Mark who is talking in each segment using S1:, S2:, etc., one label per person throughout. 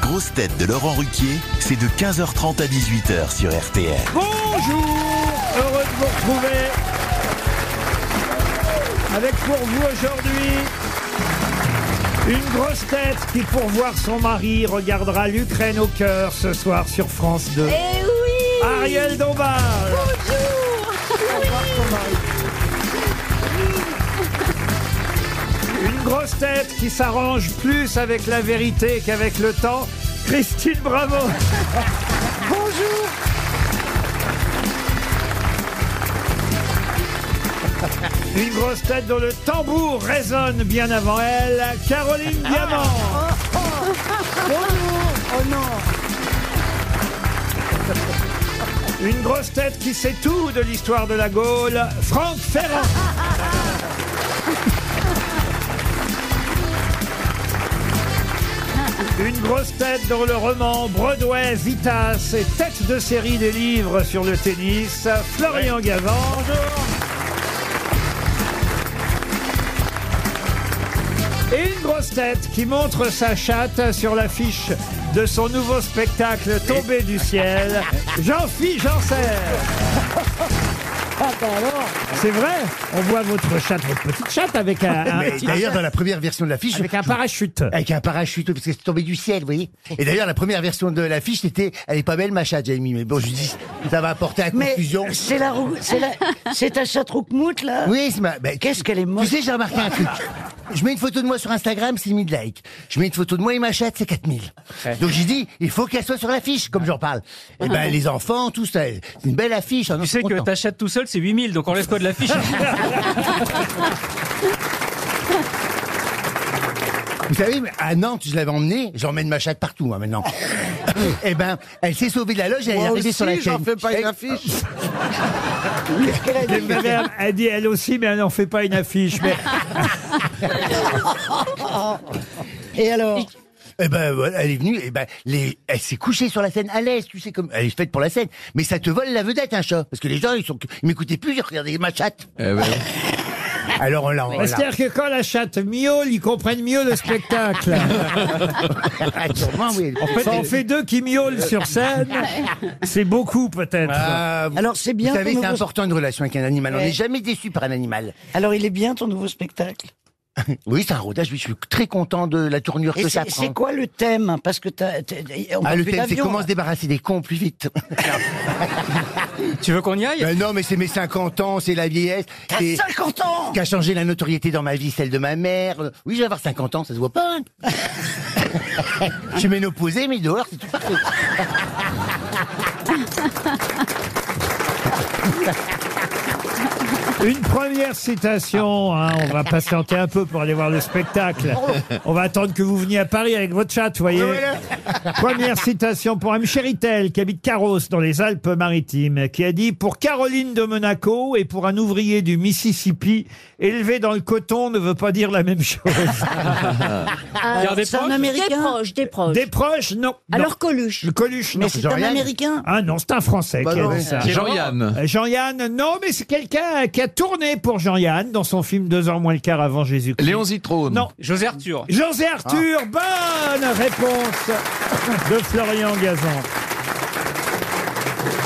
S1: grosses têtes de Laurent Ruquier, c'est de 15h30 à 18h sur RTL.
S2: Bonjour, heureux de vous retrouver. Avec pour vous aujourd'hui une grosse tête qui pour voir son mari regardera l'Ukraine au cœur ce soir sur France 2.
S3: Eh oui
S2: Ariel Dombal.
S3: Bonjour
S2: Une grosse tête qui s'arrange plus avec la vérité qu'avec le temps. Christine Bravo.
S3: Bonjour
S2: Une grosse tête dont le tambour résonne bien avant elle.
S4: Ah.
S2: Caroline Diamant.
S3: Oh non
S2: Une grosse tête qui sait tout de l'histoire de la Gaule, Franck Ferrand. Une grosse tête dont le roman Broadway, Vitas et tête de série des livres sur le tennis, Florian Gavant. Et une grosse tête qui montre sa chatte sur l'affiche de son nouveau spectacle Tombé du ciel, Jean-Philippe Janssen. C'est vrai, on voit votre chatte, votre petite chatte avec un, un-
S5: Mais D'ailleurs, dans la première version de l'affiche,
S2: avec un parachute.
S5: avec un parachute, parce que c'est tombé du ciel, vous voyez. Et d'ailleurs, la première version de l'affiche, c'était Elle est pas belle, ma chatte, Jamie. Mais bon, je dis, ça va apporter à
S6: Mais
S5: confusion.
S6: c'est la roue- c'est la, c'est ta chatte roukmoute là.
S5: Oui, c'est ma. ben,
S6: Qu'est-ce qu'elle est
S5: Tu
S6: moche.
S5: sais, j'ai remarqué un truc. Je mets une photo de moi sur Instagram, c'est 1000 likes. Je mets une photo de moi et ma chatte, c'est 4000. Donc j'ai dit, il faut qu'elle soit sur l'affiche, comme j'en parle. Et ben, les enfants, tout ça, c'est une belle affiche.
S7: Tu sais que ta chatte tout seul, c'est 8000, donc enlève-toi de l'affiche. hein.
S5: Vous savez, à Nantes, je l'avais emmenée, j'emmène ma chatte partout, moi, maintenant. Eh ben, elle s'est sauvée de la loge, elle est arrivée sur la chaîne. Eh, Elle-
S2: Et Madame a dit elle aussi, mais elle n'en fait pas une affiche. Mais
S6: Et alors
S5: Eh ben, voilà, elle est venue, eh ben, les, elle s'est couchée sur la scène à l'aise, tu sais, comme, elle est faite pour la scène. Mais ça te vole la vedette, un chat. Parce que les gens, ils sont, ils m'écoutaient plus, ils regardaient ma chatte. Alors, on l'a, on l'a.
S2: c'est-à-dire que quand la chatte miaule, ils comprennent mieux le spectacle.
S5: Ah, Sûrement, oui.
S2: Quand on fait deux qui miaulent sur scène, c'est beaucoup peut-être.
S5: Ah, vous-
S6: Alors, c'est bien
S5: Vous savez,
S6: ton
S5: c'est
S6: nouveau-
S5: important une relation avec un animal. On
S6: Ouais.
S5: n'est jamais déçu par un animal.
S6: Alors il est bien ton nouveau spectacle.
S5: Oui, c'est un rodage. Oui, je suis très content de la tournure
S6: Et
S5: que ça
S6: c'est
S5: prend.
S6: c'est quoi le thème hein, Parce que t'as, t'as- on
S5: Ah,
S6: parle
S5: le
S6: plus
S5: thème, c'est
S6: d'avion,
S5: comment
S6: là.
S5: se débarrasser des cons plus vite.
S7: tu veux qu'on y aille
S5: Ben non, mais c'est mes 50 ans, c'est la vieillesse.
S6: T'as
S5: c'est-
S6: 50 ans
S5: Qu'a changé la notoriété dans ma vie, celle de ma mère. Oui, je vais avoir 50 ans, ça se voit pas. hein. je suis ménopausé, mais dehors, c'est tout parfait.
S2: Une première citation. hein, on va patienter un peu pour aller voir le spectacle. On va attendre que vous veniez à Paris avec votre chatte, vous voyez. Première citation pour M. Chéritel, qui habite Carros, dans les Alpes-Maritimes, qui a dit Pour Caroline de Monaco et pour un ouvrier du Mississippi, élevé dans le coton ne veut pas dire la même chose.
S7: Alors,
S3: Euh,
S7: des
S6: C'est un
S7: proches
S8: Des
S6: américain
S8: proches, des proches.
S2: Des proches, non. non.
S8: Alors Coluche.
S2: le Coluche, non.
S6: Mais c'est un
S5: Jean-Yann.
S6: américain
S2: Ah non, c'est un Français qui a dit ça.
S9: Jean-Yann.
S2: Euh, Jean-Yann, non, mais c'est quelqu'un qui a tourné pour Jean-Yann dans son film Deux ans moins le quart avant Jésus-Christ.
S9: Léon Zitrone.
S2: Non.
S7: José Arthur.
S2: José Arthur, bonne réponse de Florian Gazan.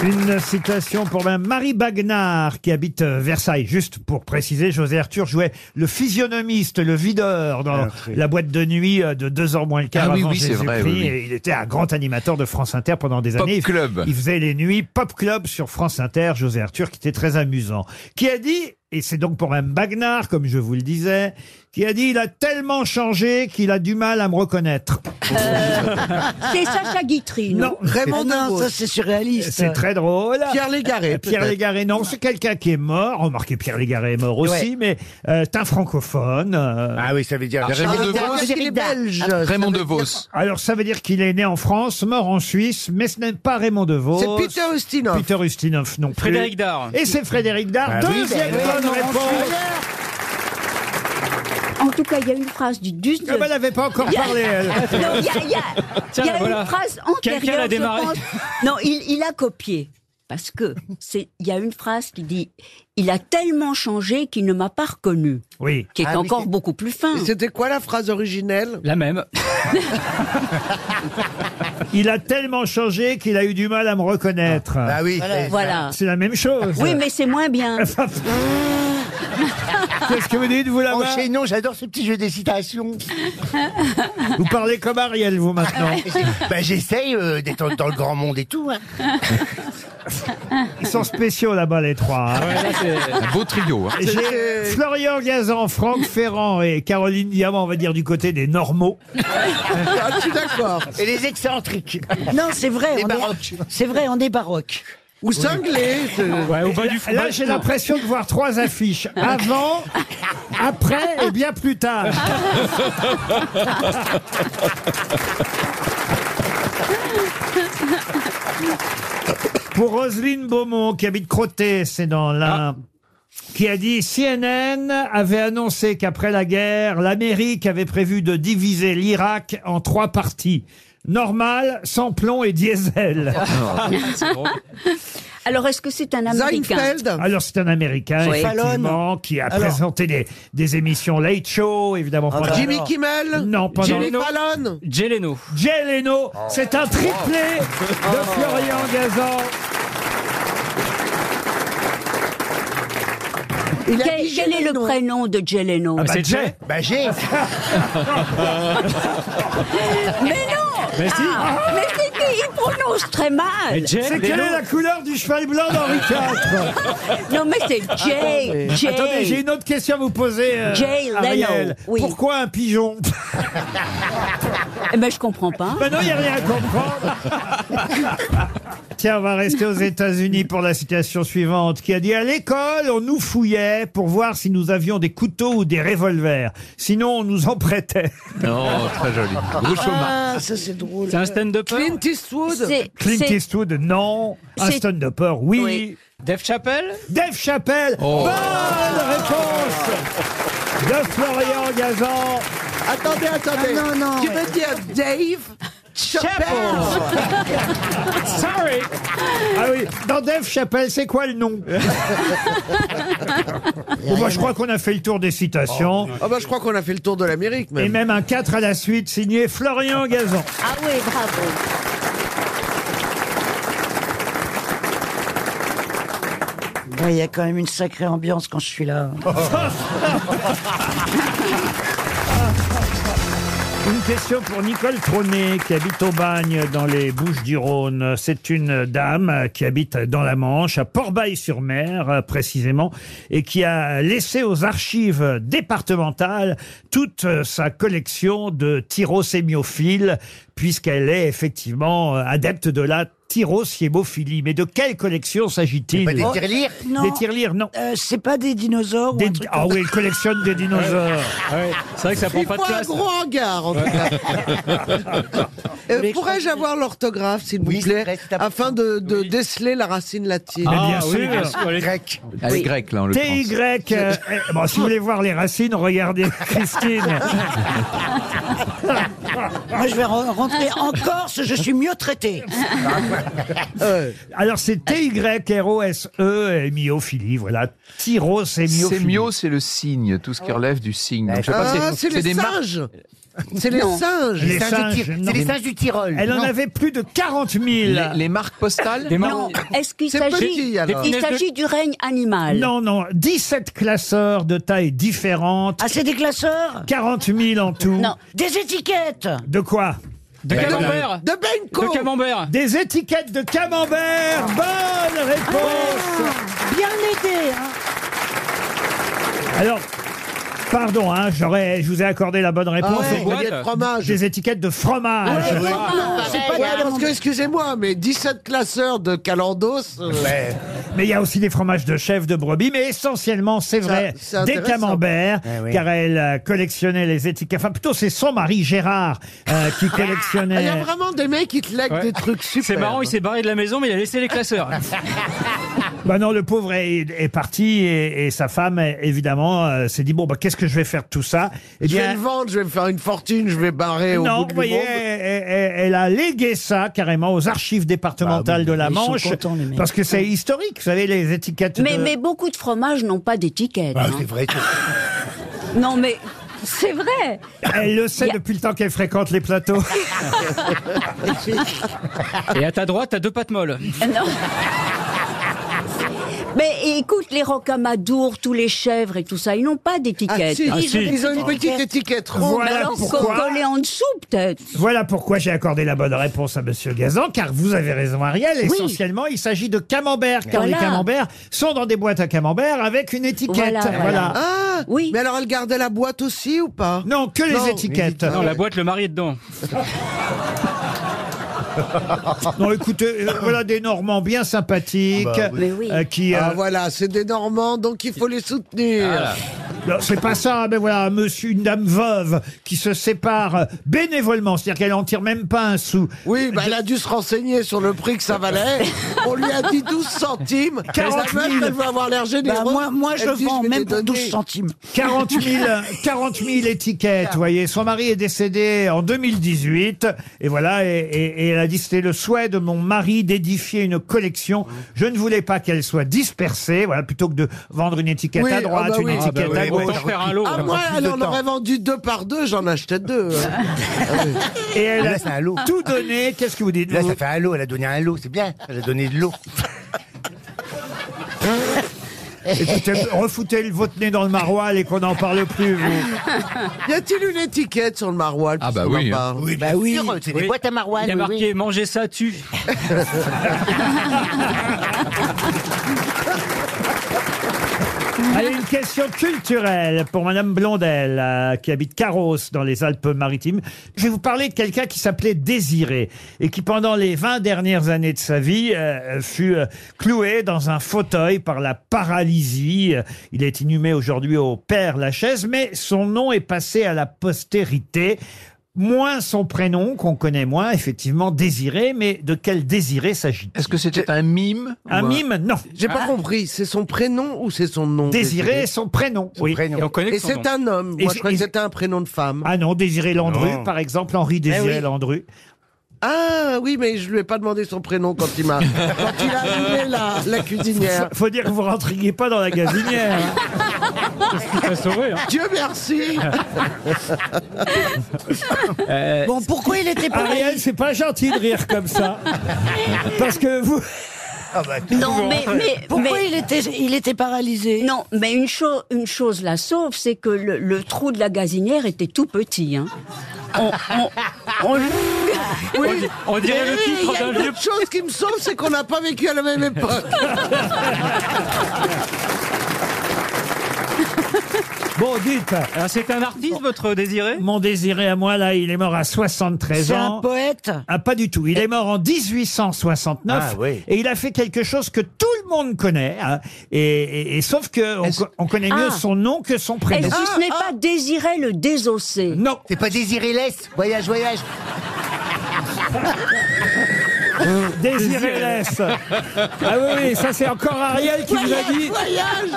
S2: Une citation pour Mme Marie Bagnard, qui habite euh, Versailles. Juste pour préciser, José Arthur jouait le physionomiste, le videur dans la boîte de nuit euh, de 2h moins le quart
S9: Ah oui,
S2: avant
S9: oui, c'est
S2: Jésus-Christ.
S9: vrai, oui, oui.
S2: Et Il était un grand animateur de France Inter pendant des
S9: Pop
S2: années. Il-
S9: Club.
S2: Il faisait les nuits Pop Club sur France Inter, José Arthur, qui était très amusant. Qui a dit, et c'est donc pour Mme Bagnard, comme je vous le disais, qui a dit, il a tellement changé qu'il a du mal à me reconnaître.
S8: C'est Sacha Guitry. Non.
S2: Non,
S6: Raymond Non, ça c'est surréaliste.
S2: c'est très drôle. Euh,
S6: Légaré.
S2: Pierre Légaré, non, c'est quelqu'un qui est mort. Oh, Remarquez, Pierre Légaré est mort aussi, mais euh, c'est un francophone. euh.
S5: Ah oui, ça veut dire.
S9: Raymond
S5: Ah,
S9: Devos.
S5: c'est
S6: qu'il est
S5: Derrida.
S6: belge.
S5: Ah,
S9: Raymond DeVos.
S2: Alors, ça veut dire qu'il est né en France, mort en Suisse, mais ce n'est pas Raymond DeVos. C'est Peter Ustinov. Peter Ustinov non plus.
S7: Frédéric Dard.
S2: Et c'est Frédéric Dard.
S5: Ah oui,
S2: Deuxième
S5: ben oui,
S2: bonne
S5: non,
S2: réponse.
S8: En tout cas, il y a une phrase du 19
S2: Ah bah, elle n'avait pas encore parlé, elle.
S8: Non, il y a, il y a-
S7: Tiens,
S8: il y a
S7: voilà.
S8: une phrase
S7: Quelqu'un
S8: antérieure,
S7: l'a démarré.
S8: je pense. Non, il, il a copié. Parce que c'est, il y a une phrase qui dit Il a tellement changé qu'il ne m'a pas reconnu,
S2: Oui.
S8: qui est
S5: Ah oui,
S8: encore
S5: c'est-
S8: beaucoup plus fin.
S9: C'était quoi la phrase originelle
S7: La même.
S2: Il a tellement changé qu'il a eu du mal à me reconnaître.
S5: Bah oui. c'est-
S8: Voilà.
S2: C'est la même chose.
S8: Oui, mais c'est moins bien.
S2: Qu'est-ce que vous dites, vous là-bas
S5: Enchaînons, j'adore ce petit jeu des citations.
S2: Vous parlez comme Ariel, vous, maintenant.
S5: bah, j'essaye euh, d'être dans le grand monde et tout. hein.
S2: Ils sont spéciaux, là-bas, les trois. hein.
S10: Un beau trio. hein.
S2: J'ai euh, Florian Gazan, Franck Ferrand et Caroline Diamant, on va dire, du côté des normaux.
S9: Ah, Je suis d'accord.
S5: Et les excentriques.
S6: Non, c'est vrai.
S5: Les
S6: on est-
S5: baroques.
S6: C'est vrai, on est baroque.
S9: Ou cinglé. c'est-
S7: Ouais, au bas du
S2: Là,
S7: fromage.
S2: j'ai l'impression de voir trois affiches. Avant, après et bien plus tard. Pour Roselyne Beaumont, qui habite Crotté, c'est dans l'Ain, qui a dit CNN avait annoncé qu'après la guerre, l'Amérique avait prévu de diviser l'Irak en trois parties. Normal, sans plomb et diesel.
S9: Ah,
S8: Alors, est-ce que c'est un Américain
S9: Seinfeld.
S2: Alors c'est un Américain
S6: Oui.
S2: effectivement
S6: Fallon.
S2: qui a
S6: Alors.
S2: présenté des, des émissions Late Show évidemment. pendant-
S9: Ah, Jimmy Kimmel.
S2: Non, pendant-
S9: Jimmy Fallon.
S7: Jay Leno.
S2: Jay Leno, c'est un triplé de Florian Gazan.
S9: Il a
S8: quel,
S9: dit
S8: quel est le
S9: Leno.
S8: prénom de Jay Leno
S7: Ah, c'est
S2: Jay.
S7: Jay
S5: Bah, j'ai.
S8: Mais non
S7: Mais si.
S8: Ah, mais c'est qui Il prononce très mal.
S2: Ah,
S7: Mais Jay
S2: C'est quelle
S7: Leno.
S2: est la couleur du cheval blanc d'Henri IV
S8: Non, mais c'est Jay. Jay.
S2: Attendez, j'ai une autre question à vous poser. euh,
S8: Jay Leno,
S2: Ariel.
S8: oui.
S2: Pourquoi un pigeon
S8: Eh ben, je comprends pas.
S2: Maintenant, il n'y a rien à comprendre. Tiens, on va rester aux États-Unis pour la citation suivante qui a dit À l'école, on nous fouillait pour voir si nous avions des couteaux ou des revolvers. Sinon, on nous en prêtait.
S10: Non, très joli. Groucho Marx.
S6: Ah, ça c'est drôle.
S7: C'est un stand-up.
S9: Clint Eastwood.
S8: C'est-
S2: Clint
S8: c'est-
S2: Eastwood, non. Aston Dopper, oui.
S8: Oui.
S7: Dave Chappelle
S2: Dave Chappelle,
S10: Oh.
S2: bonne réponse de Florian Gazan.
S9: Attendez, attendez.
S6: Ah, non, non.
S9: Tu veux dire Dave Chappelle
S7: Sorry
S2: Ah oui, dans Dave Chappelle, c'est quoi le nom Bon, bah, Je crois qu'on a fait le tour des citations.
S9: Ah bah je crois qu'on a fait le tour de l'Amérique
S2: Et
S9: même.
S2: même un 4 à la suite signé Florian Gazan.
S8: Ah oui, bravo.
S6: Ouais, Il y a quand même une sacrée ambiance quand je suis là.
S5: Oh.
S2: Une question pour Nicole Trôné qui habite au bagne dans les Bouches du Rhône. C'est une dame euh, qui habite dans la Manche, à Port-Bail-sur-Mer euh, précisément, et qui a laissé aux archives départementales toute euh, sa collection de tyrosémiophiles, puisqu'elle est effectivement euh, adepte de la tyrosémophilie. Mais de quelle collection s'agit-il Oh,
S5: Bah, des tirelires.
S6: Non,
S2: Des tirelires, non.
S6: euh, c'est pas des dinosaures.
S2: Des-
S6: ou un truc
S2: Ah oui, elle collectionne des dinosaures.
S7: C'est vrai que ça prend
S9: Il
S7: pas de
S9: faut un
S7: place.
S9: gros hangar en tout cas. Euh, Pourrais-je avoir l'orthographe s'il vous
S5: Oui, c'est
S9: plaît
S5: vrai, c'est important.
S9: afin de, de déceler la racine latine
S2: Ah, bien
S7: oui,
S2: sûr.
S7: bien sûr. Allez.
S5: Grec.
S10: Elle est grecque, là, on le
S2: TY.
S10: pense.
S2: euh, euh, bon, si vous voulez voir les racines, regardez Christine.
S6: Moi, je vais re- rentrer en Corse, je suis mieux traité.
S9: Euh,
S2: Alors, c'est T-Y-R-O-S-E, myophilie, E, voilà. Tyrosémiophilie.
S10: Sémio, c'est le signe, tout ce qui relève du signe. Donc, je sais pas,
S9: ah,
S10: c'est-
S9: c'est les
S10: des marques.
S9: singes C'est les singes
S2: Les
S5: Les singes
S2: singes,
S5: du Tyr-
S2: non.
S5: C'est les singes du Tyrol.
S2: Elle en
S5: Non.
S2: avait plus de 40 000.
S10: Les, les marques postales
S7: Des
S8: Non,
S7: marrons.
S8: est-ce qu'il
S9: C'est
S8: s'agit
S9: petit, alors.
S8: il
S7: Des
S8: s'agit du règne animal
S2: Non, non, 17 classeurs de tailles différentes,
S6: Ah, c'est des classeurs
S2: 40 000 en tout.
S8: Non.
S6: Des étiquettes
S2: De quoi
S7: De camembert.
S9: De Benko
S7: De camembert.
S2: Des étiquettes de camembert Bonne réponse
S6: Bien aidé, hein
S2: Alors, pardon, hein, j'aurais, je vous ai accordé la bonne
S9: Ah
S2: réponse.
S9: ouais,
S7: boîte.
S9: baguette fromage
S2: Des étiquettes de
S9: Ah,
S2: fromage.
S9: Ouais, parce que, excusez-moi, mais 17 classeurs de Calandos, euh,
S5: Ouais.
S2: Mais il y a aussi des fromages de chèvre, de brebis, mais essentiellement, c'est
S9: Ça,
S2: vrai,
S9: c'est
S2: des
S9: intéressant.
S2: camemberts,
S5: Eh oui.
S2: car elle euh, collectionnait les étiquettes. Enfin, plutôt, c'est son mari, Gérard, euh, qui
S9: Ah, Il y
S2: collectionnait.
S9: a vraiment des mecs qui te lèguent
S7: Ouais.
S9: des trucs super.
S7: C'est marrant, il s'est barré de la maison, mais il a laissé les classeurs.
S2: Bah non, le pauvre est, est parti et, et sa femme, é- évidemment, euh, s'est dit bon, bah, qu'est-ce que je vais faire de tout ça Eh
S9: Je vais le vendre, je vais me faire une fortune, je vais barrer au
S2: non,
S9: bout
S2: vous
S9: du
S2: voyez,
S9: monde.
S2: elle, elle- elle a légué ça carrément aux archives départementales de la
S6: Bah ils sont
S2: Manche,
S6: contents, les mecs.
S2: parce que c'est historique. Vous savez, les étiquettes.
S8: Mais,
S2: de- Bah,
S8: mais beaucoup de fromages n'ont pas d'étiquette.
S6: Bah,
S5: Ah,
S8: hein.
S5: c'est vrai.
S8: Non, mais c'est vrai.
S2: Elle le sait
S8: Y a-
S2: depuis le temps qu'elle fréquente les plateaux.
S7: Et à ta droite, t'as deux pattes molles.
S8: Non. Mais écoute, les rocamadours, tous les chèvres et tout ça, ils n'ont pas
S9: Ah,
S8: d'étiquette.
S9: si,
S7: Ah,
S9: ils, ont-
S7: si.
S9: ils ont une petite étiquette ronde.
S8: Mais
S2: Voilà
S8: alors, qu'on
S2: pourquoi-
S8: collait en dessous, peut-être.
S2: Voilà pourquoi j'ai accordé la bonne réponse à Monsieur Gazan, car vous avez raison, Ariel.
S8: Oui.
S2: Essentiellement, il s'agit de camemberts, car les
S8: Voilà.
S2: camemberts sont dans des boîtes à camemberts avec une étiquette.
S8: Voilà, voilà.
S9: Ah,
S8: Oui.
S9: Mais alors elle gardait la boîte aussi ou pas
S2: Non, que les
S9: Non,
S2: étiquettes.
S9: les étiquettes.
S7: Non, la boîte, le mari est dedans.
S2: Non, écoutez, euh, voilà des Normands bien sympathiques.
S5: Ah bah
S8: oui. Mais oui.
S2: euh, qui,
S9: Ah
S2: euh,
S9: voilà, c'est des Normands, donc il faut les soutenir.
S2: non, c'est pas ça, mais voilà, un monsieur, une dame veuve qui se sépare euh, bénévolement, c'est-à-dire qu'elle en tire même pas un sou.
S9: Oui, bah, elle a dû se renseigner sur le prix que ça valait. On lui a dit 12 centimes.
S2: 40 000.
S9: La meuf, elle veut avoir l'air généreuse.
S6: Bah, moi, moi, je
S9: Elle
S6: le
S9: dit,
S6: vends
S9: vais
S6: même
S9: les
S6: pour 12
S9: donner.
S6: centimes.
S2: 40 000, 40 000 étiquettes, vous voyez. Son mari est décédé en 2018. Et voilà, et, et- et elle a dit, c'était le souhait de mon mari d'édifier une collection. Je ne voulais pas qu'elle soit dispersée. Voilà, plutôt que de vendre une étiquette
S9: Oui,
S2: à droite,
S9: ah bah
S2: une
S9: oui. Ah bah
S2: étiquette
S7: oui,
S2: à
S7: autant
S2: gauche.
S7: faire un lot.
S9: Ah,
S7: comme
S9: moi,
S7: ça.
S9: elle en aurait vendu deux par deux, j'en achetais deux.
S2: Ah Et elle
S5: hein. Là, c'est un
S2: a
S5: lot.
S2: tout donné. Qu'est-ce que vous dites
S5: Là,
S2: vous
S5: ça fait un lot. Elle a donné un lot. C'est bien. Elle a donné de l'eau.
S2: Écoutez, refoutez le votre nez dans le maroilles et qu'on n'en parle plus. vous.
S9: Y a-t-il une étiquette sur le maroilles
S10: Ah, bah
S9: puisqu'on en
S10: oui, hein.
S9: parle
S5: Oui, bah oui. C'est des
S7: Oui.
S5: boîtes à maroilles.
S7: Il a
S5: oui,
S7: marqué Mangez ça, tu.
S2: Allez, une question culturelle pour Madame Blondel, euh, qui habite Carros dans les Alpes-Maritimes. Je vais vous parler de quelqu'un qui s'appelait Désiré et qui, pendant les 20 dernières années de sa vie, euh, fut euh, cloué dans un fauteuil par la paralysie. Euh, Il est inhumé aujourd'hui au Père Lachaise, mais son nom est passé à la postérité. Moins son prénom, qu'on connaît moins, effectivement, Désiré, mais de quel Désiré s'agit-il
S10: Est-ce que c'était un mime
S2: Un
S10: ou
S2: mime Non. Hein
S9: J'ai pas compris, c'est son prénom ou c'est son nom
S2: Désiré, est son prénom. Oui.
S5: Prénom.
S7: Et on connaît que
S9: Et
S7: son nom.
S9: c'est un homme.
S2: Et
S9: Moi,
S2: c'est-
S9: je croyais
S2: et
S9: que
S2: c'est-
S9: c'était un prénom de femme. Eh
S2: Ah non, Désiré Landru,
S5: Non.
S2: par exemple, Henri Désiré
S9: oui.
S2: Landru.
S9: Ah oui, mais je lui ai pas demandé son prénom quand il m'a. quand il a allumé la, la cuisinière.
S2: Faut dire que vous rentriez pas dans la gazinière. hein.
S7: T'as sauvé, hein.
S9: Dieu merci
S6: Bon, pourquoi il était pas
S2: Euh, Ariel, c'est pas gentil de rire comme ça. Parce que vous.
S5: Ah, bah, tu-
S8: Non, mais, mais,
S6: Pourquoi
S8: mais-
S6: il était, il était paralysé
S8: non, mais une, cho- une chose la sauve, c'est que le, le trou de la gazinière était tout petit. Hein. On, on, on-
S9: Oui
S7: On dirait le
S9: Mais il y
S7: titre
S9: a
S7: d'un
S9: une
S7: vieux.
S9: autre chose qui me sauve, c'est qu'on n'a pas vécu à la même époque.
S2: Bon, dites,
S7: Alors, c'est un artiste, votre désiré
S2: mon Désiré à moi, là, il est mort à 73
S6: C'est un
S2: ans.
S6: poète
S2: Ah, pas du tout. Il est mort en 1869
S5: Ah, oui.
S2: et il a fait quelque chose que tout le monde connaît. hein. Et, et- et sauf que on, co- on connaît mieux
S8: Ah.
S2: son nom que son
S8: Est-ce
S2: prénom.
S8: que ce n'est pas Désiré le désossé
S2: Ah, Non,
S5: C'est pas désiré laisse. Voyage, voyage.
S2: Désiré Less. Ah oui, oui, ça c'est encore Ariel qui vous a dit.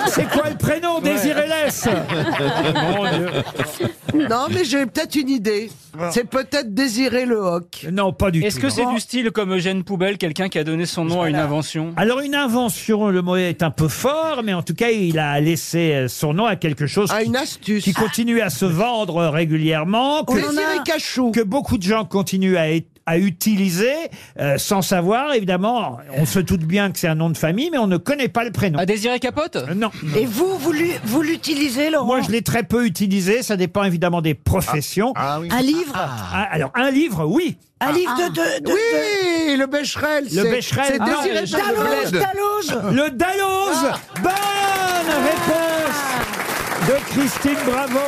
S2: C'est quoi le prénom Désiré Less
S9: non, mais j'ai peut-être une idée. C'est peut-être Désiré Le Hoc.
S2: Non, pas du
S7: Est-ce
S2: tout.
S7: que
S2: non.
S7: c'est du style comme Eugène Poubelle, quelqu'un qui a donné son nom à une invention
S2: Alors une invention, le mot est un peu fort, mais en tout cas, il a laissé euh, son nom à quelque chose
S9: Ah,
S2: qui,
S9: une astuce.
S2: qui continue à se vendre régulièrement, que,
S9: Désiré Cachou.
S2: que beaucoup de gens continuent à, é- à utiliser euh, sans savoir, évidemment. On se doute bien que c'est un nom de famille, mais on ne connaît pas le prénom.
S7: À désiré Capote
S2: Euh, Non.
S6: Et vous, vous l'u- vous l'utilisez, Laurent
S2: Moi, je l'ai très peu utilisé. Ça dépend évidemment des professions.
S5: Ah oui.
S6: Un livre
S2: Ah, alors, un livre, oui.
S6: Un livre de... de, de-
S9: Oui, le Becherel.
S2: Le
S9: c'est-
S2: Becherel.
S9: C'est
S2: Ah,
S9: Désiré
S2: le
S9: Dalloz.
S6: Dalloz, Dalloz
S2: Le Dalloz Bonne réponse de Christine Bravo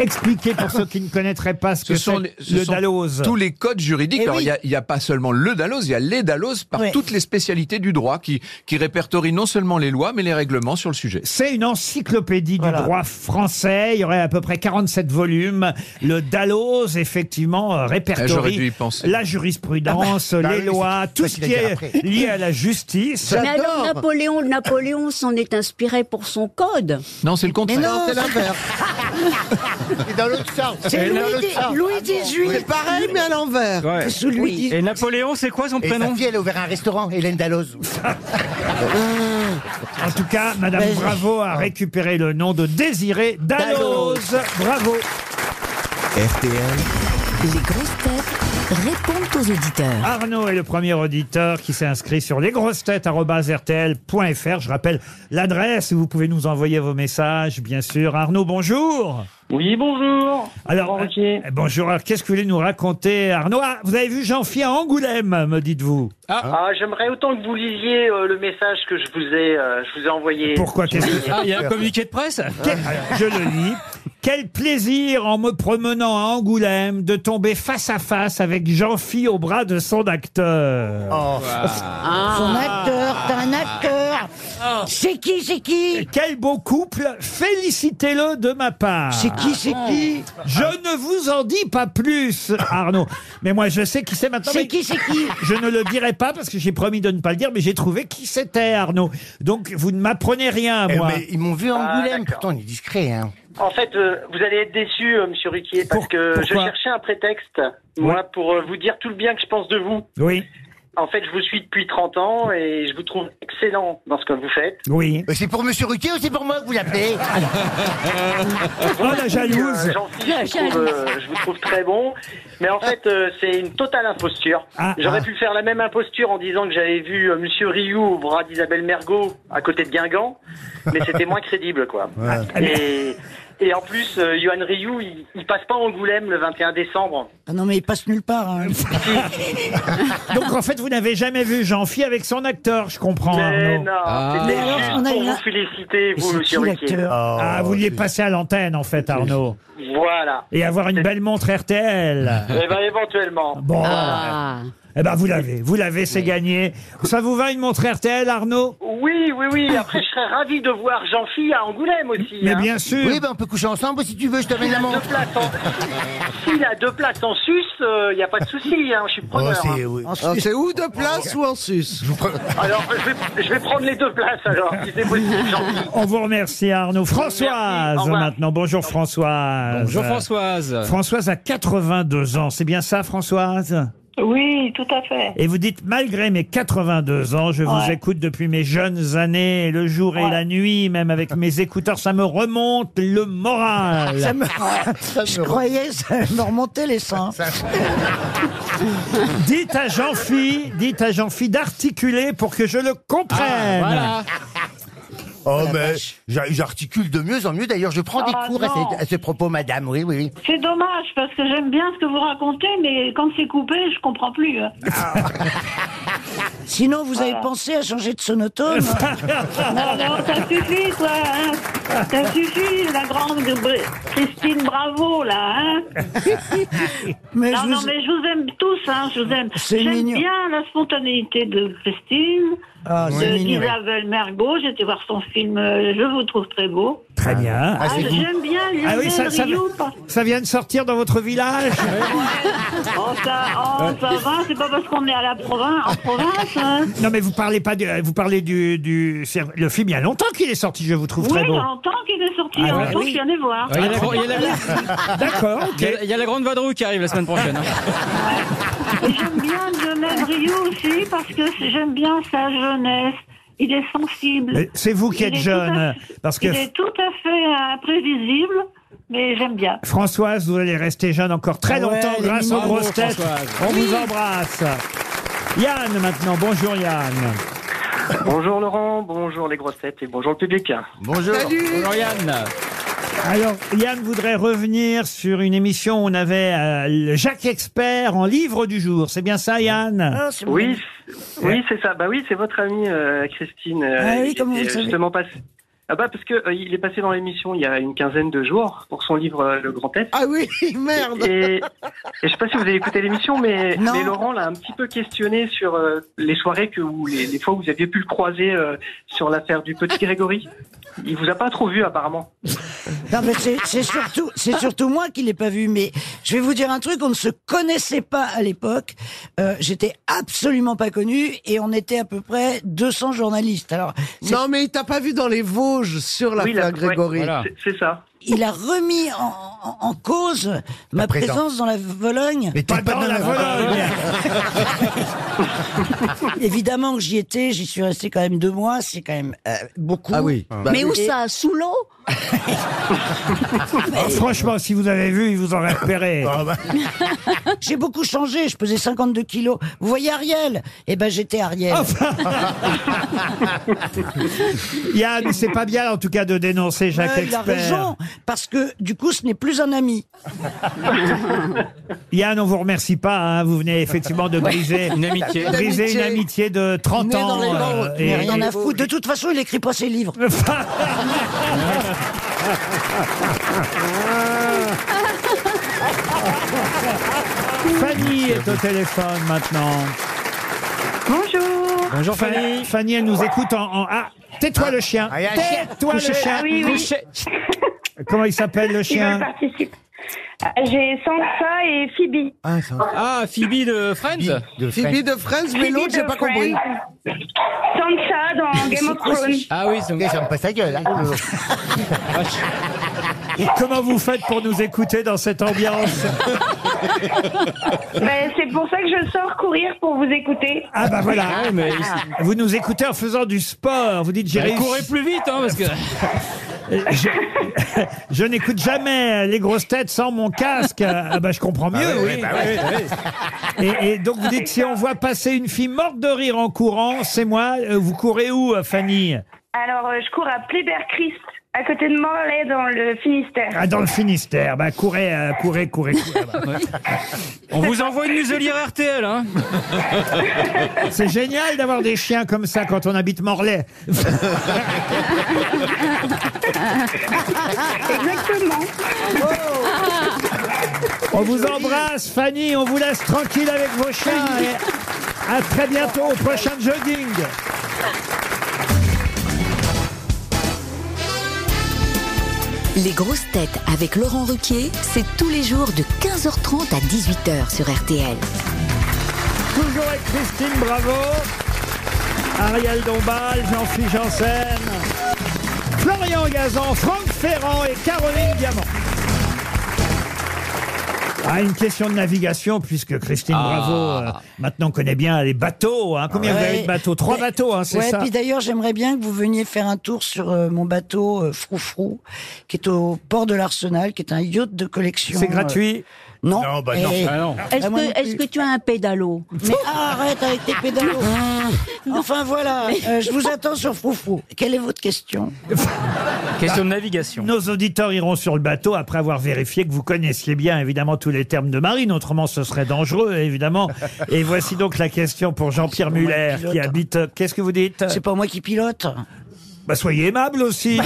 S2: Expliquez pour ceux qui ne connaîtraient pas ce, que
S10: Ce
S2: c'est
S10: sont, les- ce
S2: le
S10: sont
S2: Dalloz.
S10: tous les codes juridiques.
S6: Eh
S10: Alors,
S6: oui.
S10: il n'y a, pas seulement le Dalloz, il y a les Dalloz par
S6: Ouais.
S10: toutes les spécialités du droit qui, qui répertorient non seulement les lois, mais les règlements sur le sujet.
S2: C'est une encyclopédie
S6: Voilà.
S2: du droit français. Il y aurait à peu près 47 volumes. Le Dalloz, effectivement, euh,
S10: Ah, j'aurais dû
S2: répertorie
S10: y penser. Ah,
S2: la jurisprudence,
S5: bah
S2: les
S5: oui,
S2: lois,
S5: c'est
S2: tout ce
S5: facile à
S2: qui
S5: dire
S2: est
S5: après.
S2: lié à la justice.
S8: Mais alors,
S9: J'adore.
S8: Napoléon, Napoléon s'en est inspiré pour son code.
S10: Non, c'est le contraire.
S9: Non, c'est l'inverse.
S5: C'est dans l'autre sens.
S6: C'est
S5: dans
S6: Louis,
S5: l'autre sens.
S2: Ah
S6: Louis XVIII.
S9: C'est pareil, mais à l'envers.
S7: Ouais.
S6: Sous Louis XVIII.
S7: Et Napoléon, c'est quoi son
S5: Et sa
S7: prénom
S5: fille, elle a ouvert un restaurant, Hélène Dalloz.
S2: Ah. En tout cas, Madame Bravo a récupéré le nom de Désiré Dalloz. Bravo.
S1: RTL,
S11: Les grosses têtes répondent aux
S9: Ah.
S11: auditeurs.
S2: Arnaud est le premier auditeur qui s'est inscrit sur lesgrossetêtes.rtl.fr. Je rappelle l'adresse où vous pouvez nous envoyer vos messages, bien sûr. Arnaud, bonjour.
S12: Oui, bonjour.
S2: Alors,
S12: Laurent Ruquier.
S2: euh, bonjour. Alors, qu'est-ce que vous voulez nous raconter, Arnaud Ah, Vous avez vu jean philippe à Angoulême, me dites-vous.
S12: Ah, J'aimerais autant que vous lisiez euh, le message que je vous ai, euh, je vous ai envoyé.
S2: Pourquoi qu'est-ce que...
S7: Ah, il y a un communiqué de presse
S2: Quel- Alors, Je le lis. Quel plaisir en me promenant à Angoulême de tomber face à face avec jean philippe au bras de son acteur.
S5: Oh. Ah.
S6: Son acteur, t'as un acteur. C'est qui, c'est qui
S2: Quel beau couple, félicitez-le de ma part. Ah.
S6: C'est qui, c'est qui
S2: Je ne vous en dis pas plus, Arnaud. Mais moi, je sais qui c'est maintenant. mais
S6: C'est qui, c'est qui
S2: Je ne le dirai pas parce que j'ai promis de ne pas le dire, mais j'ai trouvé qui c'était, Arnaud. Donc, vous ne m'apprenez rien,
S5: Eh,
S2: moi.
S5: mais ils m'ont vu à
S12: Ah,
S5: Angoulême,
S12: d'accord.
S5: pourtant on est discret.
S6: Ah,
S5: Hein.
S12: En fait, euh, vous allez être déçu, euh, Monsieur Riquier, parce
S2: Pour-
S12: que je
S2: pourquoi
S12: cherchais un prétexte, moi, pour euh, vous dire tout le bien que je pense de vous.
S2: Oui,
S12: En fait, je vous suis depuis 30 ans et je vous trouve excellent dans ce que vous faites.
S2: oui.
S5: Euh, C'est pour Monsieur Ruquier ou c'est pour moi que vous l'appelez
S2: Ah, Oh, la jalouse.
S12: Euh, Jean-Philippe, je, vous trouve, euh, je vous trouve très bon, mais en fait, euh, c'est une totale imposture.
S2: Ah,
S12: J'aurais
S2: ah.
S12: pu faire la même imposture en disant que j'avais vu euh, Monsieur Rioux au bras d'Isabelle Mergot à côté de Guingamp, mais c'était moins crédible, quoi. Et, et en plus, euh, Johan Rioux, il, il passe pas en Angoulême le 21 décembre.
S6: Ah Non, mais il passe nulle part. hein.
S2: Donc, en fait, vous n'avez jamais vu jean philippe avec son acteur, je comprends,
S12: Mais
S2: Arnaud.
S12: non,
S10: Ah.
S12: c'était
S6: Mais alors,
S12: juste
S6: on a
S12: pour
S6: une-
S12: vous féliciter,
S6: Mais
S12: vous, Oh,
S6: c'est qui
S12: Monsieur Riquier.
S6: l'acteur
S2: Ah, vous vouliez passer à l'antenne, en fait, Arnaud.
S12: Voilà.
S2: Et avoir une belle montre RTL.
S12: Eh ben, éventuellement.
S2: Bon.
S8: Ah.
S2: Eh ben, vous l'avez. Vous l'avez, c'est gagné. Ça vous va une montre RTL, Arnaud?
S12: Oui, oui, oui. Après, je serais ravi de voir Jean-Philippe à Angoulême aussi.
S2: Mais
S12: hein.
S2: bien sûr.
S5: Oui, ben on peut coucher ensemble si tu veux, je t'amène
S12: S'il
S5: la
S12: a deux
S5: montre.
S12: places en- S'il a deux places en sus, il n'y a pas de souci, hein, je suis
S5: Oh,
S12: preneur.
S5: c'est-
S12: hein.
S5: oui.
S9: Alors, Ah, c'est ou de place ou en sus.
S12: Alors, je vais, je vais prendre les deux places, alors, si c'est possible, gentil.
S2: On vous remercie Arnaud. Françoise
S12: Merci, au revoir.
S2: maintenant. Bonjour Françoise.
S7: Bonjour Françoise.
S2: Françoise a 82 ans, c'est bien ça Françoise
S12: Oui, tout à fait.
S2: Et vous dites, malgré mes 82 ans, je vous
S12: Ouais.
S2: écoute depuis mes jeunes années, le jour et
S12: Ouais.
S2: la nuit, même avec mes écouteurs, ça me remonte le moral.
S6: Ça me- Je croyais, ça me remontait les seins.
S2: Dites à Jean-Phi, dites à Jean-Phi d'articuler pour que je le
S12: Ah,
S2: comprenne.
S7: Voilà.
S5: Oh, mais j'a- j'articule de mieux en mieux. D'ailleurs, je prends des
S12: Ah,
S5: cours à,
S12: non.
S5: cette- à ce propos, madame. Oui, oui, oui.
S12: C'est dommage, parce que j'aime bien ce que vous racontez, mais quand c'est coupé, je comprends plus. hein.
S6: Sinon, vous avez pensé à changer de sonotone
S12: Ah, Non, non, ça suffit, quoi, hein. Ça suffit, la grande Christine Bravo, là, hein
S6: mais
S12: Non,
S6: je
S12: non,
S6: vous-
S12: mais je vous aime tous, hein, je vous aime.
S6: C'est
S12: J'aime
S6: mignon.
S12: bien la spontanéité de Christine,
S6: Ah, c'est
S12: de
S6: mignon.
S12: Isabelle Mergot. J'étais voir son film euh, Je vous trouve très beau.
S2: Très bien.
S12: Ah, j'aime bien Lionel
S2: Ah oui, ça, ça,
S12: Rioux, parce-
S2: ça vient de sortir dans votre village
S12: Oh, ça, oh, ça va, c'est pas parce qu'on est à la province, en province, hein.
S2: Non mais vous parlez pas du, euh, vous parlez du, du c'est- le film il y a longtemps qu'il est sorti je vous trouve
S12: Oui, bah,
S2: très
S12: il y
S2: beau.
S12: a longtemps qu'il est sorti,
S2: Ah,
S12: il y a
S2: ouais. Ah,
S12: longtemps que
S2: Oui.
S12: je suis allée voir.
S7: Il y a la gro- il y a la-
S2: D'accord.
S7: il y
S2: ok.
S7: a- il y a la grande vadrouille qui arrive la semaine prochaine. hein.
S12: Et j'aime bien Lionel Rioux aussi, parce que c'est- j'aime bien sa jeunesse. Il est sensible.
S2: Mais C'est vous qui
S12: Il
S2: êtes
S12: est tout à
S2: jeune
S12: fait-
S2: parce que
S12: Il est tout à fait imprévisible, mais j'aime bien.
S2: Françoise vous allez rester jeune encore très
S6: Ah ouais,
S2: longtemps
S6: elle est
S2: grâce aux
S6: mignonne,
S2: grosses têtes.
S7: Françoise.
S2: On vous embrasse. Yann maintenant bonjour Yann.
S12: Bonjour Laurent, bonjour les grosses têtes et bonjour le public.
S5: Bonjour.
S7: Bonjour Yann.
S2: Alors Yann voudrait revenir sur une émission où on avait euh, le Jacques Expert en livre du jour c'est bien ça Yann.
S6: Ah, c'est bon.
S12: Oui, c- oui c'est ça. Bah oui, c'est votre amie euh, Christine. euh,
S6: Ah oui,
S12: qui
S6: comment vous
S12: était
S6: le savez
S12: justement passée Ah bah parce que euh, il est passé dans l'émission il y a une quinzaine de jours pour son livre euh, Le Grand Est.
S9: Ah oui, merde.
S12: Et, et je sais pas si vous avez écouté l'émission, mais, mais Laurent l'a un petit peu questionné sur euh, les soirées que vous, les, les fois où vous aviez pu le croiser euh, sur l'affaire du petit Grégory. Il vous a pas trop vu apparemment.
S6: Non, mais c'est c'est surtout, c'est surtout moi qui l'ai pas vu. Mais je vais vous dire un truc, on ne se connaissait pas à l'époque. Euh, J'étais absolument pas connu et on était à peu près 200 journalistes. Alors
S9: Non, mais il t'a pas vu dans les Vosges sur la
S6: Oui, la-
S9: plage Grégory.
S6: ouais, Voilà.
S12: C'est ça.
S6: il a remis en, en- en cause ma
S9: présence.
S6: présence dans la Vologne.
S9: Mais t'es Pas pas dans dans la la Vologne.
S6: Évidemment que j'y étais, j'y suis resté quand même deux mois, c'est quand même euh, beaucoup.
S2: Ah oui. Bah
S8: Mais où
S6: Et-
S8: ça Sous l'eau
S2: Ah, Franchement, si vous avez vu, il vous aurait repéré.
S6: J'ai beaucoup changé, je pesais 52 kilos. Vous voyez Ariel Eh ben j'étais Ariel.
S2: Yann, c'est pas bien en tout cas de dénoncer Jacques
S6: Ouais, Euh, il a
S2: Expert.
S6: raison, parce que du coup ce n'est plus un ami.
S2: Yann, on vous remercie pas. hein, vous venez effectivement de
S6: Ouais.
S2: briser
S6: Une amitié.
S2: briser une amitié de 30
S6: Né
S2: ans.
S6: dans les
S2: euh,
S6: Landes,
S2: et-
S6: mais rien
S2: et-
S6: à foutre. De toute façon, il écrit pas ses livres.
S2: Ah. Fanny est au téléphone maintenant.
S4: Bonjour.
S2: Bonjour Fanny. Fanny, elle nous écoute en. en- Ah, tais-toi le chien.
S4: Ah, il y a un chien.
S2: Tais-toi le
S4: Couché.
S2: chien.
S4: Ah oui, oui.
S2: Couché. Comment il s'appelle le
S4: Ils veulent
S2: chien
S4: participer. Ah, J'ai Sansa et Phoebe.
S7: Ah, Phoebe de Friends
S9: Phoebe de Friends, mais l'autre, j'ai pas compris.
S4: Sansa dans Game of Thrones.
S7: Ah oui, donc...
S5: Ça me passe la gueule. hein.
S2: Ah. Et comment vous faites pour nous écouter dans cette ambiance
S4: Ben, c'est pour ça que je sors courir pour vous écouter.
S2: Ah bah voilà. Vous nous écoutez en faisant du sport. Vous dites j'ai
S7: J'ai
S2: réussi.
S7: couru plus vite, hein, parce que...
S2: Je, je n'écoute jamais les grosses têtes sans mon casque. Ah bah je comprends mieux,
S7: Ah
S2: oui.
S7: oui, oui, bah oui,
S2: Et, et donc vous dites si on voit passer une fille morte de rire en courant, c'est moi. Euh, Vous courez où, euh, Fanny
S4: Alors, euh, je cours à Pléber-Christ, à côté de Morlaix, dans le Finistère.
S2: ah, Dans le Finistère. Bah courez, euh, courez, courez. courez.
S7: On vous envoie une muselière RTL, hein
S2: C'est génial d'avoir des chiens comme ça quand on habite Morlaix.
S4: Exactement.
S2: On vous embrasse, Fanny. On vous laisse tranquille avec vos chiens. Et à très bientôt au prochain jogging.
S11: Les grosses têtes avec Laurent Ruquier, c'est tous les jours de 15h30 à 18h sur RTL.
S2: Toujours avec Christine Bravo, Ariel Dombal, Jean-Philippe Janssen, Florian Gazan, Franck Ferrand et Caroline Diamant. Ah, une question de navigation, puisque Christine
S6: Ah.
S2: Bravo, euh, maintenant connaît bien les bateaux. hein. Combien vous avez
S6: Ouais.
S2: de bateaux Trois
S6: Mais-
S2: bateaux, hein, c'est
S6: ouais,
S2: ça
S6: puis d'ailleurs, j'aimerais bien que vous veniez faire un tour sur euh, mon bateau euh, Froufrou, qui est au port de l'Arsenal, qui est un yacht de collection.
S2: C'est
S6: euh,
S2: gratuit
S6: Non.
S2: Non, bah
S6: Et-
S8: Est-ce
S6: Ah, moi non
S8: que, est-ce
S6: plus.
S8: que tu as un pédalo
S6: Mais arrête avec tes pédalos Enfin voilà, euh, je vous attends sur Froufrou. Quelle est votre question
S7: Question de navigation.
S2: Nos auditeurs iront sur le bateau après avoir vérifié que vous connaissiez bien évidemment tous les termes de marine, autrement ce serait dangereux évidemment. Et voici donc la question pour Jean-Pierre
S6: C'est pas moi
S2: Muller
S6: qui pilote.
S2: qui habite. euh, Qu'est-ce que vous dites
S6: C'est pas moi qui pilote.
S2: Bah soyez aimable aussi.
S5: Bah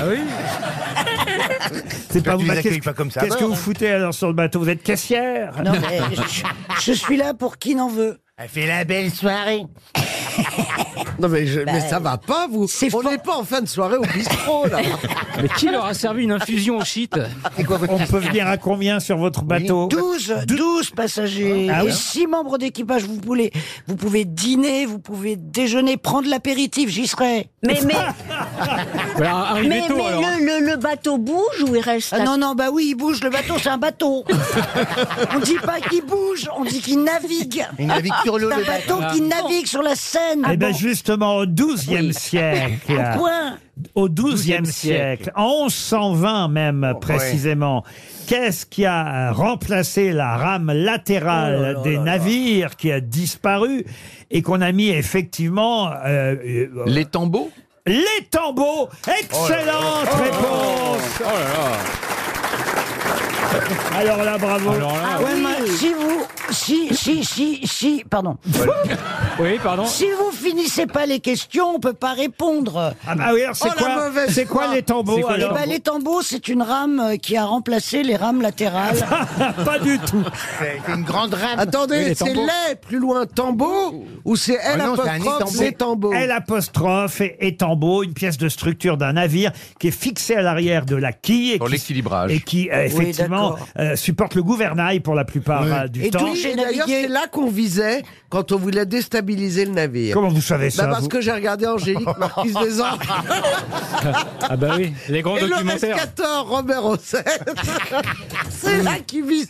S2: C'est pas
S5: Toi, tu
S2: vous.
S5: les
S2: bah,
S5: accueilles
S2: qu'est-ce-
S5: pas comme ça à
S2: Qu'est-ce que
S5: bord,
S2: vous
S5: hein.
S2: foutez alors sur le bateau Vous êtes caissière
S6: Non, mais je, je suis là pour qui n'en veut.
S5: Elle fait Ah, la belle soirée.
S9: Non, mais, je-
S6: Bah,
S9: mais ça va pas, vous. On n'est pas en fin de soirée au bistrot, là.
S7: Mais qui leur a servi une infusion au shit
S2: On peut venir à combien sur votre bateau
S6: 12, 12 passagers
S2: Ah oui.
S6: et 6 membres d'équipage. Vous pouvez, vous pouvez dîner, vous pouvez déjeuner, prendre l'apéritif, j'y serai.
S8: Mais, mais, mais,
S7: arrivez
S8: mais
S7: tôt, alors.
S8: le, le- le bateau bouge ou il reste
S6: Ah non, non, bah oui, il bouge, le bateau, c'est un bateau. on dit pas qu'il bouge, on dit qu'il navigue.
S5: Il navigue sur l'eau,
S6: C'est un
S5: le
S6: bateau
S5: bateau.
S6: qui navigue sur la Seine. Ah
S2: Eh bien justement au 12e siècle.
S6: Pourquoi
S2: au XIIe siècle, Oh, en 1120 même précisément, qu'est-ce qui a euh, remplacé la rame latérale des navires qui a disparu et qu'on a mis effectivement les
S10: tambours
S2: Les tambours, excellente réponse. Alors
S6: Ah
S2: là, bravo.
S6: Ouais, mais si vous, si, si, si, si, pardon.
S7: Oui, pardon.
S6: Si vous finissez pas les questions, on peut pas répondre. Oh,
S2: Ah, bah oui, alors c'est quoi- c'est quoi les tambours,
S6: Eh
S2: alors
S6: ben, Les tambours, c'est une rame euh, qui a remplacé les rames latérales.
S2: Ah, pas du tout.
S5: C'est une grande rame.
S9: Attendez, c'est lait
S5: Eh,
S9: plus loin, tambo ou Ah c'est L
S5: Ah
S9: apostrophe, c'est tambo.
S2: L apostrophe et, et tambo, une pièce de structure d'un navire qui est fixée à l'arrière de la quille. et
S10: Pour
S2: qui-
S10: l'équilibrage.
S2: Et qui, euh,
S10: Oui,
S2: effectivement,
S10: d'accord.
S2: euh, supporte le gouvernail pour la plupart euh, du
S9: Et
S2: temps.
S9: oui, et d'ailleurs, c'est là qu'on visait quand on voulait déstabiliser le navire.
S2: Comment vous savez ça,
S9: Bah, Parce
S2: vous
S9: que j'ai regardé Angélique Marquise des Anges.
S7: Ah bah oui, les grands
S9: et le
S7: documentaires.
S9: rescator Robert Hossein. c'est là qu'il visait.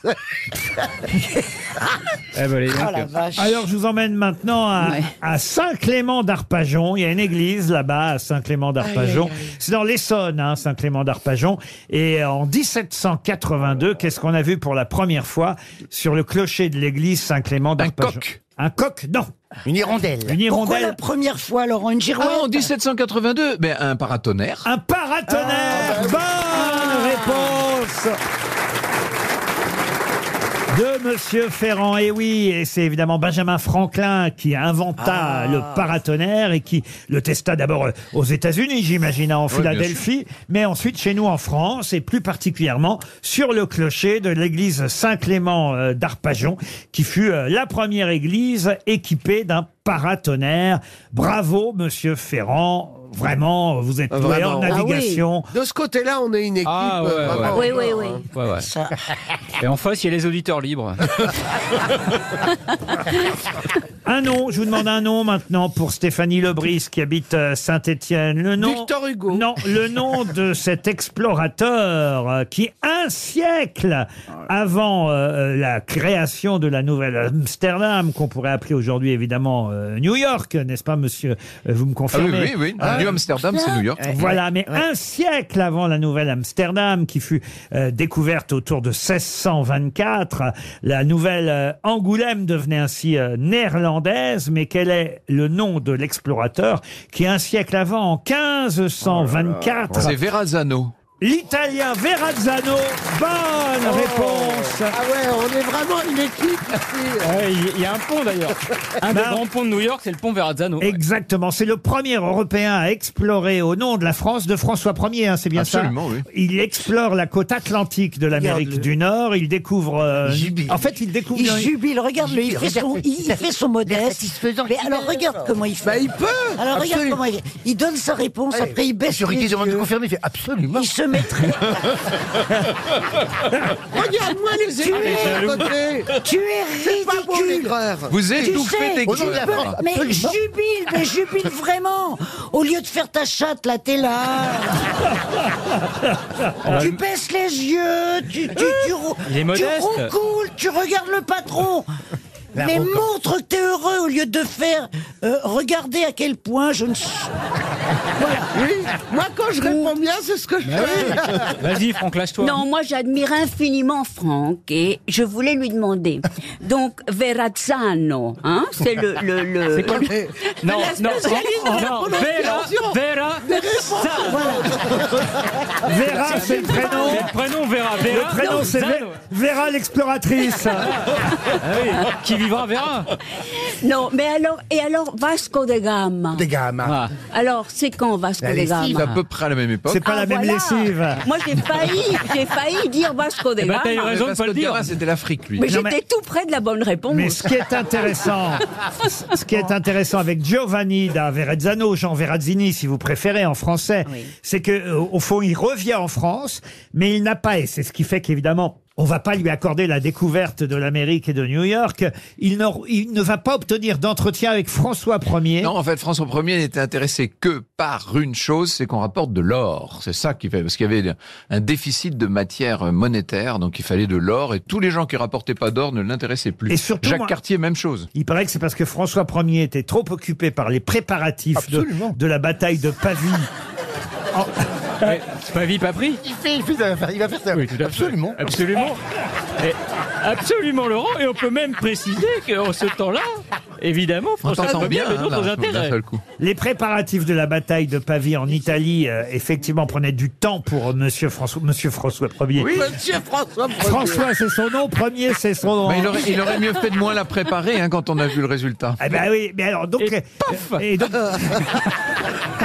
S7: Eh ben, les
S9: Oh
S7: mecs,
S9: la
S7: euh,
S9: vache.
S2: Alors, je vous emmène maintenant à, à Saint-Clément d'Arpajon. Il y a une église là-bas, à Saint-Clément d'Arpajon.
S13: Aïe, aïe,
S2: C'est dans l'Essonne, hein, Saint-Clément d'Arpajon. Et euh, en 1782, qu'est-ce qu'on a vu pour la première fois sur le clocher de l'église Saint-Clément d'Arpajon Un coq Un coq, non.
S5: Une hirondelle.
S2: Une
S6: Pourquoi
S2: hirondelle.
S6: la première fois, Laurent Une girouette
S10: En 1782, ben, un paratonnerre.
S2: Un
S10: Ah,
S2: paratonnerre
S10: bah
S2: Bonne réponse de Monsieur Ferrand, et oui, et c'est évidemment Benjamin Franklin qui inventa
S10: Ah.
S2: le paratonnerre et qui le testa d'abord euh, aux États-Unis, j'imagine, en
S10: Oui, bien
S2: Philadelphie, mais ensuite chez nous en France et plus particulièrement sur le clocher de l'église Saint-Clément euh, d'Arpajon, qui fut euh, la première église équipée d'un paratonnerre. Bravo, Monsieur Ferrand. Vraiment, vous êtes doué en navigation.
S9: Ah De ce côté-là, on est une équipe.
S7: Ah ouais,
S9: euh, vraiment
S7: ouais.
S9: d'accord, hein.
S7: Ouais, ouais. Et en face, il y a les auditeurs libres.
S10: Ah
S2: Un nom, je vous demande un nom maintenant pour Stéphanie Lebris qui habite euh, Saint-Étienne. Le nom
S9: Victor Hugo.
S2: Non, le nom de cet explorateur euh, qui un siècle
S10: Ah
S2: avant euh, euh, la création de la nouvelle Amsterdam qu'on pourrait appeler aujourd'hui évidemment euh, New York, n'est-ce pas monsieur Euh, Vous me confirmez
S10: Ah
S2: Hein
S10: oui, oui. New Amsterdam, c'est New York. Ouais,
S2: Ah. Voilà,
S10: ouais,
S2: mais
S10: ouais.
S2: un siècle avant la nouvelle Amsterdam, qui fut euh, découverte autour de 1624, la nouvelle euh, Angoulême devenait ainsi euh, néerlandaise, mais quel est le nom de l'explorateur qui, un siècle avant, en 1524...
S10: C'est Verrazano.
S2: L'italien Verrazzano, bonne réponse
S9: Ah ouais, on est vraiment une équipe ici.
S7: Ah Ouais, Il y a un pont d'ailleurs. Un
S2: Bah,
S7: des grands ponts de New York, c'est le pont Verrazzano.
S2: Exactement, c'est le premier Européen à explorer au nom de la France, de François Ier, hein, c'est bien
S10: Absolument,
S2: ça
S10: oui.
S2: Il explore la côte atlantique de l'Amérique
S6: Regarde-le.
S2: du Nord, il découvre... euh, En fait, il découvre...
S6: Il jubile, regarde-le, il, fait son, il, il fait son modeste. Mais alors regarde comment il fait.
S5: Bah,
S9: il peut
S6: Alors regarde
S5: absolument.
S6: comment il fait. Il donne sa réponse,
S5: Eh,
S6: après il baisse
S5: Sur
S6: les
S5: qui demande de
S6: yeux.
S5: confirmer, il fait absolument.
S6: Il se mettrait.
S9: Regarde-moi les
S6: Tu
S9: équipes
S6: es-
S9: de côté.
S6: Tu es ridicule.
S10: Vous
S6: Tu
S10: étouffez
S6: sais, tu
S10: tes gueules.
S6: peux-
S10: Absolument.
S6: Mais jubile, mais jubile vraiment. Au lieu de faire ta chatte, là, t'es là. tu baisses les yeux, tu, tu, tu, rou-
S7: Ah bah, Il est modeste.
S6: tu roucoules, tu regardes le patron. mais montre que t'es heureux au lieu de faire euh, regardez à quel point je ne suis.
S9: Oui, moi quand je réponds bien, c'est ce que je fais.
S7: Vas-y, Franck, lâche-toi.
S8: Non, moi j'admire infiniment Franck et je voulais lui demander. Donc Verrazzano, hein, c'est le le le.
S7: C'est quoi le- Non,
S8: La
S7: non,
S2: oh,
S8: spécialiste Euh, de la
S7: non,
S8: prononciation.
S7: Vera, Vera,
S2: Vera, c'est le prénom.
S7: C'est le prénom Vera, Vera.
S2: Le prénom, c'est
S7: Zan.
S2: Vé- Vera l'exploratrice.
S7: Ah oui, qui vivra Vera.
S8: Non, mais alors et alors Vasco de Gama. Ah.
S5: Des gammes.
S10: Ah.
S8: Alors c'est quand Vasco de
S10: C'est à
S8: Gama
S10: peu près à la même époque.
S2: C'est pas la même
S8: Ah, voilà.
S2: lessive.
S8: Moi j'ai failli, j'ai failli dire Vasco de
S10: Eh ben,
S8: Gama.
S10: t'as eu raison de pas le dire. C'était l'Afrique, lui.
S8: Mais
S2: Non,
S8: j'étais
S2: mais-
S8: tout près de la bonne réponse.
S2: Mais ce qui est intéressant, ce qui est intéressant avec Giovanni da Verrazzano, Jean Verrazzini, si vous préférez en français, c'est que euh, au fond, il revient en France, mais il n'a pas, et c'est ce qui fait qu'évidemment. On va pas lui accorder la découverte de l'Amérique et de New York. Il, n'aur- il ne va pas obtenir d'entretien avec François Ier.
S10: Non, en fait, François Ier n'était intéressé que par une chose, c'est qu'on rapporte de l'or. C'est ça qui fait, parce qu'il y avait un déficit de matière monétaire, donc il fallait de l'or, et tous les gens qui rapportaient pas d'or ne l'intéressaient plus.
S2: Et surtout,
S10: Jacques
S2: moi-
S10: Cartier, même chose.
S2: Il paraît que c'est parce que François Ier était trop occupé par les préparatifs de, de la bataille de Pavie.
S7: Ouais, C'est pas vie, pas pris.
S5: Il fait, il fait, ça, il va faire ça. absolument.
S7: Absolument. Et absolument, Laurent. Et on peut même préciser qu'en ce temps-là, Évidemment, François
S10: t'entend
S7: Trevien
S10: bien,
S7: veut
S10: hein,
S7: d'autres
S10: là,
S7: intérêts.
S10: d'un seul coup.
S2: Les préparatifs de la bataille de Pavie en Italie, euh, effectivement, prenaient du temps pour Monsieur François, Monsieur François Ier.
S9: Monsieur François Ier.
S2: François, c'est son nom. Premier, c'est son nom.
S10: Mais il, aurait, il aurait mieux fait de moins la préparer hein, quand on a vu le résultat.
S2: Eh ben oui, mais alors donc. Et, donc,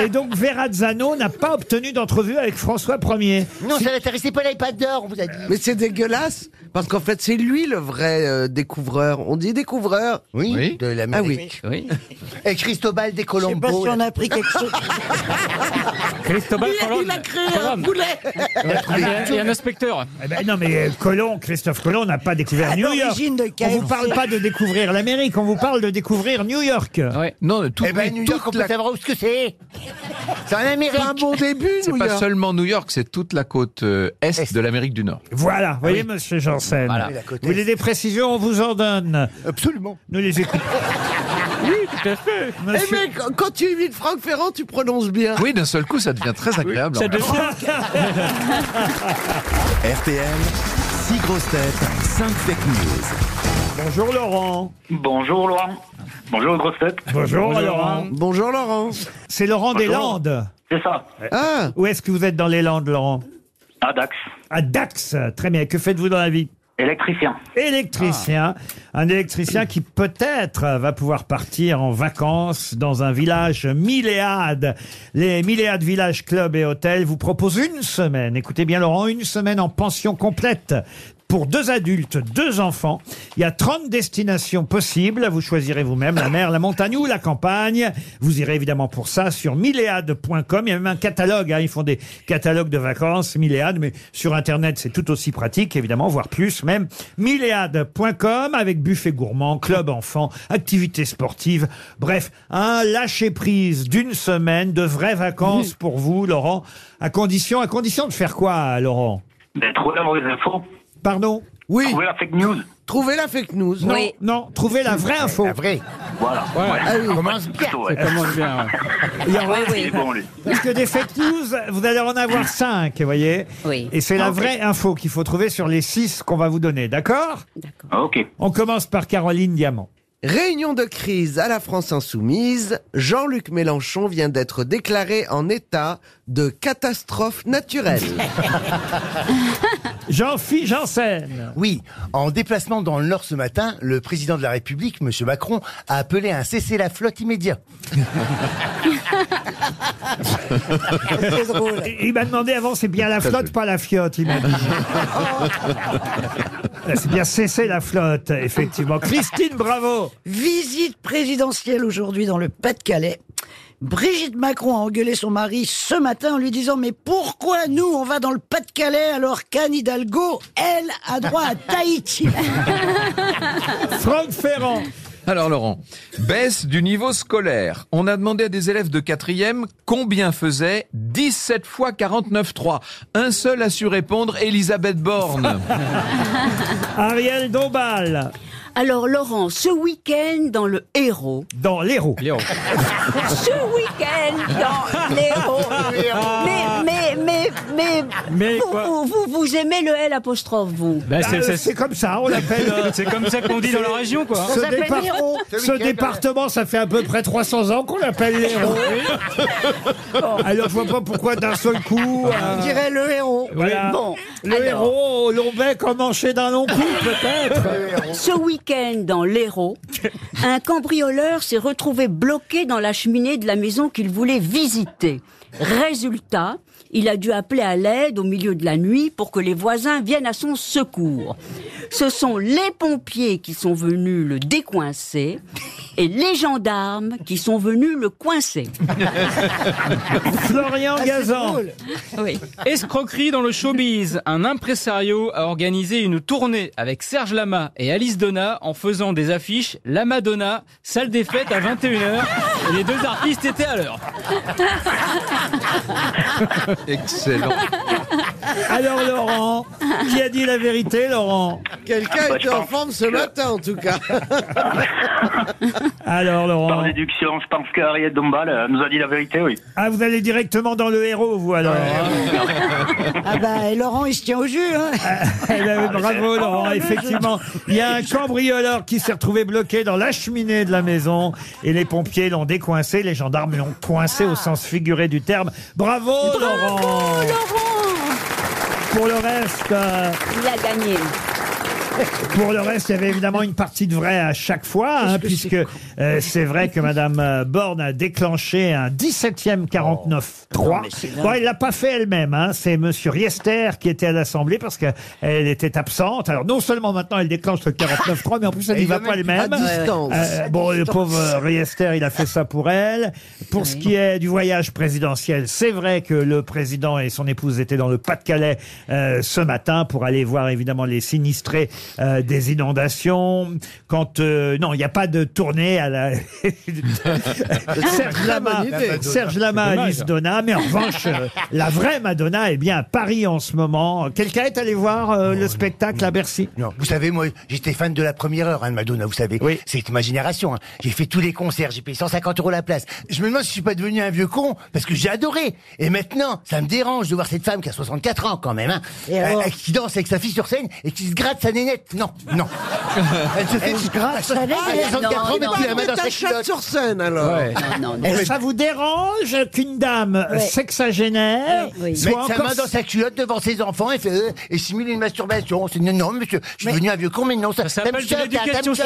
S2: et donc Verrazzano n'a pas obtenu d'entrevue avec François Ier.
S5: Non, ça n'intéressait pas l'iPad d'or, on vous a dit.
S9: Mais c'est dégueulasse, parce qu'en fait, c'est lui le vrai euh, découvreur. On dit découvreur
S5: Oui, Oui. de
S9: Ah
S5: l'Amérique.
S9: oui.
S7: oui.
S5: Et Cristobal de Colombo.
S6: Je sais pas si on a appris quelque chose.
S7: Cristobal
S6: Il a-
S7: Colomb.
S6: il a créé un
S7: Colomb.
S6: boulet.
S7: Il a trouvé un- et un inspecteur.
S2: Eh ben non, mais euh, Colomb, Christophe Colomb n'a pas découvert
S6: À
S2: New York.
S6: l'origine de
S2: on vous
S6: KFC.
S2: parle pas de découvrir l'Amérique, on vous parle de découvrir New York.
S10: Non, tout,
S5: Eh ben, New York, on peut savoir où ce que c'est. C'est en Amérique.
S9: C'est un bon début,
S10: c'est
S9: New
S10: pas
S9: York.
S10: seulement New York, c'est toute la côte euh, est, de l'Amérique du Nord.
S2: Voilà, vous voyez, monsieur Janssen.
S10: Voilà.
S5: Oui, la côte
S2: Vous voulez des précisions, on vous en donne.
S5: Absolument.
S2: Nous les écoutons.
S7: Oui, tout à fait.
S9: Eh
S2: Monsieur-
S9: mais quand- quand tu imites Franck Ferrand, tu prononces bien.
S10: Oui, d'un seul coup, ça devient très agréable.
S7: Ça devient-
S1: RTL, 6 grosses têtes, 5 fake news.
S2: Bonjour Laurent.
S13: Bonjour Laurent. Bonjour grosse tête.
S2: Bonjour, Laurent.
S9: Bonjour Laurent.
S2: C'est Laurent des
S13: Bonjour.
S2: Landes.
S13: C'est ça.
S9: Ah,
S2: Où est-ce que vous êtes dans les Landes, Laurent
S13: À Dax.
S2: À Dax. Très bien. Que faites-vous dans la vie
S13: Électricien.
S2: électricien, un électricien qui peut-être va pouvoir partir en vacances dans un village milléade. Les milléades villages clubs et hôtels vous proposent une semaine, écoutez bien Laurent, une semaine en pension complète. Pour deux adultes, deux enfants, il y a 30 destinations possibles. Vous choisirez vous-même la mer, la montagne ou la campagne. Vous irez évidemment pour ça sur milléade.com. Il y a même un catalogue. hein. Ils font des catalogues de vacances, milléade, mais sur Internet, c'est tout aussi pratique, évidemment, voire plus même. Milléade.com avec buffet gourmand, club enfant, activités sportives. Bref, un lâcher-prise d'une semaine de vraies vacances pour vous, Laurent. À condition, à condition de faire quoi, Laurent
S13: Ben, trouvez la mauvaise info.
S2: Pardon
S9: oui.
S13: Trouvez la fake news.
S9: Trouvez la fake news.
S2: Non,
S8: Oui.
S2: non, trouvez la vraie info.
S5: La vraie.
S13: Voilà.
S9: Ah oui.
S5: Commence bien.
S13: Plutôt,
S7: Ça
S13: ouais.
S7: commence bien. ouais.
S2: Il y aura-
S8: Oui,
S13: Il est
S8: oui.
S13: bon lui.
S2: Parce que des fake news, vous allez en avoir cinq, vous voyez
S8: Oui.
S2: Et c'est la
S13: Ah, ok.
S2: vraie info qu'il faut trouver sur les six qu'on va vous donner, d'accord
S8: D'accord.
S13: Ok.
S2: On commence par Caroline Diamant.
S9: Réunion de crise à la France insoumise, Jean-Luc Mélenchon vient d'être déclaré en état de catastrophe naturelle.
S2: Jean-Philippe Janssen.
S5: Oui, en déplacement dans le Nord ce matin, le président de la République, M. Macron, a appelé à un cessez-la-flotte immédiat.
S6: C'est drôle.
S2: Il il m'a demandé avant, c'est bien la flotte, pas la fiotte, il m'a dit. c'est bien cesser la flotte, effectivement. Christine, bravo
S6: Visite présidentielle aujourd'hui dans le Pas-de-Calais. Brigitte Macron a engueulé son mari ce matin en lui disant Mais pourquoi nous, on va dans le Pas-de-Calais alors qu'Anne Hidalgo, elle, a droit à Tahiti
S2: Franck Ferrand.
S10: Alors Laurent, baisse du niveau scolaire. On a demandé à des élèves de quatrième combien faisait 17 fois 49,3. Un seul a su répondre, Elisabeth Borne.
S2: Ariel Dombal,
S8: Alors, Laurent, ce week-end dans le héros,
S2: dans l'Hérault.
S7: Léo.
S8: ce week-end dans l'héros, mais, mais, mais, mais,
S7: Mais
S8: vous,
S7: quoi
S8: vous, vous, vous aimez le L apostrophe, vous.
S7: Ben,
S2: Ah,
S7: c'est-
S2: euh,
S7: c'est-
S2: C'est comme ça, on l'appelle. euh,
S7: C'est comme ça qu'on dit dans la région, quoi.
S2: ce départ- ce département, ça fait à peu près 300 ans qu'on l'appelle l'Hérault. Alors je vois pas pourquoi d'un seul coup. euh,
S6: On dirait le héros.
S2: Voilà.
S8: Bon,
S2: le
S8: alors.
S2: héros au long bec emmanché d'un long cou, peut-être.
S8: Ce week-end, dans l'Hérault, un cambrioleur s'est retrouvé bloqué dans la cheminée de la maison qu'il voulait visiter. Résultat, il a dû appeler à l'aide au milieu de la nuit pour que les voisins viennent à son secours. Ce sont les pompiers qui sont venus le décoincer et les gendarmes qui sont venus le coincer. Ah,
S2: Florian
S4: Ah,
S2: Gazan.
S8: Oui.
S7: Escroquerie dans le showbiz. Un impresario a organisé une tournée avec Serge Lama et Alice Donna en faisant des affiches La Madonna, salle des fêtes à 21h. Et les deux artistes étaient à l'heure.
S10: Excellent.
S2: Alors Laurent, qui a dit la vérité, Laurent
S9: Quelqu'un
S13: Bah, je
S9: était en
S13: pense
S9: forme ce
S13: que-
S9: matin en tout cas.
S2: Alors, Laurent.
S13: Par déduction, je pense qu'Ariette Dombal euh, nous a dit la vérité, oui.
S2: Ah, vous allez directement dans le héros, vous alors.
S6: Ah bah, et Laurent, il se tient au jus. Hein.
S7: Ah,
S2: Eh ben, bravo Laurent, effectivement. Il y a un cambrioleur qui s'est retrouvé bloqué dans la cheminée de la maison et les pompiers l'ont décoincé, les gendarmes l'ont coincé au sens figuré du terme. Bravo, Laurent Pour le reste... euh,
S8: Il a gagné.
S2: Pour le reste, il y avait évidemment une partie de vrai à chaque fois, hein, puisque euh, c'est vrai que Madame euh, Borne a déclenché un 17e 49 3.
S6: mais c'est dingue.
S2: Bon, elle l'a pas fait elle-même. hein. C'est Monsieur Riester qui était à l'Assemblée parce qu'elle était absente. Alors non seulement maintenant elle déclenche le 49 3, mais en plus elle
S9: Et
S2: n'y
S9: il
S2: va
S9: va
S2: pas
S9: mettre
S2: elle-même.
S9: à distance.
S2: Euh, bon, le pauvre euh, Riester, il a fait ça pour elle. Pour ce qui est du voyage présidentiel, c'est vrai que le président et son épouse étaient dans le Pas-de-Calais euh, ce matin pour aller voir évidemment les sinistrés euh, des inondations. Quand euh, non, il n'y a pas de tournée à la Serge Lama,
S9: Très bonne idée.
S2: Serge Lama,
S9: C'est dommage.
S2: Alice Donna. Mais en revanche, euh, la vraie Madonna est bien à Paris en ce moment. Quelqu'un est allé voir euh, le spectacle à Bercy
S5: Non, vous savez, moi, j'étais fan de la première heure, hein, de Madonna, vous savez. Oui. C'est ma génération. hein. J'ai fait tous les concerts, j'ai payé 150 euros la place. Je me demande si je suis pas devenu un vieux con, parce que j'ai adoré. Et maintenant, ça me dérange de voir cette femme qui a 64 ans quand même, hein, euh, euh, qui danse avec sa fille sur scène et qui se gratte sa nénette. Non, non. Elle se fait gratte
S9: Ah,
S6: sa nénette.
S5: Elle a 64 ans, mais tu la mets dans sa culotte.
S9: sur scène alors.
S2: Et ça vous dérange qu'une dame
S5: Ouais.
S2: sexagénaire soit
S5: Mettre sa
S2: encore
S5: main dans sa culotte devant ses enfants et, fait, euh, et simuler une masturbation. C'est- Non, non, monsieur, je suis devenu un vieux con, mais non, ça, ça me choque, ça me choque.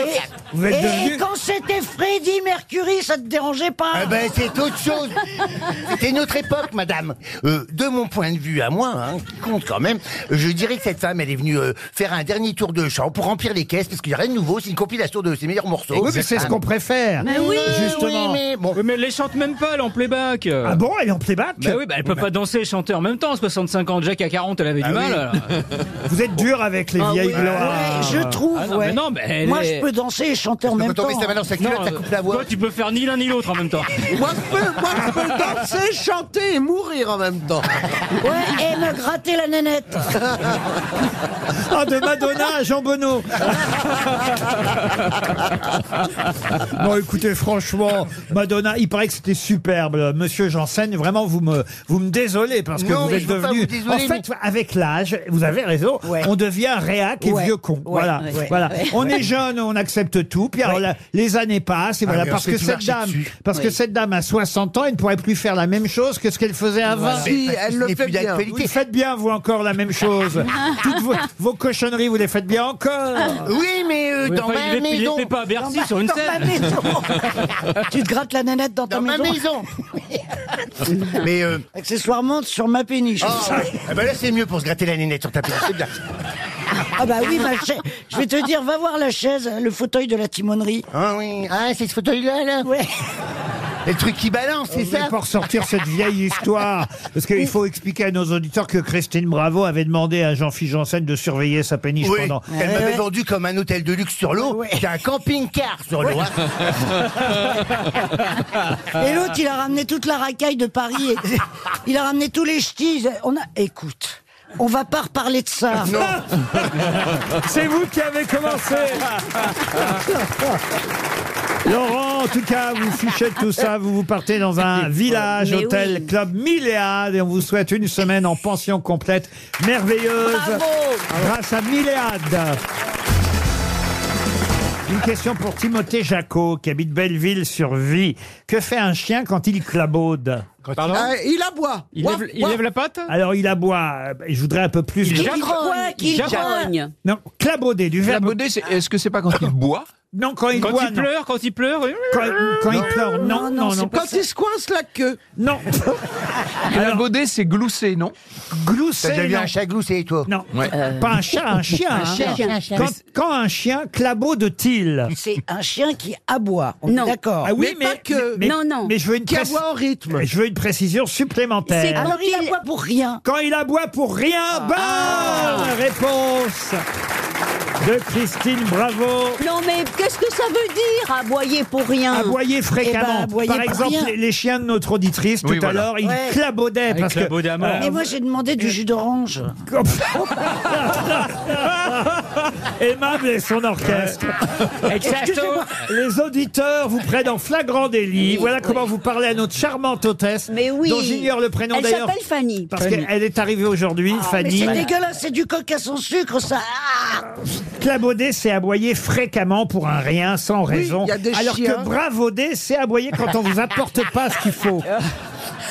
S6: Et, et quand c'était Freddie Mercury, ça te dérangeait pas
S5: Ah ben c'est autre chose. C'était notre époque, madame. Euh, de mon point de vue à moi, hein, qui compte quand même, je dirais que cette femme, elle est venue euh, faire un dernier tour de chant pour remplir les caisses, parce qu'il n'y a rien de nouveau, c'est une compilation de ses meilleurs morceaux.
S2: Oui, mais c'est ce qu'on préfère.
S5: Mais oui,
S2: justement.
S5: oui, mais bon.
S7: Oui, mais elle les chante même pas, elle est en playback.
S2: Ah bon, elle est en playback
S7: Bah oui, bah, elle peut pas danser et chanter en même temps. 65 ans, Jack à 40, elle avait du mal. alors.
S2: Ah Vous êtes dur avec les
S7: Ah
S2: vieilles
S7: oui.
S2: gloires.
S7: Ouais, je trouve, Ah non, mais ouais. non, mais elle Moi, est- je peux
S6: danser et chanter en
S5: même temps. Quand on met sa main dans sa culotte,
S7: Non,
S5: ça coupe la voix.
S7: Toi, tu peux faire ni l'un ni l'autre en même temps.
S9: Moi je, peux, moi, je peux danser, chanter et mourir en même temps.
S6: Ouais, et me gratter la nénette.
S7: euh.
S2: Ah, de Madonna à Jean Bonneau. Bon, écoutez, franchement, Madonna, il paraît que c'était superbe. Monsieur Janssen, vraiment, vous me, vous me désolez parce que
S5: Non,
S2: vous
S5: mais
S2: êtes
S5: je veux pas
S2: devenu.
S5: vous désoler,
S2: en fait, avec l'âge, vous avez raison, on devient réac et
S6: Ouais.
S2: vieux con.
S6: Ouais.
S2: Voilà.
S6: Ouais.
S2: voilà.
S6: Ouais.
S2: On est jeune, on accepte tout. Puis alors, la- les années passent. Et
S5: Ah,
S2: voilà,
S5: mais on
S2: parce
S5: sait
S2: que
S5: tout
S2: cette
S5: marcher
S2: dame,
S5: dessus.
S2: parce que
S6: Oui.
S2: cette dame a 60 ans, elle ne pourrait plus faire la même chose que ce qu'elle faisait avant.
S5: Voilà. Si, Parce que elle ce le n'est fait plus bien. d'actualité.
S2: Vous le faites bien, vous encore la même chose. Toutes vos, vos cochonneries, vous les faites bien encore.
S5: Ah. Oui, mais euh,
S7: Oui,
S5: dans
S7: enfin, il
S5: ma
S7: est- il
S5: maison.
S7: était pas à Bercy
S6: Dans ma-
S7: sur une
S6: dans
S7: scène.
S6: ma maison. tu te grattes la nénette dans ta
S5: Dans ma
S6: maison.
S5: maison. mais euh,
S6: Accessoirement, sur ma péniche.
S5: ah, ouais. Ah ben là, c'est mieux pour se gratter la nénette sur ta place. C'est bien.
S6: Ah bah oui, ma chaise. Je vais te dire, va voir la chaise, le fauteuil de la timonerie.
S5: Ah oui, ah, c'est ce fauteuil-là, là.
S6: Ouais.
S5: Et Le truc qui balance, c'est
S2: C'est
S5: ça.
S2: pour sortir cette vieille histoire, parce qu'il faut expliquer à nos auditeurs que Christine Bravo avait demandé à Jean-Philippe Janssen de surveiller sa péniche
S5: Oui,
S2: pendant. Eh
S5: elle m'avait vendu comme un hôtel de luxe sur l'eau, c'est un camping-car sur l'eau. hein.
S6: Et l'autre, il a ramené toute la racaille de Paris. et- il a ramené tous les ch'tis. On a... Écoute, on va pas reparler de ça.
S2: C'est vous qui avez commencé Laurent, en tout cas, vous fichez de tout ça, vous vous partez dans un village,
S8: Mais
S2: hôtel,
S8: oui.
S2: club Milléade, et on vous souhaite une semaine en pension complète, merveilleuse, grâce à Milléade. Une question pour Timothée Jacot, qui habite Belleville-sur-Vie. Que fait un chien quand il clabaude
S7: Pardon
S9: Euh, il aboie.
S7: il,
S9: Ouah,
S7: lève, il
S9: ouah.
S7: lève la patte
S2: Alors, il aboie, euh, je voudrais un peu plus...
S7: Il
S2: de-
S7: jappe.
S6: Quoi qu'il
S7: Jack-
S6: grogne.
S2: Non, clabauder, du verbe...
S10: Clabauder, c'est- est-ce que c'est pas quand il boit
S2: Ah. Non, quand il
S7: Quand
S2: boit,
S7: il
S2: non.
S7: pleure, quand il pleure. oui.
S2: Quand, quand il pleure, non, non, non.
S9: Quand il se coince la queue.
S2: Non. Alors,
S10: Clabauder, c'est glousser, non
S5: T'as déjà
S2: glousser,
S5: vu
S2: non.
S5: un chat gloussé, toi
S2: Non.
S10: Ouais.
S2: Pas un chat, un chien. hein. Quand, quand un chien clabaude-t-il
S6: C'est un chien qui aboie. On
S8: Non.
S6: est d'accord.
S2: Ah oui,
S9: Mais pas que.
S8: Non, non.
S2: Mais je veux une,
S9: Qui
S2: préc-
S9: aboie en rythme.
S2: je veux une précision
S8: C'est
S2: supplémentaire.
S8: quand
S6: Alors il
S8: il-
S6: aboie pour rien.
S2: Quand il aboie pour rien, bonne réponse de Christine Bravo.
S8: Non, mais qu'est-ce que ça veut dire, aboyer pour rien Eh ben,
S2: Aboyer fréquemment. Par exemple, les, les chiens de notre auditrice, tout
S8: Oui,
S2: à
S8: voilà.
S2: l'heure, ils
S8: Ouais.
S2: clabaudaient.
S8: Ils
S2: parce que-
S7: clabaudaient à mort.
S6: Mais moi, j'ai demandé du jus d'orange. Oh.
S2: Aimable et son orchestre.
S6: Exacto. Excusez-moi.
S2: Les auditeurs vous prennent en flagrant délit. Voilà comment vous parlez à notre charmante hôtesse,
S8: Oui.
S2: dont j'ignore le prénom
S8: Elle
S2: d'ailleurs.
S8: s'appelle Fanny.
S2: Parce qu'elle est arrivée aujourd'hui,
S6: Ah, mais
S2: Fanny.
S6: c'est dégueulasse, c'est du coca sans sucre, ça. Ah
S2: Clabaudet, c'est aboyer fréquemment pour un rien, sans
S6: Oui,
S2: raison.
S6: il y a des
S2: alors
S6: chiens.
S2: que bravauder, c'est aboyer quand on vous apporte pas ce qu'il faut.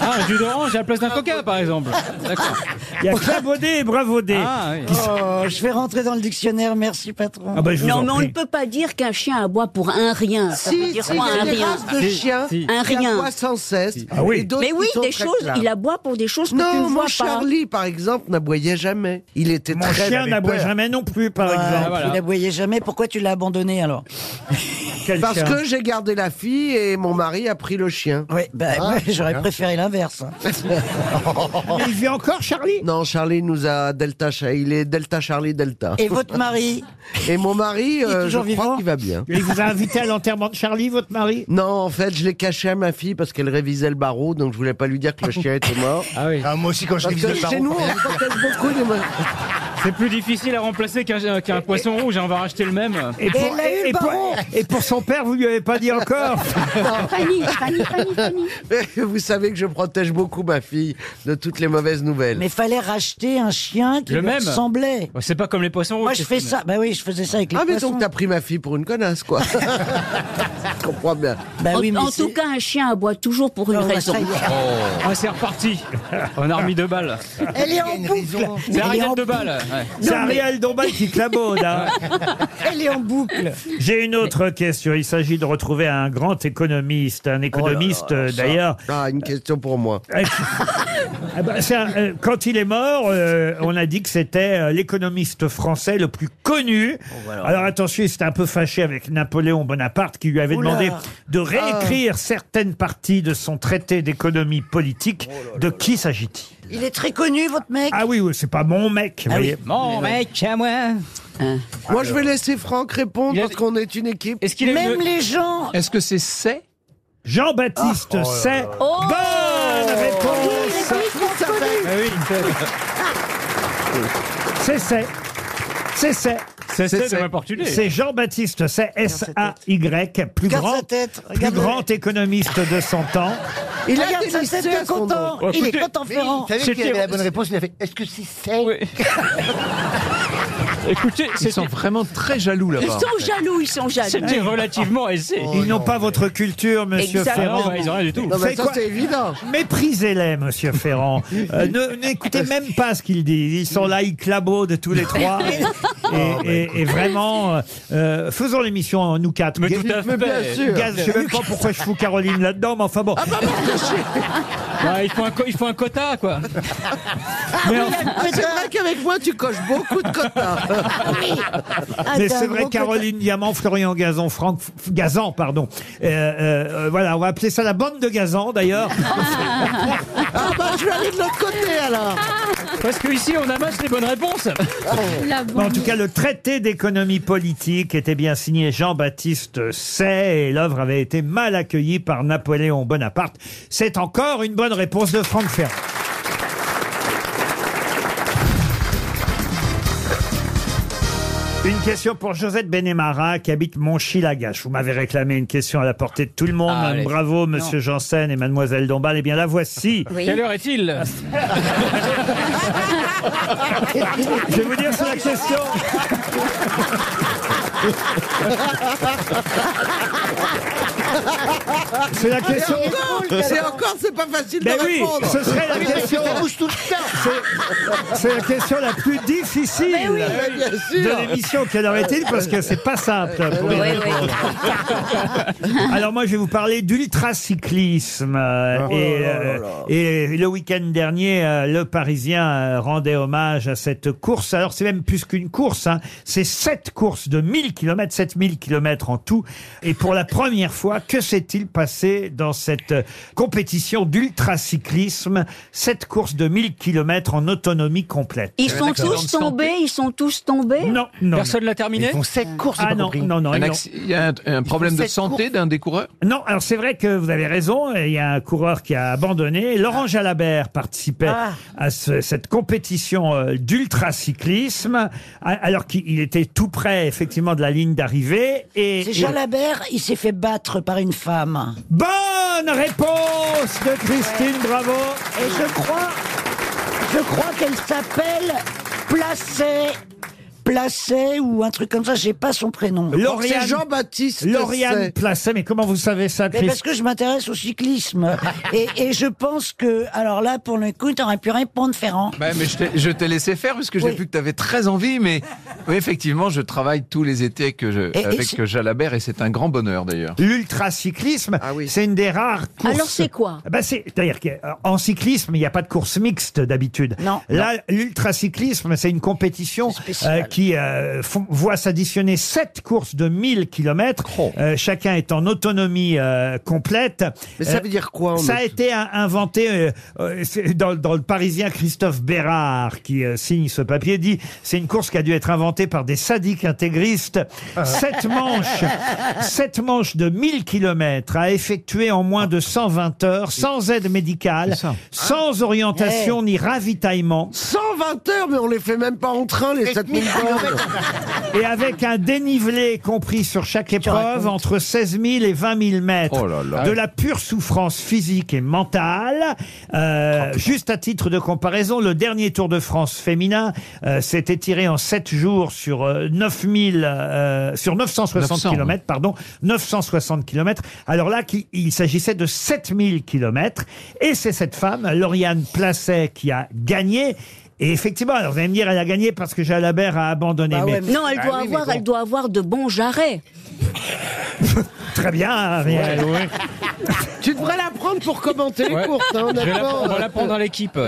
S7: Ah, un jus d'orange à la place d'un coca, par exemple. D'accord.
S2: Il y a clabauder et bravauder.
S7: Ah, oui.
S2: qui sont-
S6: Oh, je vais rentrer dans le dictionnaire, merci patron.
S2: Ah bah, je vous
S8: non,
S2: en
S8: mais on
S2: prie.
S8: ne peut pas dire qu'un chien aboie pour un rien. Ça
S9: Si,
S8: veut dire
S9: si,
S8: quoi,
S9: il y a
S8: un
S9: des
S8: rien
S9: races de chiens
S8: Un
S9: qui
S8: rien.
S9: aboient sans cesse.
S2: Ah oui.
S9: et d'autres
S8: Mais oui,
S9: qui sont
S8: des
S9: très
S8: choses,
S9: claires.
S8: il aboie pour des choses que tu ne
S9: Non,
S8: vois
S9: mon
S8: pas.
S9: Charlie, par exemple, n'aboyait jamais. Il était
S2: Mon
S9: très
S2: chien
S9: avait
S2: n'aboie
S9: peur.
S2: jamais non plus, par exemple.
S6: Tu l'aboyais jamais, pourquoi tu l'as abandonné alors
S2: Quel
S9: Parce
S2: chien.
S9: que j'ai gardé la fille et mon mari a pris le chien.
S6: Oui, bah,
S9: Ah,
S6: ouais, j'aurais
S9: bien.
S6: préféré l'inverse.
S2: Mais il vit encore, Charlie
S9: Non, Charlie nous a Delta. Cha- Il est Delta Charlie Delta.
S6: Et votre mari
S9: Et mon mari,
S6: est
S9: euh, je
S6: toujours
S9: crois
S6: vivant
S9: qu'il va bien.
S2: Il vous a invité à l'enterrement de Charlie, votre mari
S9: Non, en fait, je l'ai caché à ma fille parce qu'elle révisait le barreau, donc je voulais pas lui dire que le chien était mort.
S7: Ah oui.
S5: Ah, moi aussi, quand je
S9: Parce
S5: révisais
S9: que
S5: le
S9: chez
S5: barreau,
S9: nous,
S5: pour
S9: on
S5: rien dire.
S9: protège beaucoup les mo-
S7: C'est plus difficile à remplacer qu'un qu'un poisson rouge, hein, on va racheter le même.
S2: et
S6: Et il a eu le
S2: et pour-
S6: baron.
S2: et pour son père, vous lui avez pas dit encore
S8: Fanny, Fanny, Fanny, Fanny.
S9: Vous savez que je protège beaucoup ma fille de toutes les mauvaises nouvelles.
S6: Mais fallait racheter un chien qui
S7: Le
S6: lui
S7: même.
S6: ressemblait.
S7: Ouais, C'est pas comme les poissons rouges.
S6: Moi, je fais
S7: Christine.
S6: ça. Bah oui, je faisais ça avec les
S9: Ah mais
S6: poissons.
S9: donc t'as pris ma fille pour une connasse quoi. je comprends bien.
S6: Bah oui,
S8: en
S6: mais
S8: en
S6: c'est-
S8: tout cas, un chien aboie toujours pour une
S6: Non, bah,
S8: raison. Oh.
S6: ça y est.
S7: Ah, c'est reparti. On a remis deux balles.
S6: Elle est en boucle.
S7: C'est
S6: Elle est
S7: Ariel
S6: en
S7: deux balles. ouais.
S2: C'est Ariel Dombal qui clabaude. hein.
S6: Elle est en boucle.
S2: J'ai une autre question. Il s'agit de retrouver un grand économiste, un économiste euh, d'ailleurs.
S9: Ah une question pour moi.
S2: Ah bah, Eh, c'est un- euh, quand il est mort, euh, on a dit que c'était euh, l'économiste français le plus connu.
S6: Oh,
S2: Alors attention, il s'était un peu fâché avec Napoléon Bonaparte qui lui avait
S6: Oula. Ah.
S2: demandé de réécrire certaines parties de son traité d'économie politique.
S6: Oh
S2: De qui s'agit-il
S6: Il est très connu, votre mec.
S2: Ah oui, oui, c'est pas mon mec. vous
S6: Ah oui.
S2: voyez.
S7: Mon mec, à moi.
S9: Moi je vais laisser Franck répondre
S7: Il a-
S9: parce qu'on est une équipe.
S7: Est-ce qu'il a
S6: Même
S7: une-
S6: les gens.
S10: Est-ce que c'est c'est
S2: Jean-Baptiste
S7: oh
S2: c'est Bonne réponse
S7: Ah oui,
S2: C'est c'est. C'est c'est.
S7: c'est- c'est
S9: c'est-
S7: de m'importuner.
S2: C'est Jean-Baptiste Say, S-A-Y, plus
S6: Regarde
S2: grand,
S6: sa tête,
S2: plus
S6: regarde-le.
S2: grand économiste de son temps.
S9: Il a
S6: Regarde sa
S9: délaissé
S6: tête de
S9: à son
S6: content.
S9: nom.
S6: Il est
S7: écoutez,
S6: content
S5: Mais il
S6: ferrant.
S5: savait qu'il
S7: C'était-
S5: avait la bonne réponse, il a fait « Est-ce que c'est sec
S7: Oui. Écoutez,
S10: Ils
S7: c'était
S10: sont vraiment très jaloux
S8: Ils
S10: là-bas.
S8: sont jaloux, ils sont jaloux.
S7: c'était relativement aisé.
S9: Oh,
S2: Ils n'ont pas votre culture, monsieur
S7: Ah
S8: Exactement.
S2: Ferrand.
S7: non, bah, ils ont rien du tout.
S9: Non mais
S2: C'est
S9: ça
S2: quoi
S9: c'est évident.
S2: Méprisez-les, monsieur Ferrand. Euh, ne- N'écoutez même pas ce qu'ils disent. Ils sont là, ils clabaudent tous les trois. Et, et- et vraiment, euh, euh, faisons l'émission euh, nous quatre.
S7: Mais
S2: Gaz-
S7: tout à
S9: Mais
S7: fait.
S9: bien sûr.
S2: Gaz, je sais même pas pourquoi je fous Caroline là-dedans, mais enfin bon.
S7: Ouais, il, faut un co- il faut un quota, quoi.
S2: Mais en-
S9: Ah, c'est vrai qu'avec moi tu coches beaucoup de quotas.
S6: Ah,
S2: Mais
S6: t'es
S2: c'est
S6: un
S2: vrai,
S6: gros
S2: Caroline Diamant, Florian Gazan, Franck F- F- Gazan, pardon. Euh, euh, euh, voilà, on va appeler ça la bande de Gazan d'ailleurs.
S9: ah bah je vais aller de l'autre côté alors.
S7: Parce qu'ici, on amasse les bonnes réponses.
S2: Mais en tout cas, le traité d'économie politique était bien signé Jean-Baptiste Say et l'œuvre avait été mal accueillie par Napoléon Bonaparte. C'est encore une bonne réponse de Franck Ferrand. Une question pour Josette Benemara qui habite Montchilagache. Vous m'avez réclamé une question à la portée de tout le monde.
S7: Ah, allez.
S2: Bravo, monsieur
S7: Non.
S2: Janssen et mademoiselle Dombal. Eh bien, la voici.
S8: Oui.
S7: Quelle heure est-il
S2: Je vais vous dire sur la question. C'est la question.
S9: C'est encore c'est pas facile
S2: Ben
S9: de
S2: oui,
S9: répondre.
S2: ce serait la question.
S5: Ça bouge tout le temps
S2: C'est- C'est la question la plus difficile
S9: Ah, Mais bien
S2: de
S9: sûr.
S2: l'émission. Quelle aurait il Parce que c'est pas simple. pour
S8: Oui,
S2: y
S8: oui.
S2: répondre. Alors moi, je vais vous parler d'ultracyclisme. euh, et, euh, et le week-end dernier, euh, le Parisien euh, rendait hommage à cette course. Alors c'est même plus qu'une course. hein. C'est sept courses de 1000 km, 7000 km en tout. Et pour la première fois, que s'est-il passé participé dans cette euh, compétition d'ultracyclisme, cette course de 1000 km en autonomie complète.
S8: Ils sont tous tombés, ils sont tous tombés
S2: Non, non.
S8: Personne l'a terminé
S2: Ils font sept courses, Ah j'ai pas non, compris. non, non,
S10: Un
S2: ils
S10: acc-
S2: l'ont-
S10: Il y a un, un problème de
S2: cette
S10: santé
S2: course.
S10: d'un des coureurs
S2: Non, alors c'est vrai que vous avez raison, il y a un coureur qui a abandonné.
S6: Ah.
S2: Laurent Jalabert participait
S10: Ah.
S2: à ce- cette compétition euh, d'ultracyclisme, a- alors qu'il était tout près effectivement de la ligne d'arrivée. Et,
S6: C'est
S2: et-
S6: Jalabert, il s'est fait battre par une femme.
S2: Bonne réponse de Christine Bravo.
S6: Et je crois, je crois qu'elle s'appelle Placet. Placet ou un truc comme ça, j'ai pas son prénom.
S2: Lauriane- Lauriane Placet, Ah, mais comment vous savez ça,
S6: Mais parce
S2: Christine
S6: que je m'intéresse au cyclisme. et, et je pense que, alors là, pour le coup, t'aurais pu répondre, Ferrand.
S10: Bah, mais je t'ai- je t'ai laissé faire parce que j'ai
S6: Oui.
S10: vu que tu avais très envie, mais oui, effectivement, je travaille tous les étés que je,
S2: Et- et
S10: avec
S2: c'est-
S10: Jalabert et c'est un grand bonheur d'ailleurs.
S2: L'ultracyclisme, c'est une des rares courses.
S8: Alors, c'est quoi
S2: Ah bah, c'est- C'est-à-dire qu'en cyclisme, il n'y a pas de course mixte d'habitude. Là, l'ultracyclisme, c'est une compétition euh, qui euh, font- voit s'additionner sept courses de 1000 km,
S9: Oh.
S2: chacun est en autonomie euh, complète.
S9: Mais ça
S2: Euh,
S9: veut dire quoi, en
S2: Ça a
S9: auto-
S2: été un- inventé euh, euh, c'est dans, dans le Parisien Christophe Bérard, qui euh, signe ce papier, dit « C'est une course qui a dû être inventée par des sadiques intégristes.
S9: Ah.
S2: Sept manches sept manches de 1000 km à effectuer en moins de 120 heures, sans aide médicale, sans orientation ni ravitaillement.
S9: 120 heures, mais on les fait même pas en train, les 7000 bornes.
S2: Et avec un dénivelé compris sur chaque épreuve entre 16 000 et 20 000 mètres.
S10: Oh là là.
S2: De la pure souffrance physique et mentale.
S10: Oh,
S2: Euh, juste à titre de comparaison, le dernier Tour de France féminin euh, s'est étiré en 7 jours sur, euh, 9 000, euh, sur 960
S10: 900,
S2: km. kilomètres, pardon, 960 km. Alors là, qui- il s'agissait de 7000 km. Et c'est cette femme, Lauriane Placet, qui a gagné. Et effectivement, alors vous allez me dire, elle a gagné parce que Jalabert a abandonné. Bah mais-
S8: Non, elle doit, avoir, elle doit avoir de bons jarrets.
S2: Très bien, Ariel.
S9: Tu devrais la prendre pour commenter les
S7: Ouais.
S9: courses, hein,
S7: Je vais la-
S9: honnêtement.
S7: on va la prendre dans l'équipe.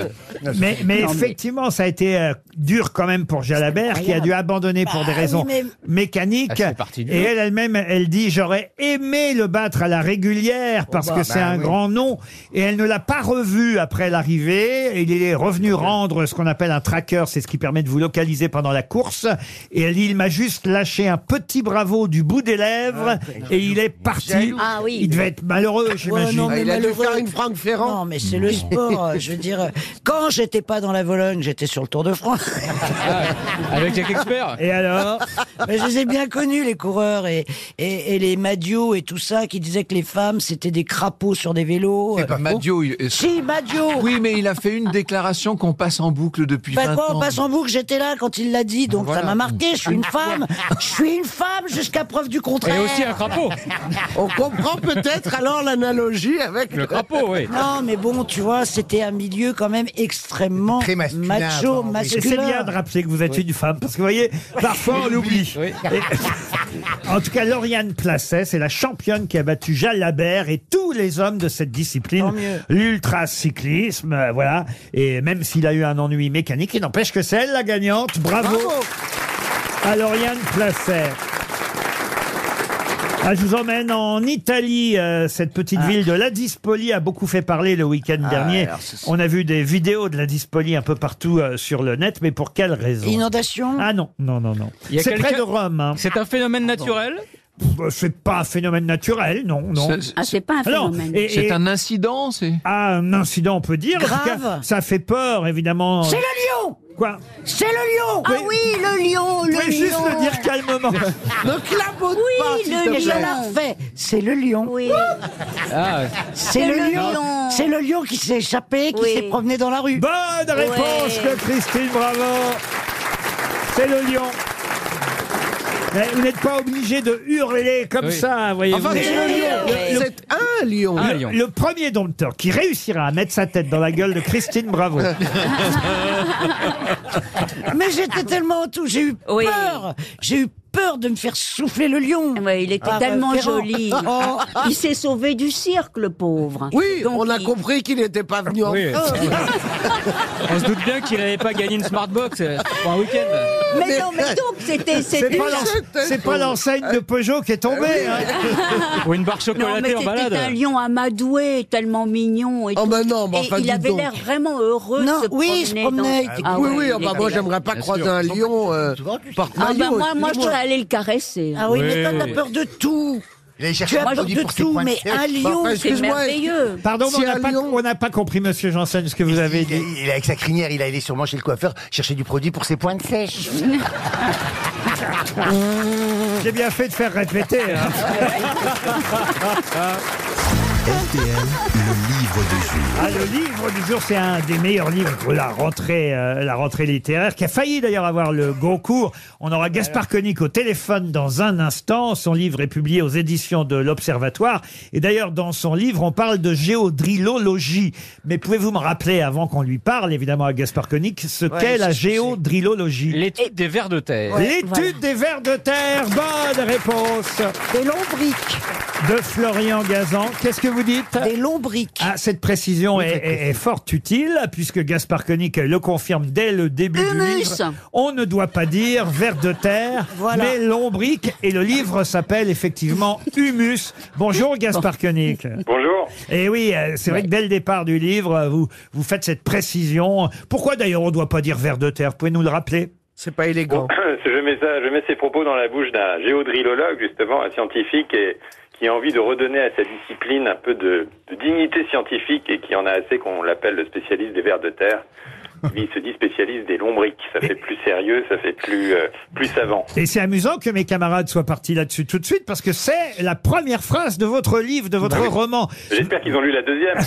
S2: Mais, mais effectivement, ça a été euh, dur quand même pour Jalabert, qui a dû abandonner pour des raisons
S6: oui,
S2: mécaniques.
S7: Ah, c'est parti du
S2: et
S7: jeu.
S2: elle elle-même, elle dit j'aurais aimé le battre à la régulière parce
S7: bah,
S2: que c'est
S7: bah
S2: un
S7: oui.
S2: grand nom. Et elle ne l'a pas revu après l'arrivée. Il est revenu rendre ce qu'on appelle un tracker, c'est ce qui permet de vous localiser pendant la course. Et elle dit il m'a juste lâché un petit bravo du bout des lèvres et il est parti.
S6: Jaloux. Ah oui.
S2: Il devait être malheureux, j'imagine.
S6: non, mais
S9: Ah, Il a dû
S6: malheureux.
S9: faire une Franck Ferrand.
S6: Non, mais c'est le sport. euh, Je veux dire, euh, quand j'étais pas dans la Vologne, j'étais sur le Tour de France.
S7: Avec Jack Expert.
S2: Ah. Et alors
S6: Mais je les ai bien connus, les coureurs et, et, et les Madio et tout ça, qui disaient que les femmes, c'était des crapauds sur des vélos. Euh,
S10: Bah, Madio,
S2: Oh.
S10: il-
S6: Si, Madio
S10: Oui, mais il a fait une déclaration qu'on passe en boucle depuis
S6: Bah
S10: 20
S6: quoi, on
S10: ans.
S6: passe en boucle, j'étais là quand il l'a dit, donc
S10: Voilà.
S6: ça m'a marqué, je suis une femme, je suis une femme jusqu'à preuve du contraire.
S7: Et aussi un crapaud.
S9: On comprend peut-être alors l'analogie avec
S7: Le crapaud, oui.
S6: Non, mais bon, tu vois, c'était un milieu quand même extrêmement
S2: masculin,
S6: macho,
S2: apparemment, oui. Et C'est bien
S6: masculin.
S2: de rappeler que vous êtes une femme, parce que vous voyez, parfois on l'oublie. Et- en tout cas, Lauriane Placet, c'est la championne qui a battu Jalabert et tous les hommes de cette discipline, l'ultracyclisme, euh, voilà. Et même s'il a eu un ennui mécanique, il n'empêche que c'est elle la gagnante. Bravo, à Lauriane Placet. Ah, je vous emmène en Italie. euh, cette petite ville de Ladispoli a beaucoup fait parler le week-end
S6: Ah,
S2: dernier.
S6: alors, c'est-
S2: On a vu des vidéos de Ladispoli un peu partout euh, sur le net, mais pour quelle raison
S6: Inondation
S2: Ah non, non, non, non.
S7: Il y a
S2: C'est près
S7: quelqu'un-
S2: de Rome. hein.
S7: C'est un phénomène naturel
S2: Bah, C'est pas un phénomène naturel, non, non.
S10: C'est-
S8: Ah, c'est pas un
S2: Alors,
S8: phénomène.
S2: et-
S10: C'est
S2: et-
S10: un incident, c'est.
S2: Ah, un incident, on peut dire. En tout
S8: Grave.
S2: cas, ça fait peur, évidemment.
S6: C'est le lion
S2: Oh. Quoi
S6: C'est le lion
S8: Ah oui, le lion,
S2: Vous
S8: le
S2: pouvez juste
S8: lion.
S2: le dire calmement.
S9: Donc la botte pas,
S8: Oui,
S9: s'il
S8: le
S9: te
S6: Je
S9: plaît.
S6: l'ai fait. C'est le lion.
S8: Oui.
S2: Ah.
S6: C'est le, lion. C'est le lion qui s'est échappé, qui
S8: Oui.
S6: s'est promené dans la rue.
S2: Bonne réponse
S8: Ouais.
S2: de Christine Bravo. C'est le lion. Mais vous n'êtes pas obligé de hurler comme
S7: Oui.
S2: ça, vous voyez.
S9: Enfin,
S2: Vous-
S9: c'est le
S8: Oui.
S9: lion. C'est un lion.
S7: Un
S2: le,
S7: lion.
S2: le premier dompteur qui réussira à mettre sa tête dans la gueule de Christine Bravo.
S6: Mais j'étais tellement en tout, j'ai eu
S8: Oui.
S6: peur. J'ai eu peur de me faire souffler le lion.
S8: Ouais, il était
S6: Ah, bah,
S8: tellement
S6: Ferrand.
S8: joli.
S6: Oh.
S8: Il s'est sauvé du cirque, le pauvre.
S9: Oui,
S8: Donc,
S9: on a
S8: il-
S9: compris qu'il n'était pas venu en
S7: Oui.
S9: train.
S7: On se doute bien qu'il n'avait pas gagné une Smartbox euh, pour un week-end.
S8: Mais non, mais donc, c'était-
S2: C'est
S8: c'était-
S2: pas l'ens- C'est pas l'enseigne de Peugeot qui est
S9: Ah
S2: tombée. hein.
S7: Ou une barre
S8: Non, mais
S7: chocolatée en balade.
S8: c'était un lion amadoué, tellement mignon. Et
S7: Oh,
S8: tout.
S7: bah non, bah
S8: Et
S7: enfin,
S8: il
S7: dites
S8: avait
S7: donc.
S8: l'air vraiment heureux
S6: Non,
S8: de se
S6: oui, il se
S8: promener.
S6: promenait,
S8: dans...
S6: il était
S8: Ah
S9: oui,
S8: ouais,
S9: oui,
S8: il
S9: ah bah,
S8: était
S9: moi
S8: là.
S9: j'aimerais pas croiser un lion euh, porte
S8: Ah bah
S9: maillot.
S8: moi, moi je
S9: excusez-moi.
S8: serais allé le caresser. hein.
S6: Ah oui, mais toi, t'as peur de tout. Tu as peur de tout, mais un lion,
S5: bah,
S6: c'est merveilleux.
S2: Pardon, mais on n'a pas, on n'a pas compris, monsieur Janssen, ce que vous avez dit.
S5: Il, avec sa crinière, il allait sûrement chez le coiffeur chercher du produit pour ses pointes sèches.
S2: J'ai bien fait de faire répéter. hein.
S5: Ah
S1: RTL, le livre du jour.
S2: Ah, le livre du jour, c'est un des meilleurs livres de la rentrée, euh, la rentrée littéraire, qui a failli d'ailleurs avoir le Goncourt. On aura Gaspard Koenig au téléphone dans un instant. Son livre est publié aux éditions de l'Observatoire. Et d'ailleurs, dans son livre, on parle de géodrilologie. Mais pouvez-vous me rappeler, avant qu'on lui parle, évidemment, à Gaspard Koenig, ce
S7: Ouais,
S2: qu'est
S7: je-
S2: la
S7: je sais.
S2: géodrilologie
S7: L'étude des vers de terre.
S2: L'étude des vers de terre, bonne réponse.
S6: Des lombriques.
S2: De Florian Gazan. Qu'est-ce que vous dites
S6: Des lombriques.
S2: Ah, cette précision est, est- est fort utile, puisque Gaspard Koenig le confirme dès le début du
S8: Humus.
S2: livre. On ne doit pas dire vers de terre,
S6: Voilà.
S2: mais lombrique. Et le livre s'appelle effectivement Humus. Bonjour Gaspard Koenig.
S14: Bonjour.
S2: Et oui, euh, c'est vrai que dès le départ du livre, euh, vous, vous faites cette précision. Pourquoi d'ailleurs on ne doit pas dire vers de terre Pouvez-nous le rappeler Oh.
S9: C'est pas élégant.
S14: je mets ça, je mets ces propos dans la bouche d'un géodrilologue, justement, un scientifique et qui a envie de redonner à sa discipline un peu de, de dignité scientifique et qui en a assez qu'on l'appelle le spécialiste des vers de terre. Lui, il se dit spécialiste des lombriques. Ça fait plus sérieux, ça fait plus, euh, plus savant.
S2: Et c'est amusant que mes camarades soient partis là-dessus tout de suite, parce que c'est la première phrase de votre livre, de votre
S14: Bah oui.
S2: roman.
S14: J'espère qu'ils ont lu la deuxième.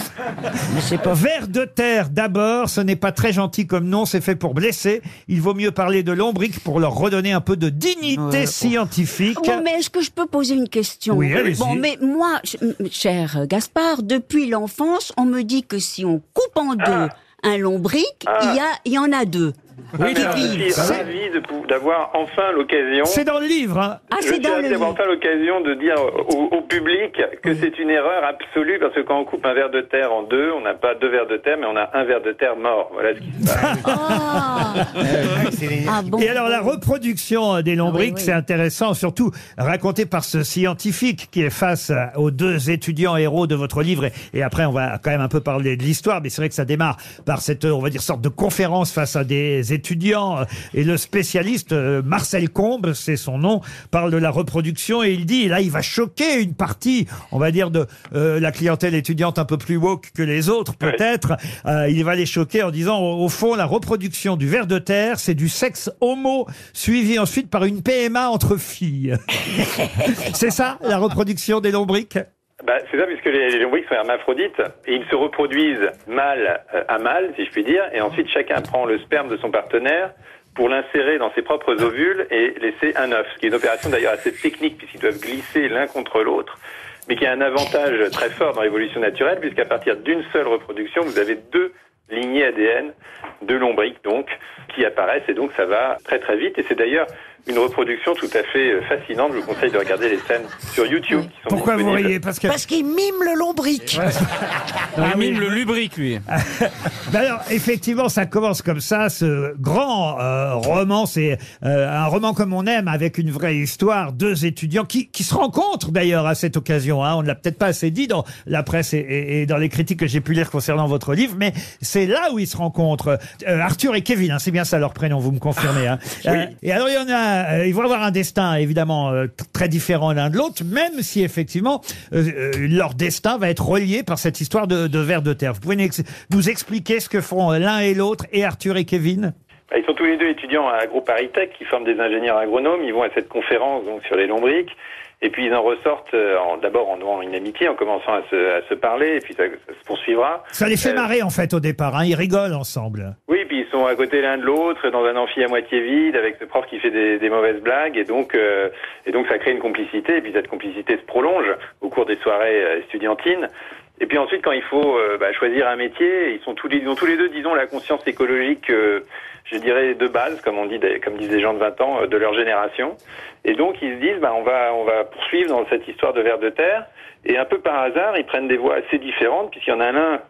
S2: Vers de terre d'abord, ce n'est pas très gentil comme nom, c'est fait pour blesser. Il vaut mieux parler de lombrique pour leur redonner un peu de dignité scientifique.
S8: Bon, mais est-ce que je peux poser une question
S2: Oui, allez-y.
S8: Bon, mais moi, ch- m- cher Gaspard, depuis l'enfance, on me dit que si on coupe en deux un lombric, il y a, il y en a deux.
S14: Ah,
S8: qui
S14: merde,
S8: vivent.
S14: je suis ravi de pou- d'avoir enfin l'occasion.
S2: C'est dans le livre. hein.
S8: Ah,
S14: je
S8: c'est
S14: suis
S8: dans
S14: ravi
S8: le
S14: d'avoir
S8: livre.
S14: enfin l'occasion de dire au, au public que c'est une erreur absolue parce que quand on coupe un verre de terre en deux, on n'a pas deux verres de terre, mais on a un verre de terre mort. Voilà ce qui se passe.
S2: Et alors la reproduction euh, des lombriques,
S14: Ah oui, oui.
S2: c'est intéressant, surtout raconté par ce scientifique qui est face euh, aux deux étudiants héros de votre livre. Et, et après, on va quand même un peu parler de l'histoire, mais c'est vrai que ça démarre par cette, euh, on va dire, sorte de conférence face à des étudiants. euh, Et le spécialiste euh, Marcel Combes, c'est son nom, parle de la reproduction et il dit, et là, il va choquer une partie, on va dire, de euh, la clientèle étudiante un peu plus woke que les autres, peut-être. Euh, il va les choquer en disant, au, au fond, la reproduction du ver de terre, c'est du sexe homo, suivi ensuite par une PMA entre filles. c'est ça, la reproduction des lombriques
S14: Bah, c'est ça, puisque les, les lombrics sont hermaphrodites et ils se reproduisent mâle euh, à mâle, si je puis dire, et ensuite chacun prend le sperme de son partenaire pour l'insérer dans ses propres ovules et laisser un œuf. Ce qui est une opération d'ailleurs assez technique puisqu'ils doivent glisser l'un contre l'autre, mais qui a un avantage très fort dans l'évolution naturelle puisqu'à partir d'une seule reproduction, vous avez deux lignées ADN de lombrics donc qui apparaissent et donc ça va très très vite et c'est d'ailleurs une reproduction tout à fait euh, fascinante. Je vous conseille de regarder les scènes sur YouTube qui sont
S2: Pourquoi vous
S14: disponibles.
S2: riez Parce que.
S6: qu'il mime le lombric.
S2: Ah oui.
S7: le lubrique, lui.
S2: Ben alors, effectivement, ça commence comme ça, ce grand euh, roman. C'est euh, un roman comme on aime, avec une vraie histoire. Deux étudiants qui, qui se rencontrent d'ailleurs à cette occasion. hein. On ne l'a peut-être pas assez dit dans la presse et, et- et dans les critiques que j'ai pu lire concernant votre livre, mais c'est là où ils se rencontrent. Euh, Arthur et Kevin, hein, c'est bien ça leur prénom, vous me confirmez. hein. Euh, et alors, il y en a, euh, ils vont avoir un destin évidemment euh, t- très différent l'un de l'autre, même si effectivement euh, euh, leur destin va être relié par cette histoire de, de vers de terre. Vous pouvez nous ex- nous expliquer ce que font euh, l'un et l'autre, et Arthur et Kevin
S14: Bah, Ils sont tous les deux étudiants à AgroParisTech qui forment des ingénieurs agronomes. Ils vont à cette conférence donc sur les lombriques. Et puis ils en ressortent euh, en- d'abord en nouant une amitié, en commençant à se, à se parler, et puis ça, ça se poursuivra.
S2: Ça les fait
S14: Euh,
S2: marrer en fait au départ. hein. Ils rigolent ensemble.
S14: Oui, puis ils sont à côté l'un de l'autre, dans un amphi à moitié vide, avec ce prof qui fait des, des mauvaises blagues, et donc, euh, et donc ça crée une complicité, et puis cette complicité se prolonge au cours des soirées euh, estudiantines. Et puis ensuite, quand il faut euh, bah, choisir un métier, ils sont tous les, ils ont tous les deux, disons, la conscience écologique, euh, je dirais, de base, comme on dit, des- comme disent les gens de 20 ans, euh, de leur génération. Et donc ils se disent, bah, on va, on va poursuivre dans cette histoire de vers de terre. Et un peu par hasard, ils prennent des voies assez différentes, puisqu'il y en a l'un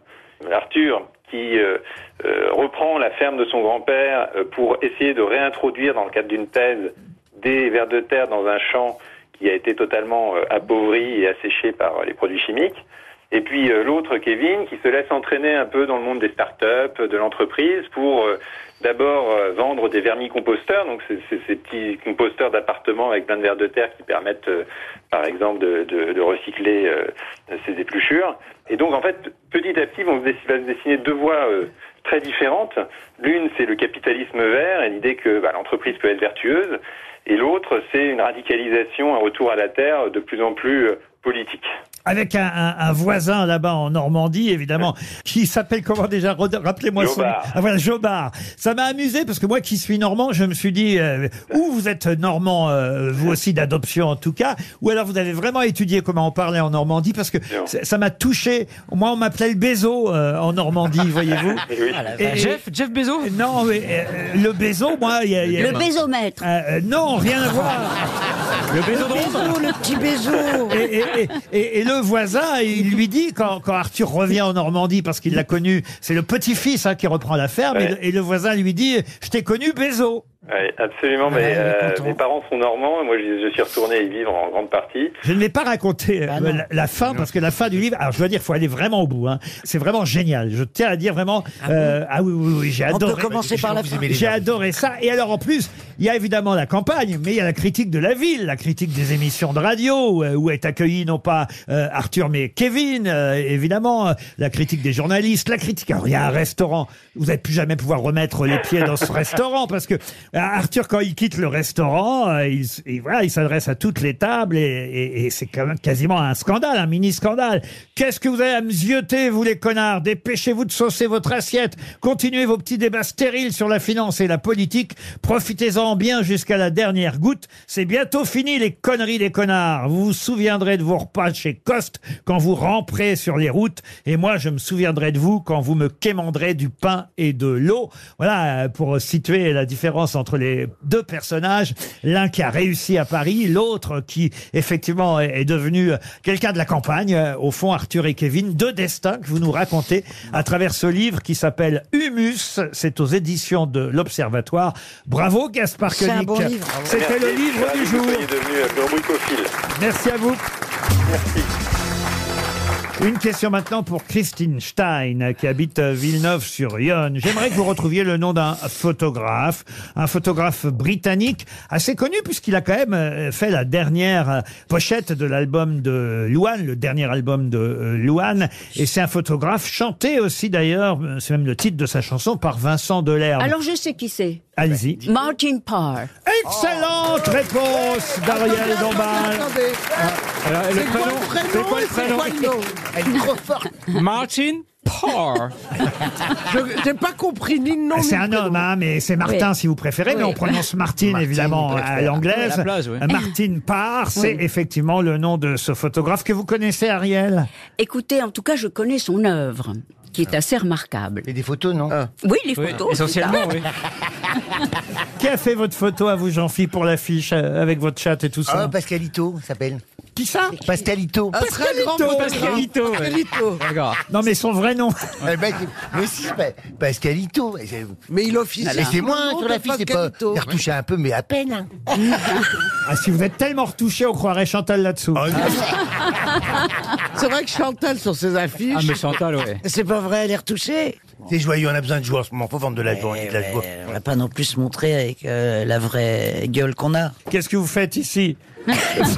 S14: Arthur, qui euh, euh, reprend la ferme de son grand-père euh, pour essayer de réintroduire dans le cadre d'une thèse des vers de terre dans un champ qui a été totalement euh, appauvri et asséché par euh, les produits chimiques. Et puis euh, l'autre, Kevin, qui se laisse entraîner un peu dans le monde des startups, de l'entreprise, pour euh, d'abord euh, vendre des vermicomposteurs, donc c'est- c'est ces petits composteurs d'appartements avec plein de vers de terre qui permettent, euh, par exemple, de, de- de recycler euh, ces épluchures. Et donc en fait, petit à petit, vont se dess- va se dessiner deux voies euh, très différentes. L'une, c'est le capitalisme vert et l'idée que bah, l'entreprise peut être vertueuse. Et l'autre, c'est une radicalisation, un retour à la terre de plus en plus euh, politique.
S2: Avec un, un- un voisin là-bas en Normandie, évidemment, qui s'appelle comment déjà Rod- Rappelez-moi son nom.
S14: Jobard.
S2: Ah, voilà, Jobard. Ça m'a amusé parce que moi qui suis normand, je me suis dit, euh, ou vous êtes normand, euh, vous aussi d'adoption en tout cas, ou alors vous avez vraiment étudié comment on parlait en Normandie parce que ça ça m'a touché. Moi, on m'appelait le Bézo euh, en Normandie, voyez-vous.
S14: Oui. Ah, la vache.
S8: Jeff-
S2: Jeff Bézo Non, mais euh, le Bézo, moi, il y a- il y a-
S8: Le baisomètre.
S2: Euh, non, rien à voir.
S8: Le baiser de Le Ronde. baiser, le petit Ah, baiser.
S2: Et, et- et- et- et le voisin, il lui dit, quand, quand Arthur revient en Normandie, parce qu'il l'a connu, c'est le petit-fils hein, qui reprend la ferme, et, le, et le voisin lui dit, je t'ai connu, Bézo.
S14: Oui, absolument. mais, euh, mes parents sont normands. et Moi, je, je suis retourné y vivre en grande partie.
S2: Je ne l'ai pas raconté euh,
S6: Bah
S14: non.
S2: la, la fin, parce que la fin du livre, alors je dois dire, il faut aller vraiment au bout. hein. C'est vraiment génial. Je tiens à dire vraiment. euh, Ah, oui, oui, oui, j'ai
S6: On peut
S2: adoré.
S6: commencer par la
S2: J'ai
S6: fin.
S2: J'ai adoré ça. Et alors, en plus, il y a évidemment la campagne, mais il y a la critique de la ville, la critique des émissions de radio, où, euh, où est accueilli non pas euh, Arthur, mais Kevin, euh, évidemment, euh, la critique des journalistes, la critique. Alors, il y a un restaurant. Vous n'allez plus jamais pouvoir remettre les pieds dans ce restaurant, parce que euh, Arthur, quand il quitte le restaurant, euh, il, s- et voilà, il s'adresse à toutes les tables, et, et- et c'est quand même quasiment un scandale, un mini-scandale. Qu'est-ce que vous avez à me zioter, vous les connards Dépêchez-vous de saucer votre assiette. Continuez vos petits débats stériles sur la finance et la politique. Profitez-en bien jusqu'à la dernière goutte. C'est bientôt fini les conneries des connards. Vous vous souviendrez de vos repas chez Coste quand vous ramperez sur les routes. Et moi, je me souviendrai de vous quand vous me quémanderez du pain et de l'eau. Voilà, euh, pour situer la différence entre les deux personnages. L'un qui a réussi à Paris, l'autre qui, effectivement, est est devenu euh, quelqu'un de la campagne. Euh, Au fond, Arthur et Kevin, deux destins que vous nous racontez à travers ce livre qui s'appelle Humus. C'est aux éditions de l'Observatoire. Bravo, Gaspard
S14: C'est un
S2: Koenig.
S14: bon livre.
S2: C'était
S14: Merci,
S2: le
S14: je suis
S2: livre
S14: ravi
S2: du
S14: que vous
S2: jour.
S14: soyez devenu, euh, le brucophile.
S2: Merci à vous. Une question maintenant pour Christine Stein, qui habite euh, Villeneuve-sur-Yonne. J'aimerais que vous retrouviez le nom d'un photographe, un photographe britannique assez connu puisqu'il a quand même euh, fait la dernière euh, pochette de l'album de Luan, le dernier album de euh, Luan. Et c'est un photographe chanté aussi d'ailleurs, euh, c'est même le titre de sa chanson, par Vincent Delerme.
S8: Alors je sais qui c'est.
S2: Allez-y.
S8: Martin Parr.
S2: Excellente
S14: Oh.
S2: réponse d'Ariel Dombal.
S7: Alors, et le prénom, c'est quoi le prénom
S9: Elle est trop forte.
S7: Martin Parr.
S9: Je n'ai pas compris ni le nom.
S2: C'est un homme, hein, mais c'est Martin
S9: Oui.
S2: si vous préférez, mais
S9: Oui.
S2: on prononce Martine
S9: Martine,
S2: évidemment
S9: on préfère.
S2: à l'anglaise.
S7: À la plage, oui.
S2: Martine Parr, c'est
S8: Oui.
S2: effectivement le nom de ce photographe que vous connaissez, Ariel. Ah.
S8: Écoutez, en tout cas, je connais son œuvre, qui est assez remarquable. Et des photos, non Oui, les
S2: Oui,
S8: photos.
S2: essentiellement,
S8: c'est ça. Euh,
S2: Qui a fait votre photo à vous, Jean-Philippe, pour l'affiche euh, avec votre chat et tout ça
S5: Ah, Pascalito s'appelle.
S2: Qui ça
S5: Pascalito.
S2: Un très grand Pascalito, photographe. Pascalito, ouais. Pascalito.
S5: D'accord.
S2: Non, mais son vrai nom.
S5: Eh ben, mais si, pa- Pascalito.
S9: Mais il
S5: officie. Mais c'est moi hein, sur la fiche, c'est pas.
S9: Pascalito.
S5: Il retouché un peu, mais à peine. hein.
S2: Ah, si vous êtes tellement retouché, on croirait Chantal là-dessous.
S9: Ah, C'est vrai que Chantal sur ses affiches.
S5: Ah, mais Chantal, ouais.
S6: C'est pas vrai, elle est retouchée.
S5: C'est joyeux, on a besoin de joueurs en ce moment. Faut vendre de la joie, on dit de la joie.
S6: On n'a pas non plus montré avec euh, la vraie gueule qu'on a.
S2: Qu'est-ce que vous faites ici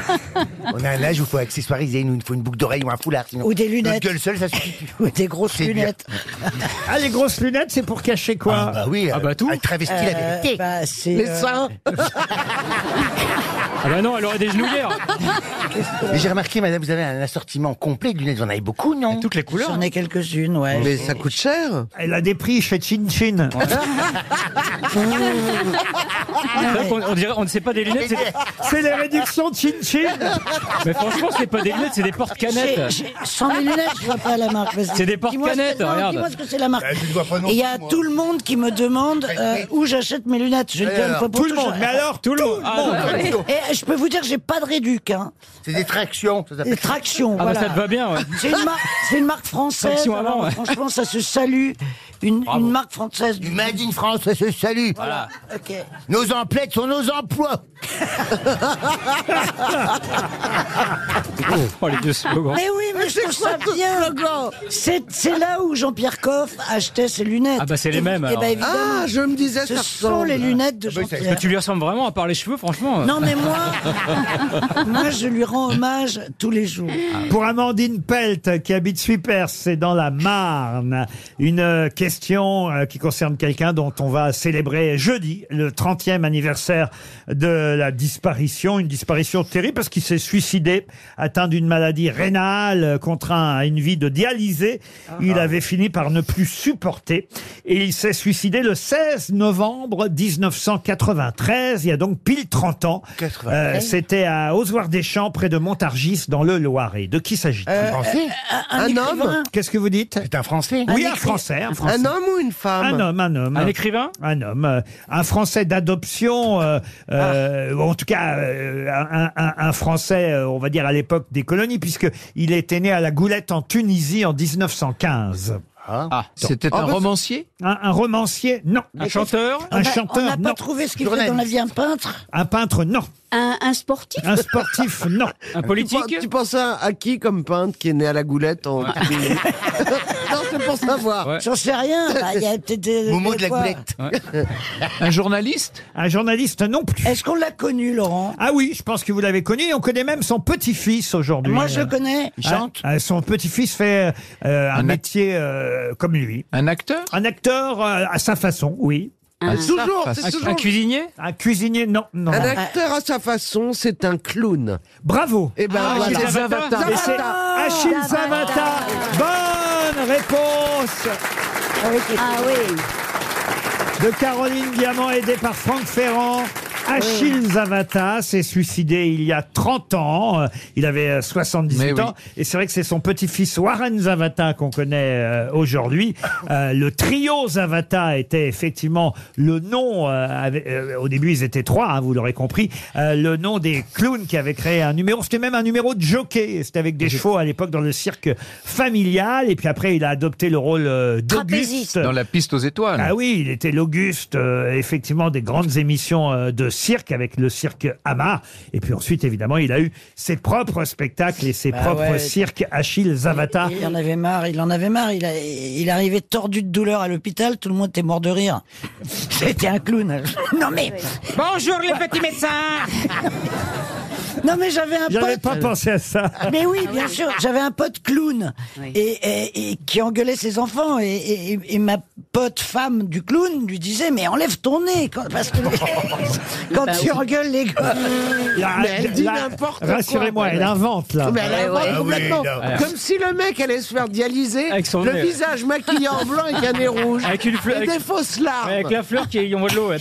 S5: On a un âge où il faut accessoiriser. Il nous faut une boucle d'oreille ou un foulard. Sinon,
S6: Ou des lunettes.
S5: Notre gueule seule, ça suffit.
S6: Ou des grosses
S5: C'est bien.
S6: lunettes.
S2: Ah, les grosses lunettes, c'est pour cacher quoi
S5: Ah, bah oui. Ah, bah tout. Elle travestit la
S6: Euh,
S5: vérité.
S6: bah, c'est,
S5: Les
S6: euh,
S5: seins.
S7: Ah bah non, elle aurait des genouillères.
S5: Mais J'ai remarqué, madame, vous avez un assortiment complet de lunettes. Vous en avez beaucoup, non Toutes les couleurs.
S6: J'en ai quelques-unes, ouais.
S9: Mais ça coûte cher.
S2: Elle a des prix chez Chin Chin.
S9: Ah,
S2: Ah,
S7: C'est vrai qu'on- on, dirait, on ne sait pas des lunettes. c'est-
S2: C'est les réductions de Chin Chin.
S7: Mais franchement, c'est pas des lunettes, c'est des porte-canettes.
S6: J'ai- j'ai- Sans les lunettes, je vois pas la marque. vas-y.
S7: C'est des
S6: Dis-moi ce que-
S7: porte-canettes,
S6: non,
S7: regarde.
S6: Dis-moi ce que c'est la marque.
S7: Eh, tu le vois pas non
S6: Et il y a
S7: plus, moi.
S6: tout le monde qui me demande euh, où j'achète mes lunettes. Je ne
S2: Alors,
S6: donne pas pour
S2: tout le monde, mais alors, tout le monde. Ah, ouais.
S6: Et euh, je peux vous dire, j'ai pas de réduc. Hein.
S5: C'est des tractions. Ça
S6: Des tractions,
S5: Ah bah,
S6: voilà.
S5: ça te va bien, ouais.
S6: C'est une, mar- c'est une marque française.
S5: Traction avant,
S6: alors,
S5: ouais.
S6: Franchement, ça se salue. Une, une marque française. Du
S5: Made in France, ça se salue.
S6: Voilà. Ok.
S5: Nos emplettes sont nos emplois.
S7: Oh, les deux slogans.
S6: Mais Eh oui, mais je trouve ça bien. C'est c'est là où Jean-Pierre Coff achetait ses lunettes.
S7: Ah bah, c'est les
S6: Et-
S7: mêmes,
S6: et
S7: alors.
S6: bah, évidemment,
S7: Ah, je me disais,
S6: ce
S7: ça
S6: sont
S7: ressemble. Ah
S6: les
S7: bah,
S6: lunettes de Jean-Pierre.
S7: Mais tu lui ressembles vraiment à part les cheveux, franchement.
S6: Non, mais moi- Moi, je lui rends hommage tous les jours.
S7: Ah
S2: Pour Amandine Pelt, qui habite Suipers, c'est dans la Marne. Une euh, question euh, qui concerne quelqu'un dont on va célébrer jeudi le 30e anniversaire de la disparition. Une disparition terrible parce qu'il s'est suicidé, atteint d'une maladie rénale, euh, contraint à une vie de dialysé. Il avait fini par ne plus supporter et il s'est suicidé le 16 novembre 1993, il y a donc pile 30 ans. Euh, C'était à Ozoir-des-Champs, près de Montargis, dans le Loiret. De qui s'agit-il
S9: Un Un écrivain homme
S2: Qu'est-ce que vous dites C'est
S5: un Français
S2: Oui,
S9: Un
S2: un
S9: écri-
S2: Français, un
S9: Un
S2: Français.
S9: homme ou une femme
S2: Un homme, un homme.
S9: Un écrivain
S2: Un homme. euh, Un Français d'adoption, euh, euh, en tout cas, euh, un, un- un Français, euh, on va dire, à l'époque des colonies, puisqu'il était né à la Goulette en Tunisie en 1915.
S10: Ah, c'était un romancier
S2: Oh, bah, un, un romancier, non.
S10: Un chanteur
S2: Un
S10: On a-
S8: Bah,
S2: chanteur,
S10: on n'a pas
S2: non.
S10: trouvé ce qu'il faisait dans la vie,
S6: un peintre
S2: Un peintre, non.
S8: Un, sportif
S2: Un sportif, non.
S9: Tu pen- Tu penses à, à qui comme peintre qui est né à la goulette en... non, c'est pour savoir.
S6: J'en sais rien. bah, Il y a peut-être des. des fois-
S10: Un journaliste
S2: Un journaliste non plus.
S6: Est-ce qu'on l'a connu, Laurent
S2: Ah oui, je pense que vous l'avez connu. On connaît même son petit-fils aujourd'hui.
S6: Moi, je le connais.
S2: Ah, ah, son petit-fils fait euh, un, métier euh, comme lui.
S10: Un acteur
S2: Un acteur euh, à sa façon, oui.
S9: Ah, toujours, c'est toujours- Un
S7: cuisinier
S2: Un cuisinier, non. non. Ah.
S9: Un acteur à sa façon, c'est un clown.
S2: Bravo.
S9: Et ben
S2: Ah,
S9: voilà.
S2: Achille Zavata. Et c'est
S6: Ah,
S2: Achille Zavata. Bonne réponse
S8: Ah oui.
S2: de Caroline Diamant, aidée par Franck Ferrand. Achille Zavata s'est suicidé il y a 30 ans. Euh, Il avait euh, 78 ans. Et c'est vrai que c'est son petit-fils Warren Zavata qu'on connaît euh, aujourd'hui. Euh, le trio Zavata était effectivement le nom. euh, avec- euh, au début, ils étaient trois, hein, vous l'aurez compris. Euh, le nom des clowns qui avaient créé un numéro. C'était même un numéro de jockey. C'était avec des chevaux à l'époque dans le cirque familial. Et puis après, il a adopté le rôle euh, d'Auguste.
S10: Dans la piste aux étoiles.
S2: Ah oui, il était l'Auguste, euh, effectivement, des grandes émissions euh, de cirque avec le cirque Hamar. Et puis ensuite, évidemment, il a eu ses propres spectacles et ses
S6: Bah
S2: propres
S6: ouais.
S2: cirques Achille Zavata.
S6: Il en avait marre, il en avait marre. Il, a- il arrivait tordu de douleur à l'hôpital, tout le monde était mort de rire. C'était un clown. Non mais.
S3: Bonjour les petits médecins
S6: Non mais j'avais un
S2: J'avais
S6: pote-
S2: pas pensé à ça.
S6: Mais oui, bien sûr, j'avais un pote clown
S2: Oui.
S6: et, et- et qui engueulait ses enfants et, et- et- et ma pote femme du clown lui disait mais enlève ton nez quand, parce que quand
S2: Bah oui.
S6: tu engueules les gosses.
S2: Là, là, Rassurez-moi, elle invente là.
S5: Ah
S9: Mais elle invente complètement. Comme si le mec allait se faire dialyser,
S7: Avec son
S9: le
S7: nez.
S9: visage maquillé en blanc et un nez rouge.
S7: Avec une fleur-
S9: Et
S7: avec-
S9: des fausses larmes.
S7: Ouais, Avec la fleur qui envoie de l'eau. ouais.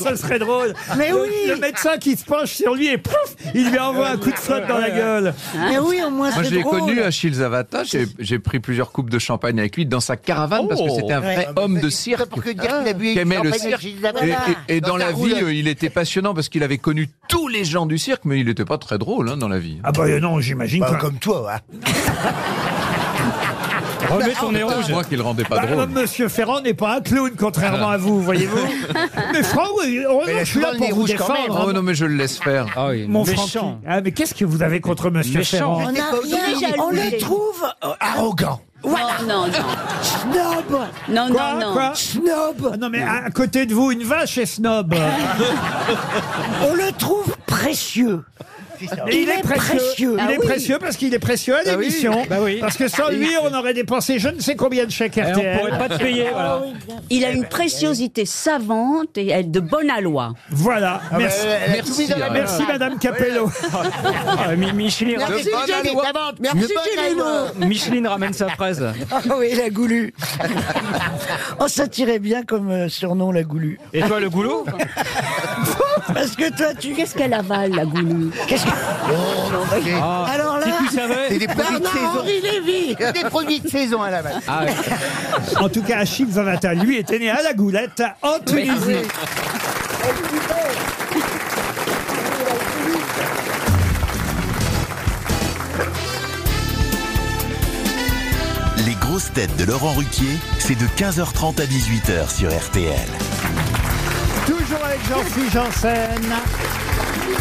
S2: Ça serait drôle.
S6: Mais
S2: Le-
S6: oui.
S2: Le médecin qui se penche sur lui et pouf, il lui envoie un coup de flotte dans la gueule.
S6: Mais oui, au moins
S10: Moi,
S6: c'est
S10: je l'ai
S6: drôle.
S10: connu, Achille Zavata. J'ai j'ai pris plusieurs coupes de champagne avec lui dans sa caravane parce que
S5: Oh.
S10: c'était un vrai
S5: Ouais.
S10: homme de cirque Ah.
S5: pour que dire qu'il a bu
S10: qui
S5: une
S10: aimait le
S5: champagne avec
S10: cirque.
S5: Achille Zavata.
S10: Et, et- et
S5: Dans
S10: dans,
S5: sa
S10: la
S5: roue,
S10: vie,
S5: là.
S10: euh, il était passionnant parce qu'il avait connu tous les gens du cirque, mais il n'était pas très drôle hein, dans la vie.
S2: Ah bah euh, non, j'imagine.
S5: Pas
S2: que-
S5: comme toi, hein.
S10: Remets ton nez rouge. Moi qui le rendais pas
S2: Ah, Bah,
S10: drôle. Ah.
S2: Monsieur Ferrand n'est pas un clown, contrairement à vous, voyez-vous. mais Franck, oui, heureusement que je suis là pour vous défendre. hein,
S10: Oh non, mais je le laisse faire.
S2: Mon Francky. Ah, mais qu'est-ce que vous avez contre Monsieur
S10: Méchant.
S2: Ferrand
S6: On, a
S8: Il est
S6: rien,
S8: jaloux.
S6: on le trouve
S5: Oh,
S6: euh, arrogant.
S8: Non, non, non.
S6: Snob
S8: Non,
S2: Quoi,
S8: non, non.
S2: quoi
S6: Snob
S2: Ah Non, mais à à côté de vous, une vache est snob.
S6: On le trouve précieux.
S2: Mais il, est précieux. Il
S6: Ah
S2: est
S6: oui.
S2: précieux parce qu'il est précieux à
S6: Ah oui.
S2: l'émission.
S6: Bah oui.
S2: Parce que sans lui, on aurait dépensé je ne sais combien de chèques
S6: Eh,
S7: on
S2: RTL.
S7: pourrait pas te payer, voilà. Ah oui,
S8: Il a une préciosité savante et elle de bonne aloi.
S2: Voilà.
S8: Ah
S2: merci,
S8: bah, elle a tout mis
S2: merci,
S8: dans la
S2: merci,
S8: merde.
S2: Madame Capello.
S7: Ah, Mi- Micheline,
S9: Merci,
S7: ramène-
S9: Génie. Merci, Génino.
S7: Micheline ramène sa fraise.
S6: Ah oui, la goulue. oh, ça tirait bien comme euh, surnom, la goulue.
S7: Et toi, le goulot
S6: Parce que toi, tu...
S8: Qu'est-ce qu'elle avale, la goulue
S6: Qu'est-ce que...
S7: Oh, Ah.
S6: Alors là...
S7: Si tu savais.
S5: C'est des produits de saison.
S6: Bernard-Henri Lévy
S5: Des produits de saison à la Ah, base.
S10: Ah
S2: En tout cas, Achille Zavata, lui, était né à la Goulette, en Tunisie.
S1: grosses têtes de Laurent Ruquier, c'est de 15h30 à 18h sur RTL.
S2: Toujours avec Jean-Philippe Janssen,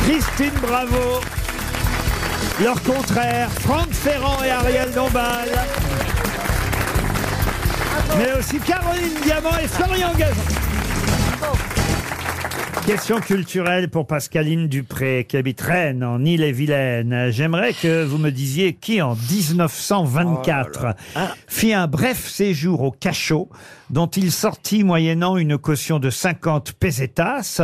S2: Christine Bravo, leur contraire, Franck Ferrand et Ariel Dombal. Mais aussi Caroline Diamant et Florian Gazan. Question culturelle pour Pascaline Dupré, qui habite Rennes, en Ille-et-Vilaine. J'aimerais que vous me disiez qui, en 1924,
S5: Oh Ah.
S2: fit un bref séjour au cachot, dont il sortit moyennant une caution de 50 pesetas.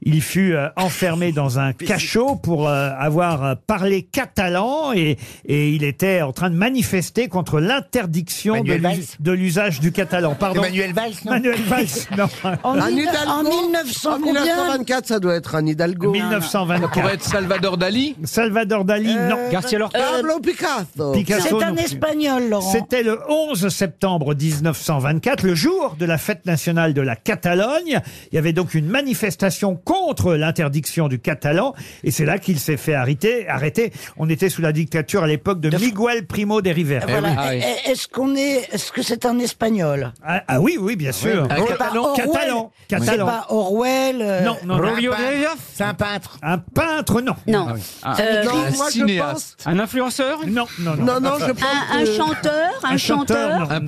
S2: Il fut euh, enfermé dans un cachot pour euh, avoir euh, parlé catalan et, et il était en train de manifester contre l'interdiction de
S5: Manuel
S2: l'us-
S5: Valls
S2: de l'usage du catalan. Pardon.
S5: Emmanuel Valls, non
S2: Manuel Valls, non.
S9: Un Hidalgo. En 1924, ça doit être un Hidalgo.
S2: 1924. Ça pourrait être
S10: Salvador Dali
S2: Salvador Dali, non.
S9: Garcia Lorca. Euh, Pablo Picasso.
S2: Picasso
S6: C'est un
S2: non plus.
S6: espagnol, Laurent.
S2: C'était le 11 septembre 1924, le jour de la fête nationale de la Catalogne. Il y avait donc une manifestation contre l'interdiction du catalan et c'est là qu'il s'est fait arrêter. arrêter. On était sous la dictature à l'époque de Miguel Primo de Rivera.
S6: Voilà. Eh, eh, Est-ce qu'on est, est-ce que c'est un espagnol
S2: Ah, ah oui, oui, bien sûr.
S6: C'est pas Orwell.
S2: catalan.
S6: C'est
S2: Catalan.
S6: pas Orwell. euh,
S2: Non, non, non.
S6: Rolio
S2: Un peintre.
S6: Deleuve.
S5: C'est un peintre.
S2: Un peintre, non.
S8: Non.
S7: Ah.
S8: Euh,
S7: Non,
S8: un
S7: moi, je
S8: cinéaste.
S7: pense- Un influenceur
S2: Non, non,
S9: Non, non, je pense
S8: Un, un
S9: que-
S8: chanteur, un, chanteur,
S2: non.
S8: chanteur.
S2: Un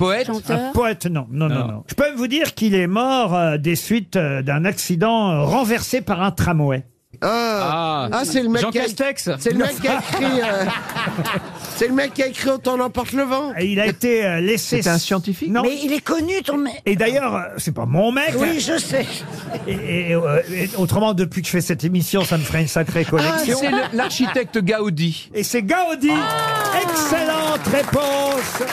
S2: poète, non. Non, non, non. Je peux même vous dire qu'il est mort euh, des suites euh, d'un accident euh, renversé par un tramway.
S9: Ah, ah, c'est le mec
S7: Jean
S9: qui a-
S7: Castex
S9: C'est le mec qui a écrit. euh, C'est le mec qui a écrit Autant l'emporte le vent.
S2: Et il a été euh, laissé.
S10: C'était un scientifique
S2: Non.
S6: Mais il est connu, ton mec.
S2: Et d'ailleurs, euh, c'est pas mon mec.
S6: Oui, je sais.
S2: Et, et, euh, et autrement, depuis que je fais cette émission, ça me ferait une sacrée
S10: Ah,
S2: collection.
S10: c'est le- l'architecte Gaudi.
S2: et c'est Gaudi. Excellente réponse.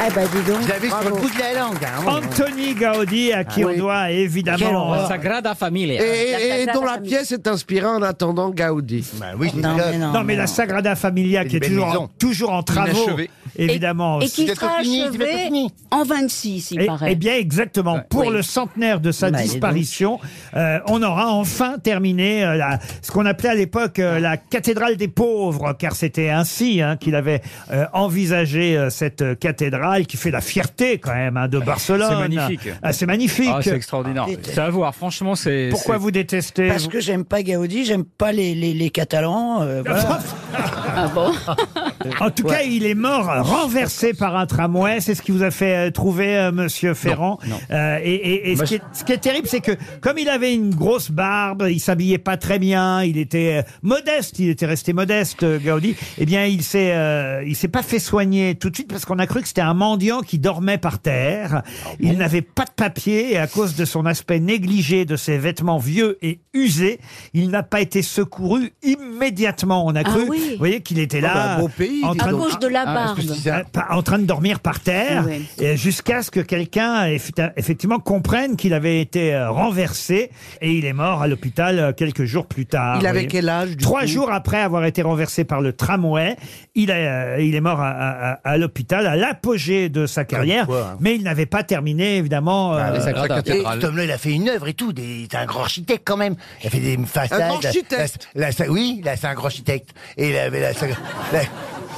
S6: Ah bah dis donc.
S5: Vous l'avez sur le
S6: bravo.
S5: bout de la langue. hein, on-
S2: Anthony Gaudi, à qui
S9: Ah
S2: on
S9: oui.
S2: doit
S7: Quelle
S2: évidemment. euh,
S7: horreur. Sagrada Familia.
S9: Et, et- et
S8: La-
S9: dont
S8: la-
S9: la pièce est inspirée en attendant Gaudi.
S5: Bah oui, c'est
S6: Non,
S5: ça.
S6: mais non.
S2: Non, mais la Sagrada Familia, qui est
S5: une belle
S2: toujours en,
S5: maison.
S2: toujours en travaux,
S10: Inachevée.
S2: évidemment.
S8: Et, et
S2: aussi.
S8: qui sera
S5: fini, c'est bientôt
S8: achevé
S5: fini.
S8: en 26, il
S2: Et,
S8: paraît.
S2: eh bien, exactement. Pour
S8: Oui.
S2: le centenaire de sa
S6: Bah, dis donc.
S2: disparition, euh, on aura enfin terminé euh, la, ce qu'on appelait à l'époque euh, la cathédrale des pauvres, car c'était ainsi hein, qu'il avait euh, envisagé euh, cette euh, cathédrale qui fait la fierté quand même hein, de Barcelone.
S7: Ah, magnifique.
S2: Ah, c'est magnifique.
S7: Ah, c'est extraordinaire. C'est à voir, franchement, c'est.
S2: Pourquoi
S7: c'est-
S2: vous détestez
S6: Parce que j'aime pas Gaudi, j'aime pas les, les, les Catalans. euh, voilà.
S8: Ah bon
S2: En tout cas, il est mort euh, renversé par un tramway. C'est ce qui vous a fait euh, trouver, euh, Monsieur Ferrand. Euh, et et- et ce, qui est, ce qui est terrible, c'est que comme il avait une grosse barbe, il s'habillait pas très bien, il était euh, modeste, il était resté modeste, euh, Gaudi. Eh bien, il s'est euh, il s'est pas fait soigner tout de suite parce qu'on a cru que c'était un mendiant qui dormait par terre. Il n'avait pas de papier et à cause de son aspect négligé, de ses vêtements vieux et usés, il n'a pas été secouru immédiatement. On a
S8: Ah
S2: cru,
S8: oui.
S2: vous voyez, qu'il était là
S9: bah, beau pays,
S2: en
S9: dis
S8: À
S2: train de-
S8: cause de la
S7: Ah,
S8: barbe.
S7: est-ce que c'est-
S2: euh, pa- en train de dormir par terre,
S8: Ouais.
S2: et jusqu'à ce que quelqu'un effe- effectivement comprenne qu'il avait été euh, renversé et il est mort à l'hôpital euh, quelques jours plus tard.
S9: Il
S2: vous
S9: avait
S2: voyez.
S9: quel âge du
S2: Trois
S9: coup
S2: jours après avoir été renversé par le tramway, il est, euh, il est mort à, à- à- à l'hôpital à l'apogée de sa carrière,
S5: quoi, hein.
S2: mais il n'avait pas terminé évidemment.
S9: Bah,
S2: euh,
S10: Ah, La Sagrada
S5: Et
S10: Cathédrale.
S5: cet homme-là, il a fait une œuvre et tout. Des, c'est un grand architecte quand même. Il a fait des façades.
S9: Un grand architecte.
S5: La- la- la- oui, là, c'est un grand architecte. Et il avait la, la, la,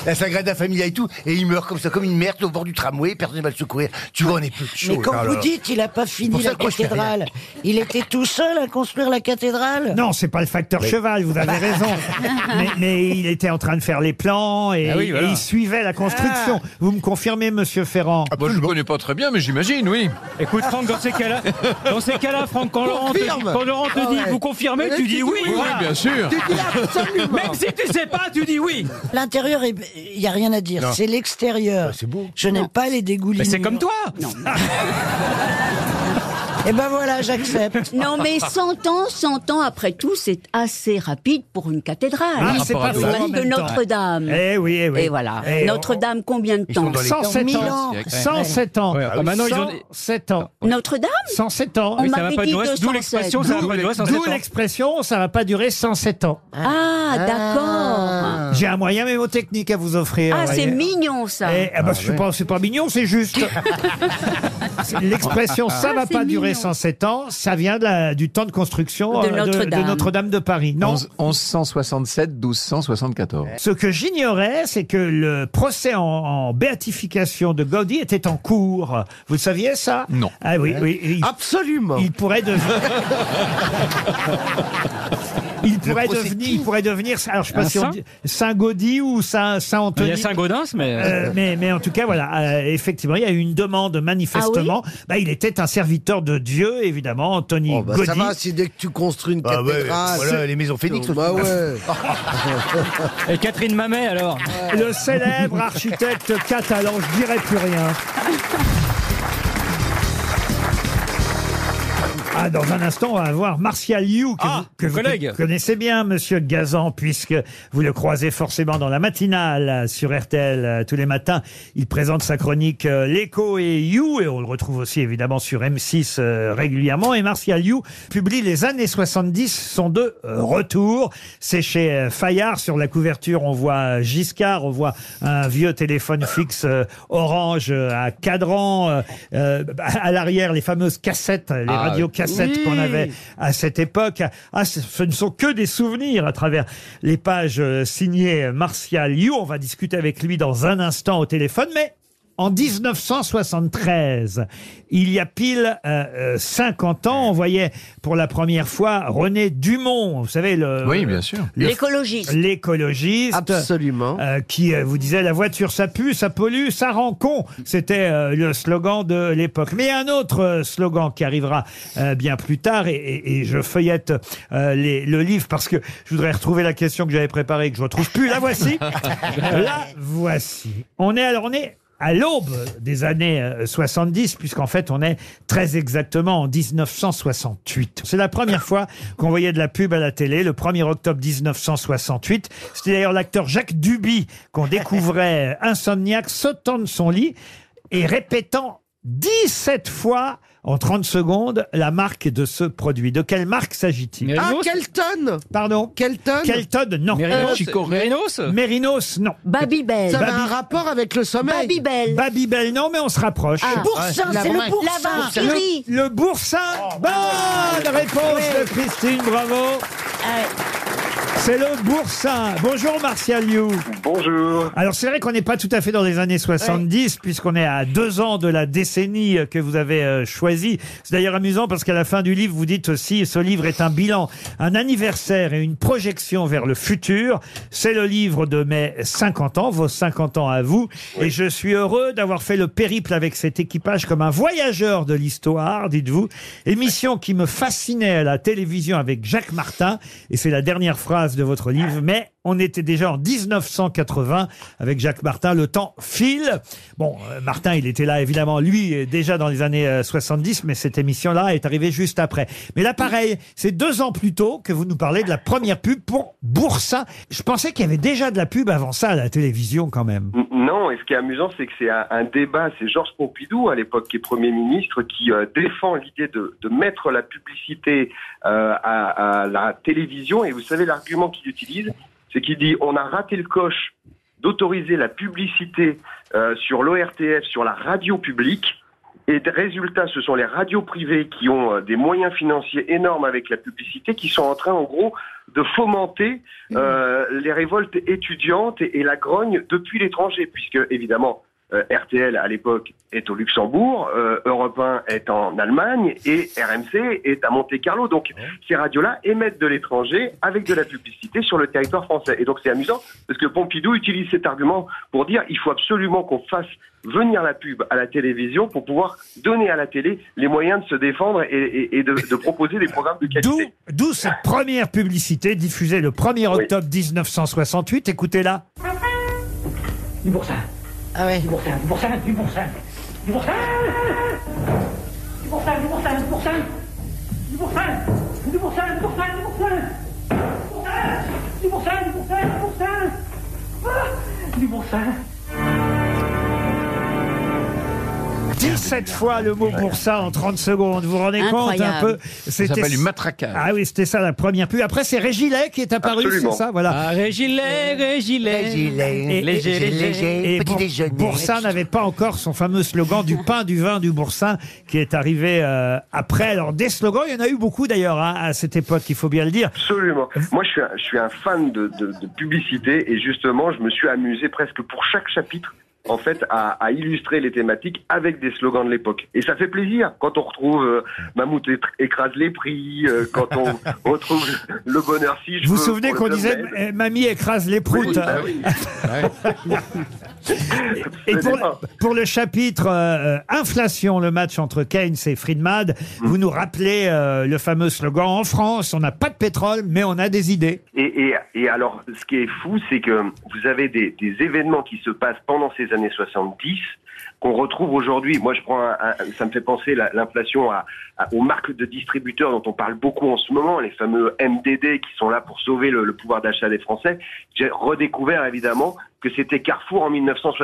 S5: la Sagrada Familia et tout. Et il meurt comme ça, comme une merde au bord du tramway. Personne ne va le secourir. Tu vois, on est plus chaud. Ah,
S6: Mais quand
S5: là,
S6: vous
S5: là.
S6: dites il a pas fini
S5: pour ça
S6: la
S5: que moi, je fais
S6: cathédrale, il était tout seul à construire la cathédrale
S2: Non, c'est pas le facteur cheval, vous avez raison. mais, mais il était en train de faire les plans et,
S7: Ah oui, voilà.
S2: et il suivait la construction. Vous me confirmez, monsieur Ferrand
S10: Moi, je ne connais pas très bien, mais j'imagine, oui.
S7: Écoute, Franck, dans ces cas-là, dans ces cas-là, Franck, quand Laurent te dit,
S9: Confirme.
S7: quand Laurent te
S9: Ah
S7: dit,
S9: ouais.
S7: vous confirmez,
S9: Et
S7: tu
S9: tu
S7: dis
S9: dis
S7: oui.
S10: Oui,
S7: voilà.
S10: bien sûr.
S9: Tu dis absolument.
S7: Même si tu sais pas, tu dis oui.
S6: L'intérieur, il n'y a rien à dire. C'est l'extérieur.
S5: c'est beau.
S6: Je n'aime pas les
S7: Mais
S6: dégoulinures.
S7: c'est comme toi.
S6: Eh ben voilà, j'accepte.
S8: Non, mais 100 ans, 100 ans après tout, c'est assez rapide pour une
S2: Ah,
S8: cathédrale.
S2: c'est pas
S10: rapport
S2: faux,
S10: à
S2: en
S8: Parce que
S2: même temps.
S8: Notre-Dame.
S2: Eh oui, eh oui.
S8: Et voilà.
S2: Eh,
S8: Notre-Dame, combien de
S5: Ils sont
S8: temps
S5: dans les-
S2: 107
S6: Mille
S2: ans.
S6: ans.
S2: 107 ans.
S7: Ouais, ah, maintenant, ils ont-
S2: 107 ans.
S8: Notre-Dame
S2: 107 ans.
S8: On
S7: Oui, ça
S8: m'avait
S7: va pas
S8: dit
S7: durer.
S8: 207.
S7: D'où l'expression, ça va pas durer.
S2: D'où l'expression, ça va pas durer 107 ans.
S8: Ah, d'accord.
S2: J'ai un moyen mémotechnique à vous offrir.
S8: Ah, c'est
S2: voyez.
S8: mignon ça.
S2: Eh, ah bah, je suis pas, c'est pas mignon, c'est juste. L'expression ça
S8: Ah,
S2: va
S8: c'est
S2: pas durer
S8: mignon.
S2: 107 ans, ça vient de la- du temps de construction
S7: Oh,
S8: De
S2: euh,
S8: Notre-Dame.
S2: de Notre-Dame de Paris. Non.
S10: 11- 1167, 1274.
S2: Ce que j'ignorais, c'est que le procès en, en béatification de Gaudi était en cours. Vous le saviez ça
S10: Non.
S2: Ah oui, oui.
S9: Absolument.
S2: Il pourrait devenir. il pourrait
S7: procès
S2: devenir. Il pourrait devenir. Alors je sais pas
S7: Un
S2: si on
S7: saint
S2: dit Saint Gaudi ou Saint Saint
S7: Il y
S2: Anthony.
S7: a Saint-Gaudens, mais.
S2: Euh, mais, mais en tout cas, voilà, euh, effectivement, il y a eu une demande manifestement. bah, il était un serviteur de Dieu, évidemment, Anthony
S9: bah,
S2: Gaudi.
S9: ça va, si dès que tu construis une
S2: Ah ouais,
S9: cathédrale.
S2: voilà, les maisons phénix aussi.
S9: Bah ouais. Ah,
S7: Et Catherine Mamet, alors
S2: Le célèbre architecte catalan, je dirais plus rien. Ah, dans un instant, on va avoir Martial You, que, vous, que vous
S7: collègue.
S2: connaissez bien, monsieur Gazan, puisque vous le croisez forcément dans la matinale euh, sur RTL euh, tous les matins. Il présente sa chronique euh, L'écho et You, et on le retrouve aussi évidemment sur M6 euh, régulièrement. Et Martial You publie Les années 70 sont de euh, retour. C'est chez euh, Fayard. Sur la couverture, on voit euh, Giscard, on voit un vieux téléphone fixe euh, orange euh, à cadran. euh, euh, à l'arrière, les fameuses cassettes, les
S1: Ah,
S2: radiocassettes
S1: oui.
S2: qu'on avait à cette époque. Ah, ce, ce ne sont que des souvenirs à travers les pages euh, signées Martial You. On va discuter avec lui dans un instant au téléphone, mais en 1973, il y a pile euh, euh, 50 ans, on voyait pour la première fois René Dumont, vous savez le...
S10: Oui, bien sûr.
S2: le-
S8: L'écologiste.
S2: L'écologiste.
S9: Absolument.
S2: Euh, qui euh, vous disait la voiture ça pue, ça pollue, ça rend con. C'était euh, le slogan de l'époque. Mais il y a un autre euh, slogan qui arrivera euh, bien plus tard et, et- et je feuillette euh, les- le livre parce que je voudrais retrouver la question que j'avais préparée et que je retrouve plus. La voici. la voici. On est alors on est à l'aube des années euh, 70, puisqu'en fait, on est très exactement en 1968. C'est la première fois qu'on voyait de la pub à la télé, le 1er octobre 1968. C'était d'ailleurs l'acteur Jacques Duby qu'on découvrait euh, insomniaque, sautant de son lit et répétant 17 fois en 30 secondes la marque de ce produit. De quelle marque s'agit-il
S9: Ah, Kelton
S2: Pardon
S9: Kelton Euh,
S2: Kelton, non.
S7: Euh,
S9: Mérinos,
S7: Mérinos
S2: Mérinos, non.
S8: Babybel.
S9: Ça
S2: Babi-
S9: a un rapport avec le sommeil.
S8: Babybel.
S2: Babybel, non, mais on se rapproche.
S8: Ah.
S2: Le
S8: Boursin,
S2: La
S8: c'est le
S2: vraie.
S8: boursin. La Oh. Ah, vampyrie.
S2: Le, le boursin. Bonne réponse de Christine, bravo.
S8: Ah
S2: C'est le boursin. Bonjour Martial You.
S15: Bonjour.
S2: Alors c'est vrai qu'on n'est pas tout à fait dans les années 70 puisqu'on est à deux ans de la décennie euh, que vous avez euh, choisie. C'est d'ailleurs amusant parce qu'à la fin du livre vous dites aussi ce livre est un bilan, un anniversaire et une projection vers le futur. C'est le livre de mes 50 ans, vos 50 ans à vous. Et je suis heureux d'avoir fait le périple avec cet équipage comme un voyageur de l'histoire, dites-vous. Émission qui me fascinait à la télévision avec Jacques Martin. Et c'est la dernière phrase de votre livre, mais on était déjà en 1980 avec Jacques Martin. Le temps file. Bon, euh, Martin, il était là, évidemment, lui, euh, déjà dans les années euh, 70, mais cette émission-là est arrivée juste après. Mais là, pareil, c'est deux ans plus tôt que vous nous parlez de la première pub pour Boursin. Je pensais qu'il y avait déjà de la pub avant ça à la télévision, quand même.
S15: N- Non, et ce qui est amusant, c'est que c'est un, un débat. C'est Georges Pompidou, à l'époque, qui est Premier ministre, qui euh, défend l'idée de, de mettre la publicité euh, à, à la télévision. Et vous savez, l'argument qu'il utilise, c'est qu'il dit on a raté le coche d'autoriser la publicité euh, sur l'ORTF, sur la radio publique. Et de- résultat, ce sont les radios privées qui ont euh, des moyens financiers énormes avec la publicité, qui sont en train, en gros, de fomenter euh, les révoltes étudiantes et, et la grogne depuis l'étranger, puisque évidemment euh, RTL à l'époque est au Luxembourg, euh, Europe 1 est en Allemagne et RMC est à Monte Carlo. Donc ces radios-là émettent de l'étranger avec de la publicité sur le territoire français. Et donc c'est amusant parce que Pompidou utilise cet argument pour dire il faut absolument qu'on fasse venir la pub à la télévision pour pouvoir donner à la télé les moyens de se défendre et, et- et de, de proposer des programmes de qualité.
S2: D'où cette première publicité diffusée le 1er octobre 1968. Écoutez-la.
S16: Du boursin. Ah ouais. Du boursin, du boursin, du boursin. Du boursin Du boursin, du boursin, du boursin. Du boursin Du boursin, du boursin, du boursin. Du boursin, du boursin, du boursin. Ah, Du boursin.
S2: 17 17 fois le mot pour ça en 30 secondes. Vous vous rendez compte un peu
S10: Incroyable. Ça s'appelle du matraquage.
S2: Ah oui, c'était ça la première pub. Après, c'est Régilet qui est apparu, c'est
S10: Absolument.
S2: ça Voilà.
S7: Ah, Régilet, Régilet.
S2: Et-
S7: Léger,
S2: et-
S7: léger.
S2: et
S7: Petit
S2: Bour-
S7: déjeuner.
S2: Boursin n'avait pas encore son fameux slogan du pain, du vin, du boursin qui est arrivé euh, après. Alors, des slogans, il y en a eu beaucoup d'ailleurs hein, à cette époque, il faut bien le dire.
S15: Absolument. Moi, je suis un, je suis un fan de, de- de publicité et justement, je me suis amusé presque pour chaque chapitre, en fait, à, à illustrer les thématiques avec des slogans de l'époque. Et ça fait plaisir quand on retrouve euh, Mammouth é- écrase les prix, euh, quand on retrouve le bonheur si je
S2: Vous vous
S15: veux
S2: souvenez
S15: pour
S2: qu'on
S15: le
S2: disait
S15: Club Med.
S2: eh, Mamie écrase les proutes
S15: Oui, bah oui.
S2: Et pour, pour le chapitre euh, euh, inflation, le match entre Keynes et Friedman,
S15: Mhm.
S2: vous nous rappelez euh, le fameux slogan en France, on n'a pas de pétrole, mais on a des idées.
S15: Et, et- et alors, ce qui est fou, c'est que vous avez des, des événements qui se passent pendant ces années 70 qu'on retrouve aujourd'hui. Moi, je prends, un- un- ça me fait penser la- l'inflation à- à- aux marques de distributeurs dont on parle beaucoup en ce moment, les fameux MDD qui sont là pour sauver le, le pouvoir d'achat des Français. J'ai redécouvert évidemment que c'était Carrefour en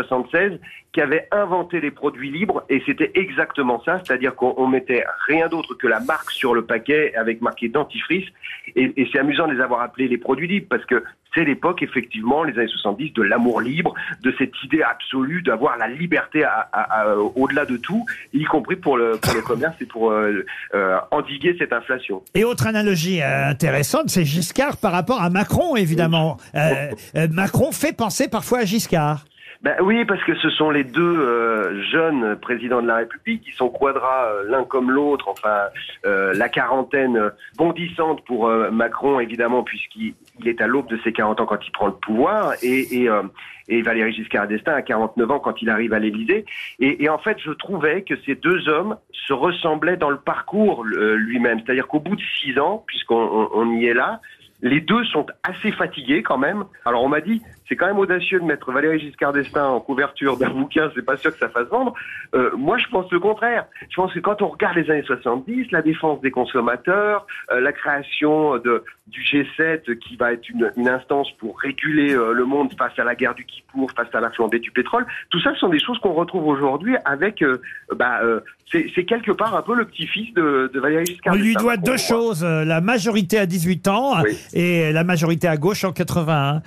S15: 1976 qui avait inventé les produits libres et c'était exactement ça, c'est-à-dire qu'on on mettait rien d'autre que la marque sur le paquet avec marqué dentifrice et, et c'est amusant de les avoir appelés les produits libres parce que c'est l'époque effectivement, les années 70, de l'amour libre, de cette idée absolue d'avoir la liberté à- à- à- au-delà de tout, y compris pour le, pour le commerce et pour euh, euh, endiguer cette inflation.
S2: Et autre analogie euh, intéressante, c'est Giscard par rapport à Macron, évidemment. Euh, euh, Macron fait penser parfois à Giscard.
S15: Ben oui, parce que ce sont les deux euh, jeunes présidents de la République qui sont quadras euh, l'un comme l'autre. Enfin, euh, la quarantaine euh, bondissante pour euh, Macron, évidemment, puisqu'il il est à l'aube de ses 40 ans quand il prend le pouvoir, et, et, euh, et Valéry Giscard d'Estaing à 49 ans quand il arrive à l'Élysée. Et, et en fait, je trouvais que ces deux hommes se ressemblaient dans le parcours euh, lui-même. C'est-à-dire qu'au bout de six ans, puisqu'on on- on y est là, les deux sont assez fatigués quand même. Alors on m'a dit, c'est quand même audacieux de mettre Valéry Giscard d'Estaing en couverture d'un bouquin, c'est pas sûr que ça fasse vendre. Euh, moi je pense le contraire. Je pense que quand on regarde les années 70, la défense des consommateurs, euh, la création de, du G7 qui va être une, une instance pour réguler euh, le monde face à la guerre du Kippour, face à la flambée du pétrole, tout ça ce sont des choses qu'on retrouve aujourd'hui avec... euh, bah, euh, c'est c'est quelque part un peu le petit-fils de, de Valéry Giscard
S2: On
S15: d'Estaing.
S2: lui doit
S15: pour
S2: deux
S15: moi.
S2: choses, euh, la majorité à 18 ans et la majorité à gauche en 81.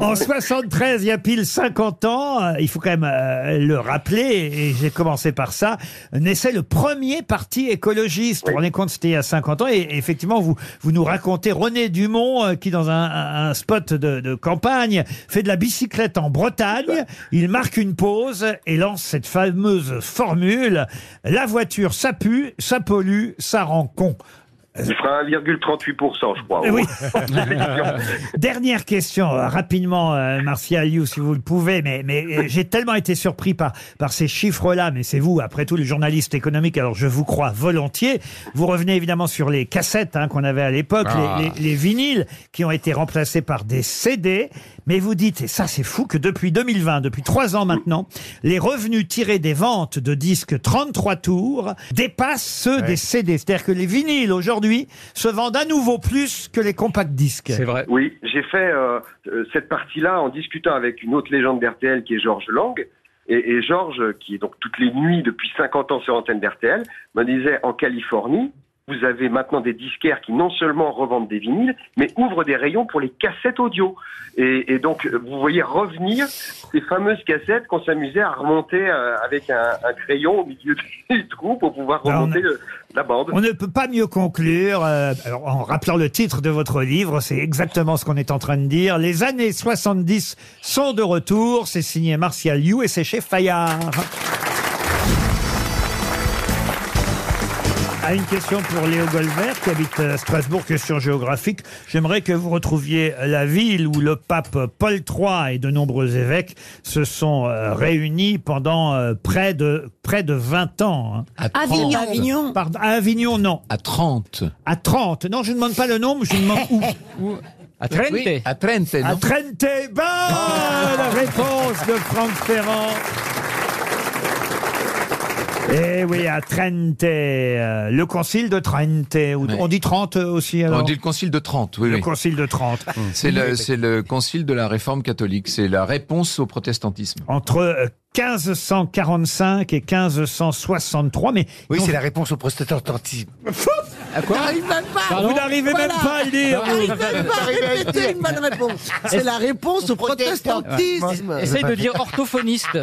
S2: en 73, il y a pile 50 ans, euh, il faut quand même euh, le rappeler, et j'ai commencé par ça, naissait le premier parti écologiste. On est compte, c'était il y a 50 ans, et, et effectivement, vous, vous nous racontez René Dumont, euh, qui dans un, un- un spot de, de campagne, fait de la bicyclette en Bretagne, il marque une pause et lance cette fameuse formule, la voiture, ça pue, ça pollue, ça rend con.
S15: Il fera 1,38%, je crois.
S2: Eh oui. Dernière question, euh, rapidement, euh, Marcia Liu, si vous le pouvez, mais, mais euh, j'ai tellement été surpris par, par ces chiffres-là, mais c'est vous, après tout, le journaliste économique, alors je vous crois volontiers. Vous revenez évidemment sur les cassettes hein, qu'on avait à l'époque,
S17: Ah.
S2: les, les- les vinyles qui ont été remplacés par des CD, mais vous dites, et ça c'est fou, que depuis 2020, depuis trois ans maintenant, les revenus tirés des ventes de disques 33 tours dépassent ceux des CD. C'est-à-dire que les vinyles aujourd'hui se vendent à nouveau plus que les compacts disques. C'est
S7: vrai.
S15: Oui, j'ai fait euh, euh, cette partie-là en discutant avec une autre légende d'RTL qui est Georges Lang. Et, et Georges, euh, qui est donc toutes les nuits depuis 50 ans sur antenne d'RTL, me disait en Californie, vous avez maintenant des disquaires qui non seulement revendent des vinyles, mais ouvrent des rayons pour les cassettes audio. Et, et donc, euh, vous voyez revenir ces fameuses cassettes qu'on s'amusait à remonter euh, avec un, un crayon au milieu du trou pour pouvoir
S2: Alors, Bah, on-
S15: remonter le- la bande.
S2: On ne peut pas mieux conclure. euh, alors, en rappelant le titre de votre livre, c'est exactement ce qu'on est en train de dire. Les années 70 sont de retour. C'est signé Martial Liu et c'est chez Fayard. À Ah, une question pour Léo Golvert qui habite euh, Strasbourg, question géographique. J'aimerais que vous retrouviez la ville où le pape Paul III et de nombreux évêques se sont euh, réunis pendant euh, près de près de 20 ans. hein.
S6: À Avignon. 30. Avignon.
S2: Pardon, à Avignon, non. À 30. À 30. Non, je ne demande pas le nombre, je demande où.
S7: À Trente. Oui,
S2: à Trente. À Trente. Bonne réponse de Franck Ferrand. Eh oui, à Trente, euh, le concile de Trente. ou- On dit 30 aussi alors
S10: On dit le concile de Trente, oui.
S2: Le
S10: oui.
S2: concile de Trente.
S10: C'est le, c'est le concile de la réforme catholique, c'est la réponse au protestantisme.
S2: Entre euh, 1545 et 1563, mais...
S5: Oui, c'est la réponse au protestantisme.
S2: À
S5: quoi
S2: Vous n'arrivez même pas à le dire
S9: Vous n'arrivez même Ah, pas à répéter une bonne réponse. C'est la réponse au protestantisme.
S7: Essaye de dire orthophoniste.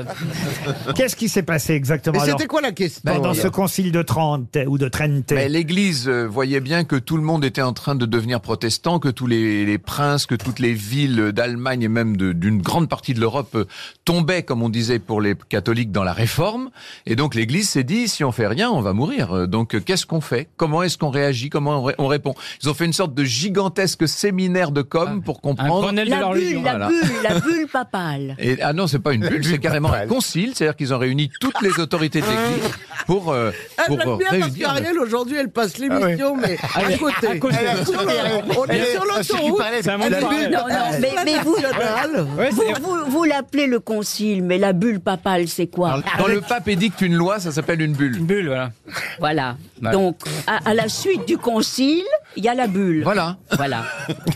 S2: Qu'est-ce qui s'est passé exactement
S10: Mais
S2: alors
S10: c'était quoi la question
S2: Pendant ce concile de Trente euh, ou de Trente.
S10: Mais l'Église euh, voyait bien que tout le monde était en train de devenir protestant, que tous les, les princes, que toutes les villes d'Allemagne et même de- d'une grande partie de l'Europe euh, tombaient, comme on disait pour les catholiques, dans la réforme. Et donc l'Église s'est dit, si on fait rien, on va mourir. Euh, Donc euh, qu'est-ce qu'on fait Comment est-ce qu'on réagit Comment on, ré- on répond Ils ont fait une sorte de gigantesque séminaire de com pour comprendre...
S8: la bulle, la
S10: Voilà.
S8: bulle, la bulle papale.
S10: Et- ah non, c'est pas une bulle, c'est carrément un concile, c'est-à-dire qu'ils ont réuni toutes les autorités techniques pour, euh,
S9: Elle
S10: pour
S9: l'aime bien parce
S10: réunir.
S9: qu'Ariel, aujourd'hui, elle passe l'émission, mais
S10: Ah
S9: à
S10: oui.
S9: côté.
S10: À côté.
S9: Elle est sur le- On est sur l'autoroute. Elle est nulle.
S8: Non, non, mais, mais vous, vous, vous- vous l'appelez le concile, mais la bulle papale, c'est quoi
S10: Quand le pape édicte une loi, ça s'appelle une bulle. Une
S7: bulle, voilà.
S8: Voilà.
S10: Ouais.
S8: Donc, à, à la suite du concile, il y a la bulle.
S10: Voilà.
S8: Voilà.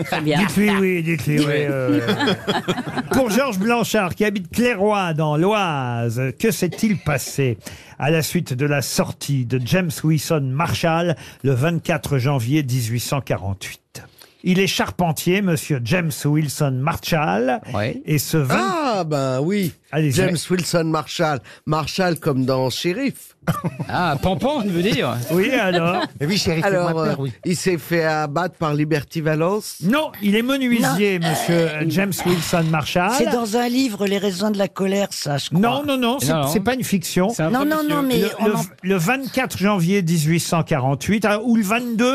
S8: Très bien.
S2: Dites-lui oui, dites-lui oui. euh. Pour Georges Blanchard, qui habite Clairoy dans l'Oise, que s'est-il passé à la suite de la sortie de James Wilson Marshall le 24 janvier 1848 Il est charpentier, monsieur James Wilson Marshall, et ce 20...
S9: Ah ben oui, James Wilson Marshall, Marshall comme dans Shérif.
S7: Ah, Pampan, tu veux dire
S2: Oui, alors
S7: Eh
S9: Oui,
S2: Shérif,
S9: alors,
S2: fais-moi peur,
S9: euh,
S2: oui.
S9: il s'est fait abattre par Liberty Valence
S2: Non, il est menuisier, monsieur euh, James Wilson Marshall.
S6: C'est dans un livre, Les raisins de la colère, ça, je crois.
S2: Ah Non, non, non, c'est c'est pas une fiction.
S6: un Non, vrai non, monsieur. non, mais
S2: Le,
S6: on
S2: le-
S6: en-
S2: le 24 janvier 1848, hein, ou le 22,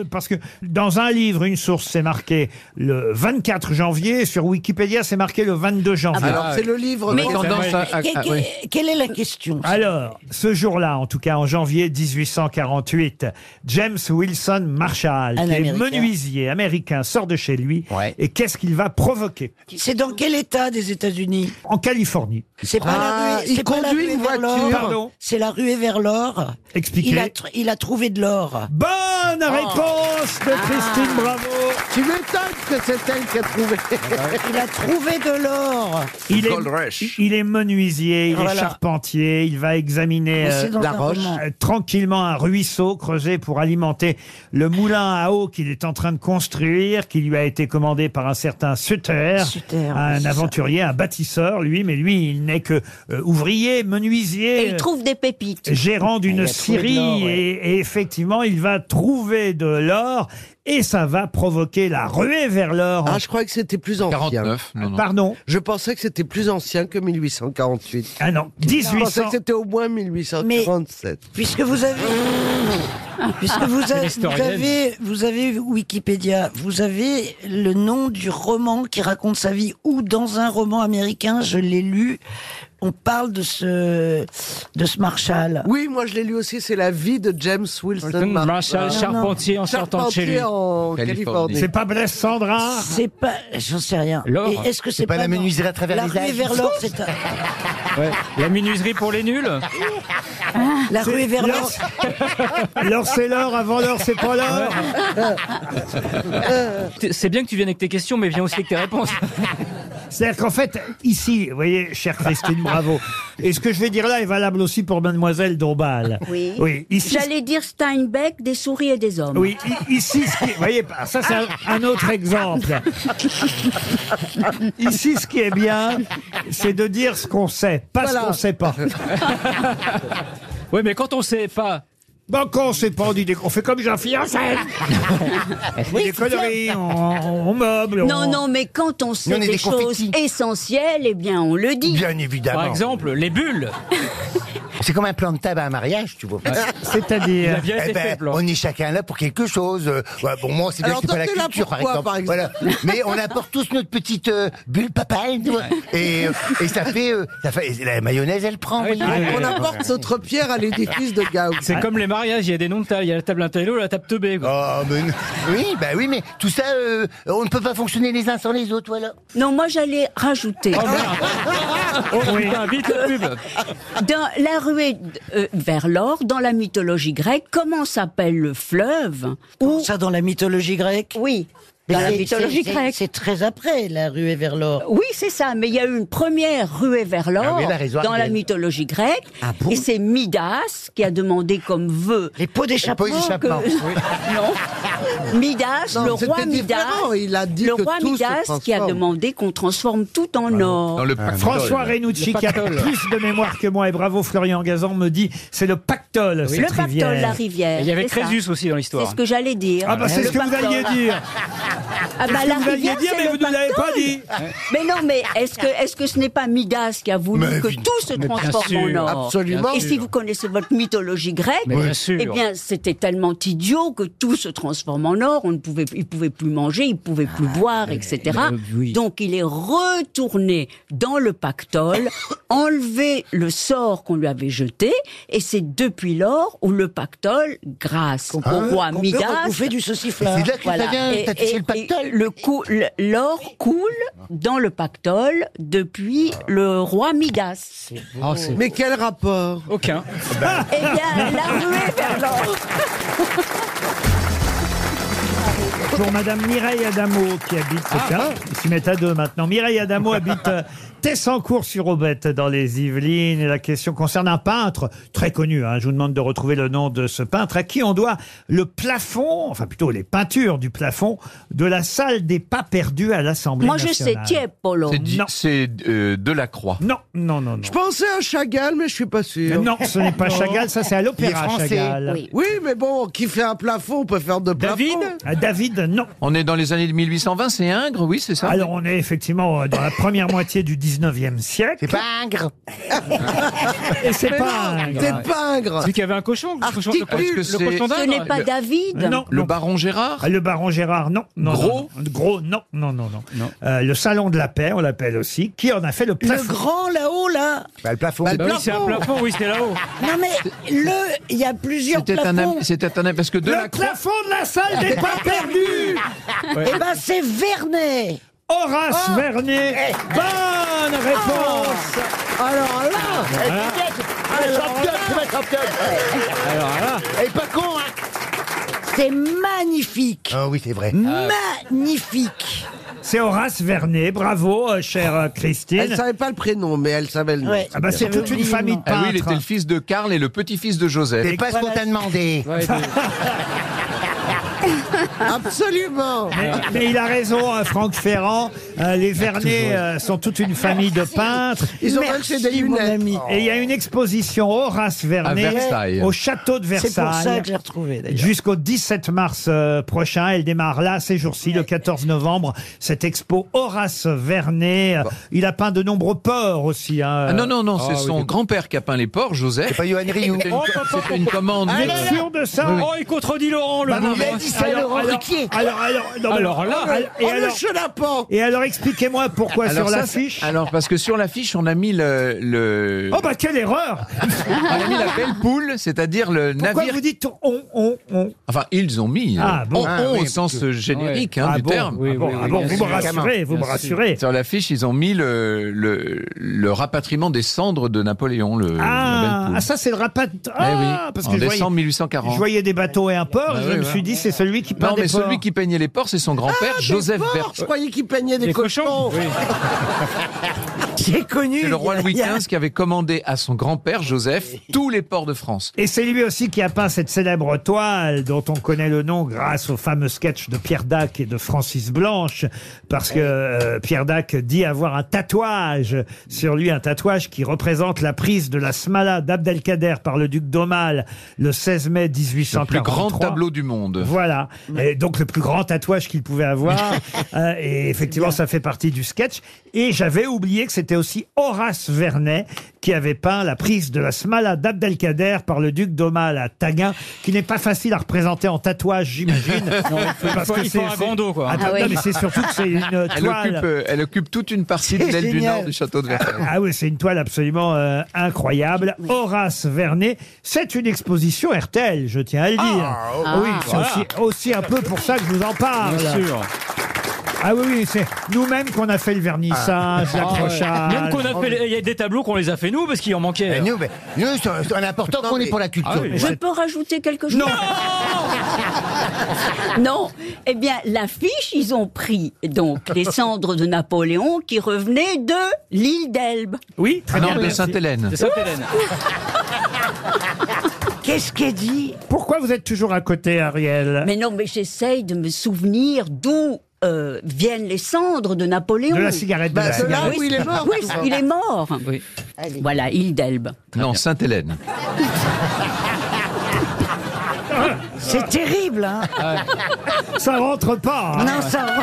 S2: euh, parce que dans un livre, une source, c'est marqué le 24 janvier, sur Wikipédia, c'est marqué le 22 janvier.
S6: Ah,
S9: Alors, c'est le livre.
S2: Ah, Mais-
S9: qu'on-
S2: Tendance à- à-
S6: Que-
S2: ah,
S6: que-
S2: oui.
S6: Quelle est la question
S2: Alors, ce jour-là, en tout cas en janvier 1848, James Wilson Marshall,
S6: Un
S2: qui est
S6: Américain.
S2: menuisier américain, sort de chez lui. Et qu'est-ce qu'il va provoquer
S6: C'est dans quel état des États-Unis
S2: En Californie.
S6: C'est pas
S2: Ah,
S6: la ruée, c'est pas la ruée vers l'or. C'est la ruée vers l'or.
S2: Expliquez.
S6: Il a, tr- il a trouvé de l'or. Oh.
S2: Bonne réponse de Christine Bravo.
S9: Tu m'étonnes que c'est elle qui a trouvé.
S6: il a trouvé de l'or.
S2: Il est, il est menuisier, il est
S6: Voilà.
S2: charpentier, il va examiner
S6: Mais c'est
S2: euh,
S6: dans un roman.
S2: euh, tranquillement un ruisseau creusé pour alimenter le moulin à eau qu'il est en train de construire, qui lui a été commandé par un certain Sutter,
S6: Sutter, oui,
S2: un
S6: c'est ça.
S2: aventurier, un bâtisseur, lui, mais lui, il n'est que euh, ouvrier, menuisier. euh,
S8: Et il trouve des pépites.
S2: Gérant
S8: Il
S2: d'une
S8: a trouvé de
S2: scierie
S8: l'or, ouais.
S2: et, et effectivement il va trouver de l'or et ça va provoquer la ruée vers l'or.
S9: Ah, je crois que c'était plus ancien.
S10: 49, non, non.
S2: Pardon
S9: Je pensais que c'était plus ancien que 1848.
S2: Ah non,
S9: Je
S2: 1800.
S9: pensais que c'était au moins 1847.
S6: Puisque vous avez. Puisque
S2: Ah,
S6: vous, avez- vous,
S9: L'historienne.
S6: avez, vous avez Wikipédia, vous avez le nom du roman qui raconte sa vie, ou dans un roman américain, je l'ai lu, on parle de ce, de ce Marshall.
S9: Oui, moi je l'ai lu aussi, c'est la vie de James Wilson
S6: Wilson
S9: Mar-
S6: Marshall,
S9: euh,
S6: charpentier en sortant de chez lui.
S9: Charpentier en
S6: Californie.
S9: Californie.
S2: C'est pas Blaise Sandra
S6: C'est pas, j'en sais rien.
S7: L'or.
S6: Et Est-ce que
S7: C'est
S6: c'est
S7: pas la
S6: dans-
S7: menuiserie à travers
S6: la
S7: les
S6: ruée
S7: âges.
S6: vers l'or, c'est un-
S7: Ouais. La menuiserie pour les nuls
S6: la ruée vers l'or.
S2: L'or c'est l'or, avant l'or c'est pas l'or.
S7: T'es- C'est bien que tu viennes avec tes questions, mais viens aussi avec tes réponses.
S2: C'est-à-dire qu'en fait, ici, vous voyez, chère Christine Bravo, et ce que je vais dire là est valable aussi pour mademoiselle Dombal.
S8: Oui.
S2: Oui, ici,
S8: J'allais dire Steinbeck, des souris et des hommes.
S2: oui, i- ici ce qui- vous voyez, ça c'est un, un autre exemple. Ici, ce qui est bien, c'est de dire ce qu'on sait, pas ce
S7: Voilà.
S2: qu'on sait pas.
S7: Oui, mais quand on sait pas.
S2: Bon, quand on sait pas, on dit des- on fait comme jean philippe On dit des conneries, on, on meuble.
S8: Non,
S2: on-
S8: non, mais quand on
S2: Nous,
S8: sait
S2: on est
S8: des
S2: des
S8: choses essentielles, eh bien, on le dit.
S5: Bien évidemment.
S7: Par exemple, les bulles.
S5: C'est comme un plan de tabac à un mariage, tu vois.
S2: C'est-à-dire
S5: Euh, Eh ben, on est chacun là pour quelque chose. Euh, ouais, bon, moi, c'est bien
S9: Alors,
S5: que c'est pas la
S9: toi, t'es là
S5: culture,
S9: pour
S5: par
S9: quoi,
S5: exemple.
S9: par exemple
S5: Voilà. Mais on apporte tous notre petite euh, bulle papale, tu vois. et, euh, et ça fait, euh, ça fait- la mayonnaise, elle prend. vous voyez.
S9: Ah On apporte notre pierre à l'édifice de Gauss.
S7: C'est comme les mariages, il y a des noms de table. Il y a la table intello, la table teubée.
S5: Oh, mais oui, bah oui, mais tout ça, euh, on ne peut pas fonctionner les uns sans les autres, voilà.
S8: Non, moi, j'allais rajouter.
S7: Oh merde Oh putain, vite la pub
S8: Dans la ruer euh, vers l'or dans la mythologie grecque. Comment s'appelle le fleuve Où
S6: Ça, dans la mythologie grecque
S8: Oui. Dans la
S6: C'est-
S8: mythologie
S6: c'est- c'est-
S8: grecque.
S6: C'est très après, la ruée vers l'or.
S8: Oui, c'est ça. Mais il y a eu une première ruée
S9: Ah
S8: vers l'or
S6: oui, elle a raison,
S8: dans la
S6: Ariel.
S8: mythologie grecque. et c'est Midas qui a demandé comme vœu.
S6: Les pots
S8: d'échappement. que- non. Midas,
S9: Non,
S8: le
S9: c'est
S8: roi
S9: peut-être
S8: Midas.
S9: différent. Il a dit
S8: le
S9: que
S8: roi
S9: tout se
S8: Midas qui a
S9: transforme. Ah.
S8: demandé qu'on transforme tout en or.
S10: Dans le pactole.
S2: François Renucci, qui a plus de mémoire que moi, et bravo Florian Gazan, me dit c'est le pactole,
S8: Oui.
S2: cette
S8: Le pactole,
S2: rivière.
S8: la rivière.
S7: Il y avait
S8: c'est ça.
S7: Crésus aussi dans l'histoire.
S8: C'est ce que j'allais dire.
S2: Ah bah, c'est
S8: Le
S2: ce que vous
S8: pactole.
S2: alliez dire.
S8: Ah
S2: C'est
S8: bah
S2: ce que
S8: la
S2: vous alliez
S8: rivière,
S2: dire,
S8: c'est
S2: mais
S8: le
S2: vous ne l'avez pas
S8: pactole.
S2: dit.
S8: Mais non, mais est-ce que, est-ce que ce n'est pas Midas qui a voulu
S9: Mais
S8: que
S9: évidemment.
S8: tout se
S9: Mais bien
S8: transforme
S9: sûr,
S8: en or
S9: absolument.
S8: Et si vous connaissez votre mythologie grecque,
S9: Mais bien
S8: eh
S9: sûr.
S8: bien c'était tellement idiot que tout se transforme en or. On ne pouvait, ils pouvaient plus manger, ils pouvaient plus
S6: Ah,
S8: boire, etc.
S17: euh, oui.
S8: Donc il est retourné dans le pactole, enlevé le sort qu'on lui avait jeté, et c'est depuis lors où le pactole, grâce au
S6: peut-
S8: roi
S6: qu'on peut
S8: Midas,
S6: recouffer du saucifleur. C'est de là que ça vient,
S8: Et-
S6: t'as touché
S8: et-
S6: le pactole.
S8: et le cou- le- l'or coule dans le pactole depuis le roi Midas.
S9: Mais quel rapport
S7: Aucun.
S8: Eh bien, la ruée vers l'or.
S2: Pour Madame Mireille Adamo qui habite,
S10: Ah,
S2: c'est ça, ils s'y mettent à deux maintenant. Mireille Adamo habite euh, Tessancourt-sur-Aubette dans les Yvelines. Et la question concerne un peintre très connu. hein. Je vous demande de retrouver le nom de ce peintre à qui on doit le plafond, enfin plutôt les peintures du plafond de la salle des pas perdus à l'Assemblée
S8: Moi, je sais
S2: nationale.
S8: Tiepolo.
S10: C'est di-
S2: Non.
S10: C'est euh, Delacroix.
S2: Non, non, non, non.
S9: Je pensais à Chagall, mais je suis pas sûr.
S2: Non, ce n'est pas Chagall, ça, c'est à l'opéra,
S9: Il est français.
S2: Chagall.
S9: Oui.
S2: Oui.
S9: mais bon, qui fait un plafond peut faire de plafonds.
S2: Ah, David, non.
S10: On est dans les années de 1820, c'est Ingres, oui, c'est ça
S2: Alors, on est effectivement euh, dans la première moitié du 19e siècle. C'est
S9: pas ingre.
S2: Et c'est
S7: Mais
S2: pas
S7: non,
S2: ingre.
S7: c'est pas
S9: ingre.
S7: Celui qui avait un cochon, le cochon, le,
S2: Articule,
S7: cochon-
S2: est-ce que
S7: le cochon
S2: c'est-
S7: d'Inde.
S8: Ce n'est pas David.
S2: Non,
S10: Le
S2: non.
S10: baron Gérard
S2: Ah, Le baron Gérard, non. non
S10: Gros
S2: non, non. Gros, non, non, non, non. Euh, le salon de la paix, on l'appelle aussi, qui en a fait le plafond.
S6: Le grand là-haut, là.
S2: le plafond.
S7: Bah oui, c'est un plafond, oui, c'était là-haut.
S6: Non, mais le, il y a plusieurs
S10: C'était un
S6: plafonds.
S10: ami- C'était un ami- parce que
S2: Le
S10: Delacroix.
S2: plafond de la salle des pas perdus
S6: Eh ben, c'est Vernet.
S2: Horace
S6: Ah.
S2: Vernet Bonne réponse
S6: Ah. Alors là.
S5: Et pas con, hein
S6: C'est magnifique.
S5: Ah oui, c'est vrai.
S6: Magnifique.
S2: C'est Horace Vernet, bravo, euh, chère euh,
S9: Elle
S2: Christine.
S9: savait pas le prénom, mais elle savait le nom.
S6: Ouais.
S2: Ah bah, c'est
S6: J'avais
S2: toute une
S6: oublié le
S2: famille
S6: nom.
S2: de
S10: Ah oui,
S2: peintres.
S10: il était le fils de Karl et le petit-fils de Joseph.
S5: C'est pas ce qu'on t'a demandé.
S9: Absolument.
S2: Mais, Ah, mais il a raison, hein, Franck Ferrand. Euh, les Vernet
S9: toujours.
S2: euh, sont toute une famille de peintres.
S9: Ils ont même fait des lunettes.
S2: Et il y a une exposition Horace Vernet
S10: Versailles.
S2: au château de
S6: C'est pour ça
S2: Versailles.
S6: que j'ai retrouvé, d'ailleurs.
S2: Jusqu'au 17 mars euh, prochain, elle démarre là, ces jours-ci, le 14 novembre, cette expo Horace Vernet. Euh, Il a peint de nombreux ports aussi. hein.
S10: Ah non, non, non, c'est
S7: Ah oui,
S10: son grand-père qui a peint les ports, Joseph.
S5: C'est pas Johan Rioux.
S10: C'était une, c'était une commande. euh,
S2: Vous êtes sûr de ça
S7: Oh, il contredit Laurent, le
S2: Bah non,
S7: pauvre.
S2: mais-
S5: ça, Laurent
S2: alors,
S5: Ruquier.
S2: alors, alors, non, mais-
S7: Alors là,
S2: et
S9: Oh, le
S2: alors,
S9: chenapan
S2: et alors, expliquez-moi pourquoi sur
S10: Alors ça,
S2: l'affiche.
S10: c'est- Alors, parce que sur l'affiche, on a mis le... le-
S2: Oh bah quelle erreur
S10: On Ah, a mis la belle poule, c'est-à-dire le
S2: Pourquoi
S10: navire...
S2: vous dites on, on, on
S10: Enfin, ils ont mis
S2: Ah,
S10: euh,
S2: bon.
S10: on-
S2: Ah,
S10: on
S2: oui,
S10: au sens générique hein,
S2: Ah
S10: du
S2: bon,
S10: terme.
S2: ah bon,
S7: oui,
S2: ah bon,
S7: bien
S2: vous
S7: sûr.
S2: me rassurez, vous me
S7: Bien
S2: rassurez.
S10: Sur l'affiche, ils ont mis le, le, le rapatriement des cendres de Napoléon, le, la belle
S2: Ah,
S10: poule.
S2: ah, ça c'est le rapat.
S10: Eh oui,
S2: Ah, parce que
S10: en
S2: je
S10: décembre
S2: voyais,
S10: 1840.
S2: je voyais des bateaux et un port,
S10: Bah
S2: je
S10: oui,
S2: me
S10: ouais.
S2: suis dit c'est celui qui peint
S10: Non,
S2: des Ah,
S10: mais celui
S2: ports.
S10: qui peignait les ports, c'est son grand-père, Joseph
S9: Porc,
S10: Vert.
S9: Je croyais qu'il peignait des
S7: Les
S9: cochons.
S7: cochons.
S6: J'ai connu.
S10: C'est
S6: il
S10: le roi
S6: y a-
S10: Louis
S6: il y a-
S10: XV qui avait commandé à son grand-père, Joseph, tous les ports de France.
S2: Et c'est lui aussi qui a peint cette célèbre toile dont on connaît le nom grâce au fameux sketch de Pierre Dac et de Francis Blanche, parce que euh, Pierre Dac dit avoir un tatouage sur lui, un tatouage qui représente la prise de la Smala d'Abdelkader par le duc d'Aumale le 16 mai
S10: Le
S2: 1843.
S10: plus grand tableau du monde. Mm.
S2: Voilà. Et donc le plus grand tatouage qu'il pouvait avoir. Euh, et effectivement, ça fait partie du sketch. Et j'avais oublié que c'était aussi Horace Vernet qui avait peint la prise de la Smala d'Abdelkader par le duc d'Aumale à Taguin, qui n'est pas facile à représenter en tatouage, j'imagine. parce
S7: il faut- il faut un grand dos, quoi.
S2: Attends,
S8: Ah oui.
S2: non, mais c'est surtout que c'est une euh,
S10: Elle
S2: toile.
S10: occupe, euh, elle occupe toute une partie de
S6: C'est
S10: l'aile du
S6: génial.
S10: nord du château de Versailles.
S2: Ah oui, c'est une toile absolument euh, incroyable. Horace Vernet, c'est une exposition RTL, je Ah
S7: Ah, oh.
S2: tiens à le dire. oui, c'est aussi, aussi un peu pour ça que je vous en parle.
S7: Bien sûr.
S2: Ah oui, oui, c'est nous-mêmes qu'on a fait le vernissage, l'accrochage.
S7: Ah, Même qu'on a fait- il y a des tableaux qu'on les a fait nous parce qu'il en manquait.
S5: nous, c'est important
S8: qu'on est pour la
S7: Ah
S5: culture.
S8: Je peux rajouter quelque chose Non Non Eh bien, l'affiche, ils ont pris donc les cendres de Napoléon qui revenaient de l'île d'Elbe.
S7: Oui,
S10: très Non, bien, de merci. Sainte-Hélène. De Sainte-Hélène.
S8: Qu'est-ce qu'elle dit
S2: Pourquoi vous êtes toujours à côté, Ariel
S8: Mais non, mais j'essaye de me souvenir d'où euh, viennent les cendres de Napoléon.
S2: De la cigarette, de Bah, la de là cigarette. où il est mort,
S8: Oui,
S2: souvent.
S8: il est mort. Voilà, île d'Elbe.
S10: Non, Sainte-Hélène.
S6: C'est terrible, hein
S2: Ça rentre pas. hein.
S6: Non, ça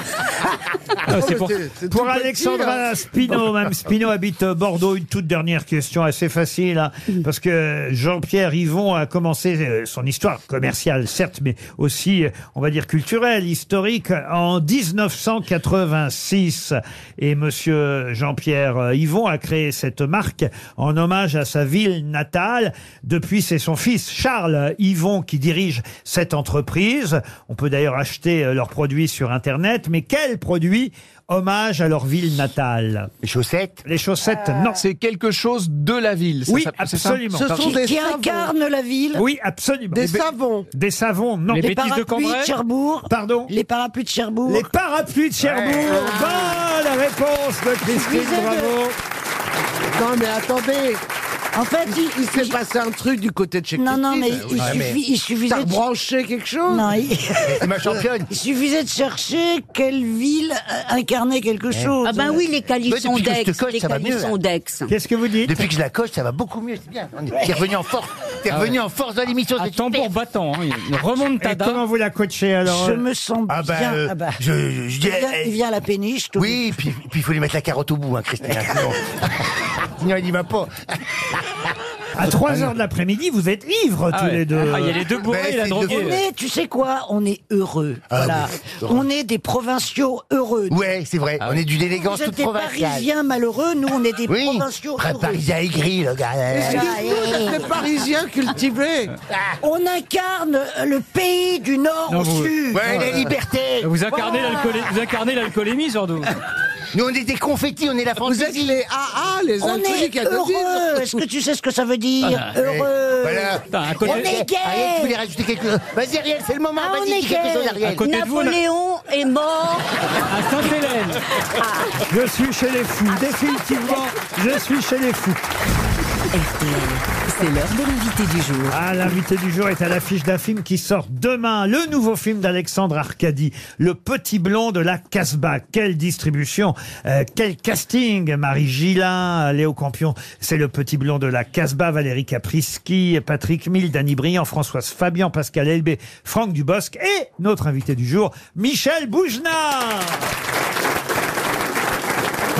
S2: Ah, c'est
S6: Oh,
S2: pour,
S6: mais c'est- c'est
S2: pour
S6: tout petit,
S2: Alexandra
S6: hein.
S2: Spino, même Spino habite euh, Bordeaux. Une toute dernière question assez facile, hein, parce que Jean-Pierre Yvon a commencé euh, son histoire commerciale, certes, mais aussi, euh, on va dire, culturelle, historique, en 1986. Et monsieur Jean-Pierre euh, Yvon a créé cette marque en hommage à sa ville natale. Depuis, c'est son fils Charles Yvon qui dirige cette entreprise. On peut d'ailleurs acheter euh, leurs produits sur Internet, mais quels produits hommage à leur ville natale Les chaussettes Les chaussettes, non.
S10: C'est quelque chose de la ville.
S2: oui,
S10: c'est ça
S2: absolument.
S10: Ce sont Qui- des qui savons.
S6: incarne la ville
S2: Oui, absolument.
S6: Des
S2: Des-
S6: savons
S2: Des savons, non.
S6: les parapluies de Cherbourg.
S2: Pardon
S6: Les parapluies de Cherbourg.
S2: Les parapluies de Cherbourg. Bonne Ah, réponse de Christine,
S6: disais de-
S2: bravo.
S9: Non, mais attendez.
S6: En fait, il,
S9: s'est passé un truc du côté de chez
S6: Non, non, mais il,
S9: suffit
S6: suffi- il suffisait.
S9: T'as
S6: de-
S9: branché quelque chose
S6: Non, il...
S5: ma championne.
S6: il suffisait de chercher quelle ville euh, incarnait quelque chose.
S8: Ah
S5: bah
S8: ben oui, les
S5: calissons
S8: calissons
S5: Ouais, depuis que je te
S8: d'Aix.
S5: d'Aix, colle, les
S8: Les
S5: ça va mieux, calissons
S8: calissons
S5: là.
S8: d'Aix.
S2: Qu'est-ce que vous dites
S5: Depuis que je la coche, ça va beaucoup mieux, c'est bien. On est- T'es revenu en force. T'es
S7: Ah
S5: revenu
S7: ouais.
S5: en force dans l'émission.
S7: À tambour battant, hein, une remontada.
S2: Et comment vous la coachez alors
S6: Je me sens
S5: Ah bah,
S6: bien.
S5: euh,
S6: ah bah.
S5: je- je dis- eh.
S6: il, vient, il vient à la péniche. tout
S5: Oui, puis puis il faut lui mettre la carotte au bout, hein, Christine. hein, sinon- Sinon, il n'y va pas.
S2: À 3 heures de l'après-midi, vous êtes ivres
S17: Ah
S2: tous les deux.
S9: Ben,
S6: On est, tu sais quoi, on est heureux.
S2: Ah
S6: voilà.
S2: oui, c'est vrai.
S6: on est des provinciaux heureux.
S5: Ouais, c'est vrai.
S17: Ah
S5: on est d'une élégance
S6: Vous êtes
S5: toute
S6: des
S5: provinciale.
S6: Parisiens malheureux, nous on est des
S5: Oui,
S6: provinciaux
S5: un
S6: heureux.
S5: Parisien aigri, le gars.
S6: Excuse-nous,
S9: c'est des Parisiens cultivés.
S6: Ah. On incarne le pays du nord
S7: Non,
S6: au
S7: vous-
S6: sud.
S7: Vous incarnez
S6: Voilà.
S7: l'alcoolé- vous incarnez l'alcoolémie, surtout.
S5: Nous, on est des confettis, on est la
S9: Vous êtes les AA, les
S6: On
S9: alcooliques
S6: est heureux. Est-ce que tu sais ce que ça veut dire
S5: Ah,
S6: Heureux.
S5: Voilà.
S6: On est gay.
S5: Ariel, tu voulais rajouter quelque chose Vas-y, Ariel, c'est le moment.
S6: Ah, on
S5: Vas-y,
S6: est
S5: dis quelque
S6: gay.
S5: chose, Ariel.
S6: À côté de vous, là.
S8: Napoléon est mort.
S7: À Sainte-Hélène.
S2: Je suis chez les fous, définitivement, je suis chez les fous.
S11: C'est l'heure de l'invité du jour.
S2: Ah, l'invité du jour est à l'affiche d'un film qui sort demain, le nouveau film d'Alexandre Arcadi, Le Petit Blond de la Casbah. Quelle distribution, euh, quel casting Marie Gillin, Léo Campion, c'est Le Petit Blond de la Casbah, Valérie Caprisky, Patrick Mille, Dany Briand, Françoise Fabian, Pascal Elbé, Franck Dubosc et notre invité du jour, Michel Bougenat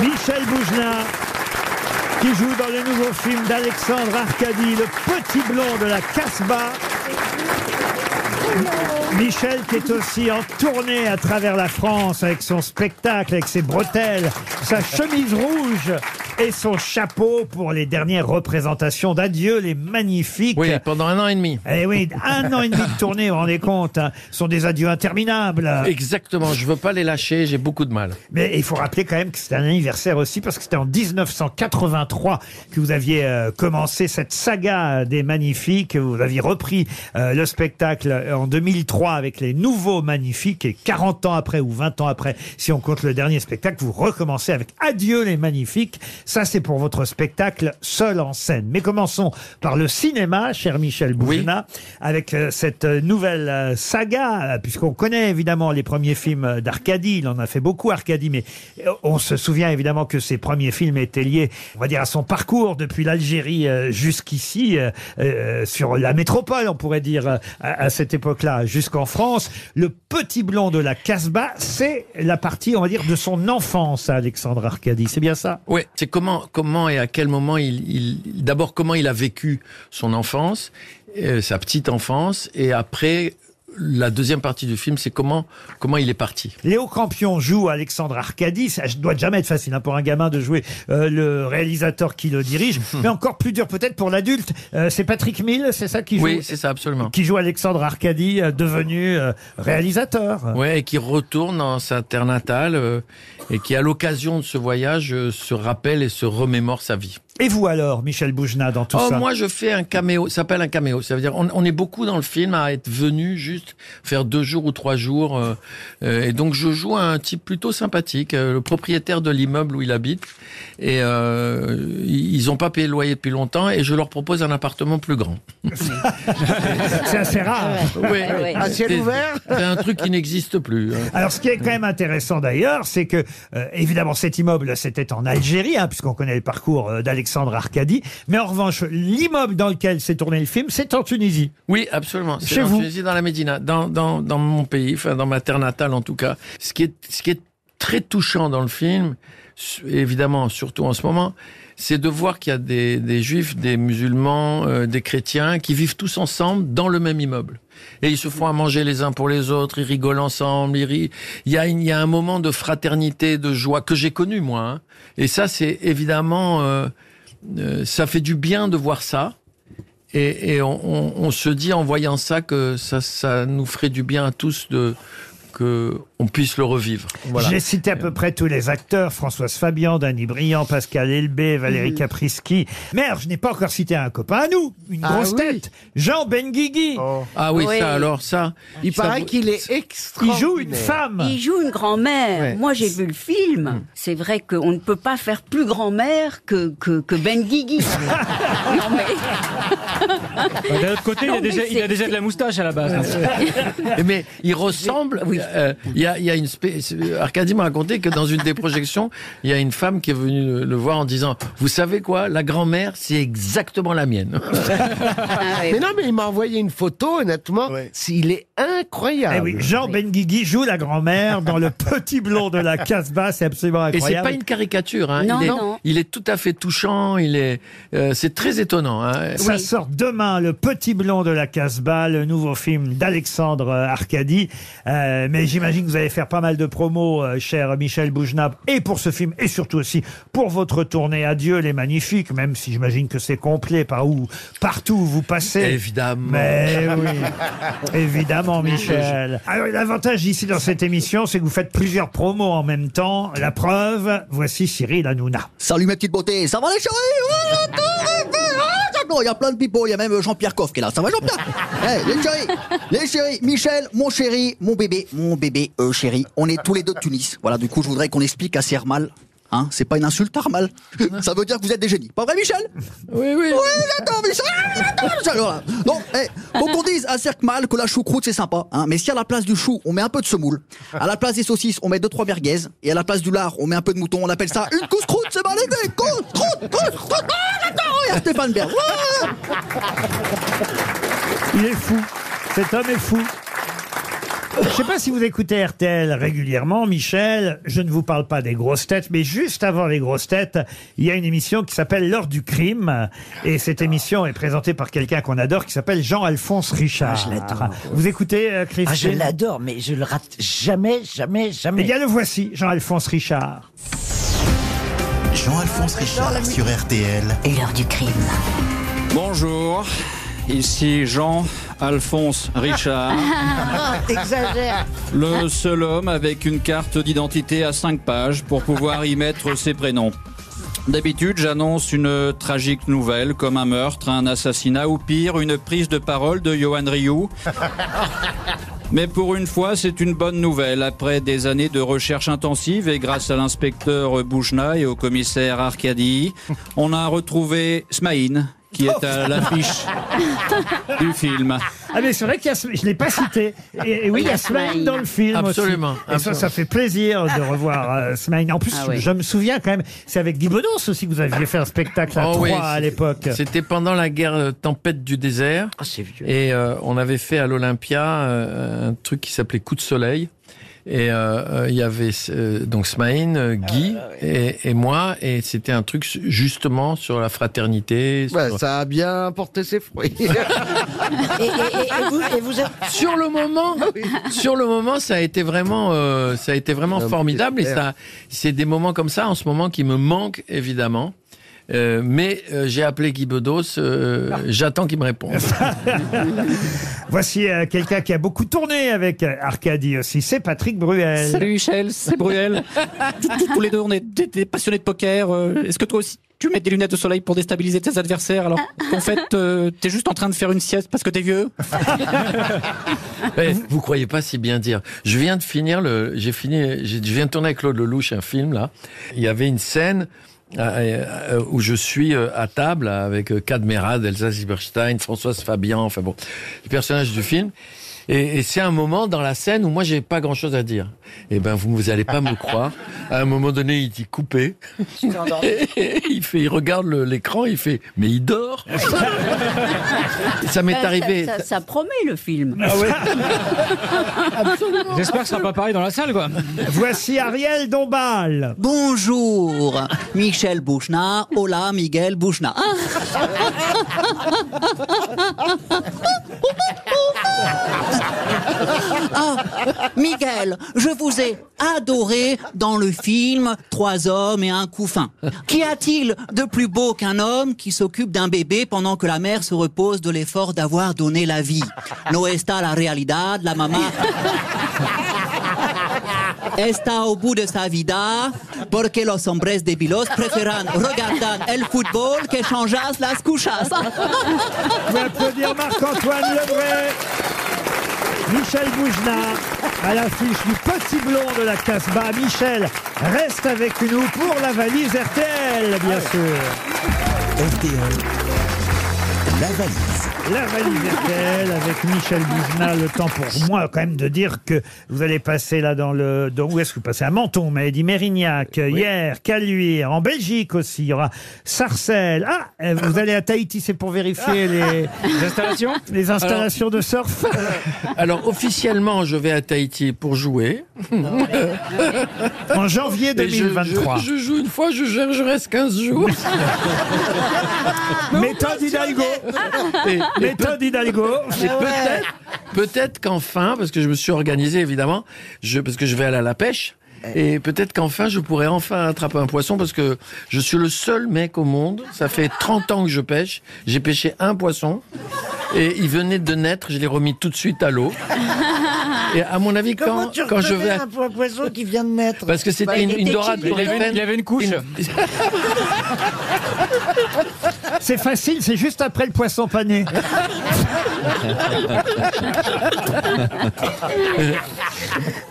S2: Michel Bougenat qui joue dans le nouveau film d'Alexandre Arcadi, Le Petit Blond de la Casbah. Michel qui est aussi en tournée à travers la France avec son spectacle, avec ses bretelles, sa chemise rouge et son chapeau pour les dernières représentations d'Adieu, les magnifiques.
S17: Oui, pendant un an et demi.
S2: Eh oui, un an et demi de tournée, vous vous rendez compte, hein. ce sont des adieux interminables.
S17: Exactement, je veux pas les lâcher, j'ai beaucoup de mal.
S2: Mais il faut rappeler quand même que c'est un anniversaire aussi parce que c'était en 1983 que vous aviez euh, commencé cette saga des magnifiques. Vous aviez repris euh, le spectacle en 2003 avec les nouveaux magnifiques et 40 ans après ou 20 ans après, si on compte le dernier spectacle, vous recommencez avec Adieu les magnifiques. Ça, c'est pour votre spectacle seul en scène. Mais commençons par le cinéma, cher Michel Boujna, avec euh, cette euh, nouvelle euh, saga, euh, puisqu'on connaît évidemment les premiers films euh, d'Arcadie. Il en a fait beaucoup, Arcadie, mais euh, on se souvient évidemment que ses premiers films étaient liés, on va dire, à son parcours depuis l'Algérie euh, jusqu'ici, euh, euh, sur la métropole, on pourrait dire, euh, à, à cette époque-là, jusqu'en France. Le petit blond de la Casbah, c'est la partie, on va dire, de son enfance, Alexandre Arcadie. C'est bien ça
S17: Oui, c'est comment, comment et à quel moment il, il- d'abord comment il a vécu son enfance, euh, sa petite enfance, et après la deuxième partie du film, c'est comment, comment il est parti.
S2: Léo Campion joue Alexandre Arcadis. Ça doit jamais être facile hein, pour un gamin de jouer euh, le réalisateur qui le dirige, mais encore plus dur peut-être pour l'adulte. Euh, c'est Patrick Mill, c'est ça qui joue
S17: Oui, c'est ça, absolument.
S2: Qui joue Alexandre Arcadis, euh, devenu euh, réalisateur.
S17: Ouais, et qui retourne dans sa terre natale euh, et qui, à l'occasion de ce voyage, euh, se rappelle et se remémore sa vie.
S2: Et vous alors, Michel Boujna, dans tout
S17: oh,
S2: ça
S17: moi je fais un caméo, ça s'appelle un caméo. Ça veut dire, on, on est beaucoup dans le film à être venu juste faire deux jours ou trois jours. euh, euh, et donc je joue un type plutôt sympathique, euh, le propriétaire de l'immeuble où il habite. Et euh, ils n'ont pas payé le loyer depuis longtemps et je leur propose un appartement plus grand.
S2: C'est
S17: Ah,
S2: assez rare.
S17: Oui. Un ciel C'est- ouvert c'est un truc qui n'existe plus. hein.
S2: Alors, ce qui est quand même intéressant d'ailleurs, c'est que, euh, évidemment, cet immeuble, c'était en Algérie, hein, puisqu'on connaît le parcours euh, d'Alexandre Arcadi. Mais en revanche, l'immeuble dans lequel s'est tourné le film, c'est en Tunisie.
S17: Oui, absolument. C'est
S2: Chez
S17: en
S2: vous.
S17: Tunisie, dans la Médina, dans, dans, dans mon pays, enfin dans ma terre natale en tout cas. Ce qui est, ce qui est très touchant dans le film, su- évidemment, surtout en ce moment, c'est de voir qu'il y a des, des juifs, des musulmans, euh, des chrétiens qui vivent tous ensemble dans le même immeuble. Et ils se font à manger les uns pour les autres, ils rigolent ensemble, ils rient. Il y a, une- il y a un moment de fraternité, de joie que j'ai connu moi. hein. Et ça, c'est évidemment, euh, euh, ça fait du bien de voir ça. Et, et on, on- on se dit en voyant ça que ça, ça nous ferait du bien à tous de que on puisse le revivre. Voilà.
S2: J'ai cité à peu près tous les acteurs, Françoise Fabian, Dany Briand, Pascal Elbé, Valérie
S17: Mhm.
S2: Kapriski. Mais alors, je n'ai pas encore cité un copain à nous, une
S17: Ah
S2: grosse
S17: oui.
S2: tête, Jean Benguigui.
S17: Ah oui, ça alors ça. ça vaut-
S8: est
S2: extraordinaire. Il joue une femme. Hmm.
S8: Il joue une grand-mère.
S17: Ouais.
S8: Moi, j'ai vu le film. C'est vrai qu'on ne peut pas faire plus grand-mère que, que, que Ben Guigui. non, mais...
S7: Euh, D'un autre côté, il a,
S8: Non, mais
S7: déjà, il a
S8: c'est-
S7: déjà de la moustache à la base. hein.
S17: Et Mais il ressemble. euh, Il y, a, il y a une spé- euh, Arcadie m'a raconté que dans une des projections, il y a une femme qui est venue le- le voir en disant Vous savez quoi La grand-mère, c'est exactement la mienne.
S9: Mais non, mais il m'a envoyé une photo, honnêtement, s'il est incroyable.
S2: Eh oui, Jean Benguigui joue la grand-mère dans le petit blond de la Casbah, c'est absolument
S17: Et c'est
S2: incroyable.
S17: pas une caricature. hein.
S2: Non,
S17: il, est,
S2: non.
S17: il est tout à fait touchant. Il est, euh, c'est très étonnant. hein.
S2: Ça sort demain, Le Petit Blond de la Casbah, le nouveau film d'Alexandre euh, Arcadi. Euh, mais j'imagine que vous allez faire pas mal de promos, euh, cher Michel Boujnab, et pour ce film, et surtout aussi pour votre tournée Adieu les Magnifiques, même si j'imagine que c'est complet par où, partout où vous passez.
S17: Évidemment.
S2: Mais oui. Évidemment, Michel. Alors, l'avantage ici dans cette émission, c'est que vous faites plusieurs promos en même temps. La preuve, voici Cyril Hanouna.
S18: Salut ma petite beauté, ça va les chéris Ouais, la tour est faite. Ah, ça pleut. Il y a plein de pipeaux, il y a même euh, Jean-Pierre Coff qui est là. Ça va Jean-Pierre Eh, Les chéris, les chéris, Michel, mon chéri, mon bébé, mon bébé euh, chéri, on est tous les deux de Tunis. Voilà, du coup je voudrais qu'on explique à Sermal. Hein, c'est pas une insulte, Armal. Ça veut dire que vous êtes des génies. Pas vrai, Michel
S17: Oui, oui.
S18: Oui, j'adore, Michel ah, j'adore, Michel Voilà. Donc, eh, faut qu'on dise à Sermal que la choucroute, c'est sympa. hein, mais si à la place du chou, on met un peu de semoule, à la place des saucisses, on met deux, trois merguez, et à la place du lard, on met un peu de mouton, on appelle ça Ah, une couscroute, c'est mal élevé. Couscroute, couscroute. Ah, j'adore, il y a Stéphane Bern. Ah
S2: Il est fou. Cet homme est fou. Je sais pas si vous écoutez RTL régulièrement, Michel. Je ne vous parle pas des grosses têtes, mais juste avant les grosses têtes, il y a une émission qui s'appelle L'heure du crime. Et cette émission est présentée par quelqu'un qu'on adore qui s'appelle Jean-Alphonse Richard.
S6: Ah, je l'adore.
S2: Vous écoutez, euh,
S6: Ah, je
S2: Christine
S6: l'adore, mais je le rate jamais, jamais, jamais.
S2: Eh bien, le voici, Jean-Alphonse Richard.
S1: Jean-Alphonse Richard sur RTL.
S11: L'heure du crime.
S7: Bonjour, ici Jean-Alphonse Richard.
S6: Ah, Exagère.
S7: Le seul homme avec une carte d'identité à 5 pages pour pouvoir y mettre ses prénoms. D'habitude, j'annonce une tragique nouvelle comme un meurtre, un assassinat ou pire, une prise de parole de Johan Rioux. Mais pour une fois, c'est une bonne nouvelle. Après des années de recherche intensive et grâce à l'inspecteur Bouchna et au commissaire Arcadi, on a retrouvé Smaïn, qui est à l'affiche du film.
S2: Ah mais c'est vrai qu'il y a, Sm- je l'ai pas cité. Et, et oui, il y a Smaïn dans le film
S17: Absolument,
S2: aussi. Et ça,
S17: absolument.
S2: ça fait plaisir de revoir euh, Smaïn. En plus,
S17: Ah oui.
S2: je me souviens quand même, c'est avec Guy Bedos aussi que vous aviez fait un spectacle à
S17: Oh
S2: trois
S17: oui,
S2: à
S17: c'est-
S2: l'époque.
S17: C'était pendant la guerre euh, tempête du désert.
S6: Ah, c'est vieux.
S17: Et euh, on avait fait à l'Olympia euh, un truc qui s'appelait Coup de soleil. Et euh, euh, il y avait euh, donc Smaïn, euh, Guy
S6: Ah,
S17: et, et moi, et c'était un truc su- justement sur la fraternité.
S9: Ouais, Bah, ça a bien porté ses fruits.
S6: Et, et- et- et vous, et vous êtes...
S17: Sur le moment sur le moment, ça a été vraiment, euh, ça a été vraiment
S9: Non, mais
S17: formidable. Et
S9: c'est
S17: ça, c'est des moments comme ça en ce moment qui me manquent évidemment. Euh, mais euh, j'ai appelé Guy Bedos. euh, J'attends qu'il me réponde.
S2: Voici euh, quelqu'un qui a beaucoup tourné avec euh, Arcadie aussi, c'est Patrick Bruel.
S19: Salut Michel, c'est Bruel. Tous- tous- tous les deux, on est des, des passionnés de poker. Euh, Est-ce que toi aussi, tu mets des lunettes de soleil pour déstabiliser tes adversaires alors qu'en fait, euh, t'es juste en train de faire une sieste parce que t'es vieux
S17: Eh, vous croyez pas si bien dire. Je viens de finir le, j'ai fini, j'ai- je viens de tourner avec Claude Lelouch un film là. Il y avait une scène euh, euh, où je suis euh, à table avec euh, Cadmerade, Elsa Silberstein, Françoise Fabian, enfin bon, les personnages du film. Et, et c'est un moment dans la scène où moi j'ai pas grand chose à dire. Eh ben vous vous allez pas me croire. À un moment donné il dit coupé. il fait, il regarde le- l'écran, il fait mais il dort. Ça m'est
S8: Ben,
S17: arrivé.
S8: Ça, ça promet le film.
S19: Absolument.
S7: J'espère que ce sera pas pareil dans la salle, quoi.
S2: Voici Ariel Dombal.
S19: Bonjour,
S18: Michel Bouchna. Hola, Miguel Bouchna. Ah,
S16: Ah,
S18: Miguel, je vous ai adoré dans le film Trois hommes et un couffin. Qu'y a-t-il de plus beau qu'un homme qui s'occupe d'un bébé pendant que la mère se repose de l'effort d'avoir donné la vie No está la realidad, la mamá está au bout de sa vida porque los hombres débilos preferan regarder el fútbol que changeas las couchas.
S2: Vous pouvez applaudir Marc-Antoine Lebray, Michel Boujna, à l'affiche du petit blond de la Casbah. Michel, reste avec nous pour la valise RTL, bien sûr. La valise. La valise RTL avec Michel Boujna. Le temps pour moi, quand même, de dire que vous allez passer là dans le. Dans, où est-ce que vous passez À Menton, on m'avait dit Mérignac, hier, Caluire, en Belgique aussi, il y aura Sarcelles. Ah, euh, vous allez à Tahiti, c'est pour vérifier les.
S17: Ah.
S7: Les installations
S2: Les installations de surf.
S17: Alors officiellement, je vais à Tahiti pour jouer.
S2: en janvier
S17: Et je-
S2: 2023.
S17: Je, je joue une fois, je, je- je reste 15 jours.
S2: Méthode Hidalgo.
S17: Et- et
S2: Méthode
S17: peut-
S2: Hidalgo.
S17: Et peut-être, peut-être qu'enfin, parce que je me suis organisé évidemment, je, parce que je vais aller à la pêche. Et peut-être qu'enfin je pourrais enfin attraper un poisson parce que je suis le seul mec au monde. Ça fait 30 ans que je pêche. J'ai pêché un poisson et il venait de naître. Je l'ai remis tout de suite à l'eau. Et à mon avis,
S6: Comment
S17: quand,
S6: tu
S17: quand je vais,
S6: reconnais un po- poisson qui vient de naître Bah,
S17: parce que c'était une, une dorade pour une couche.
S2: C'est facile, c'est juste après le poisson pané.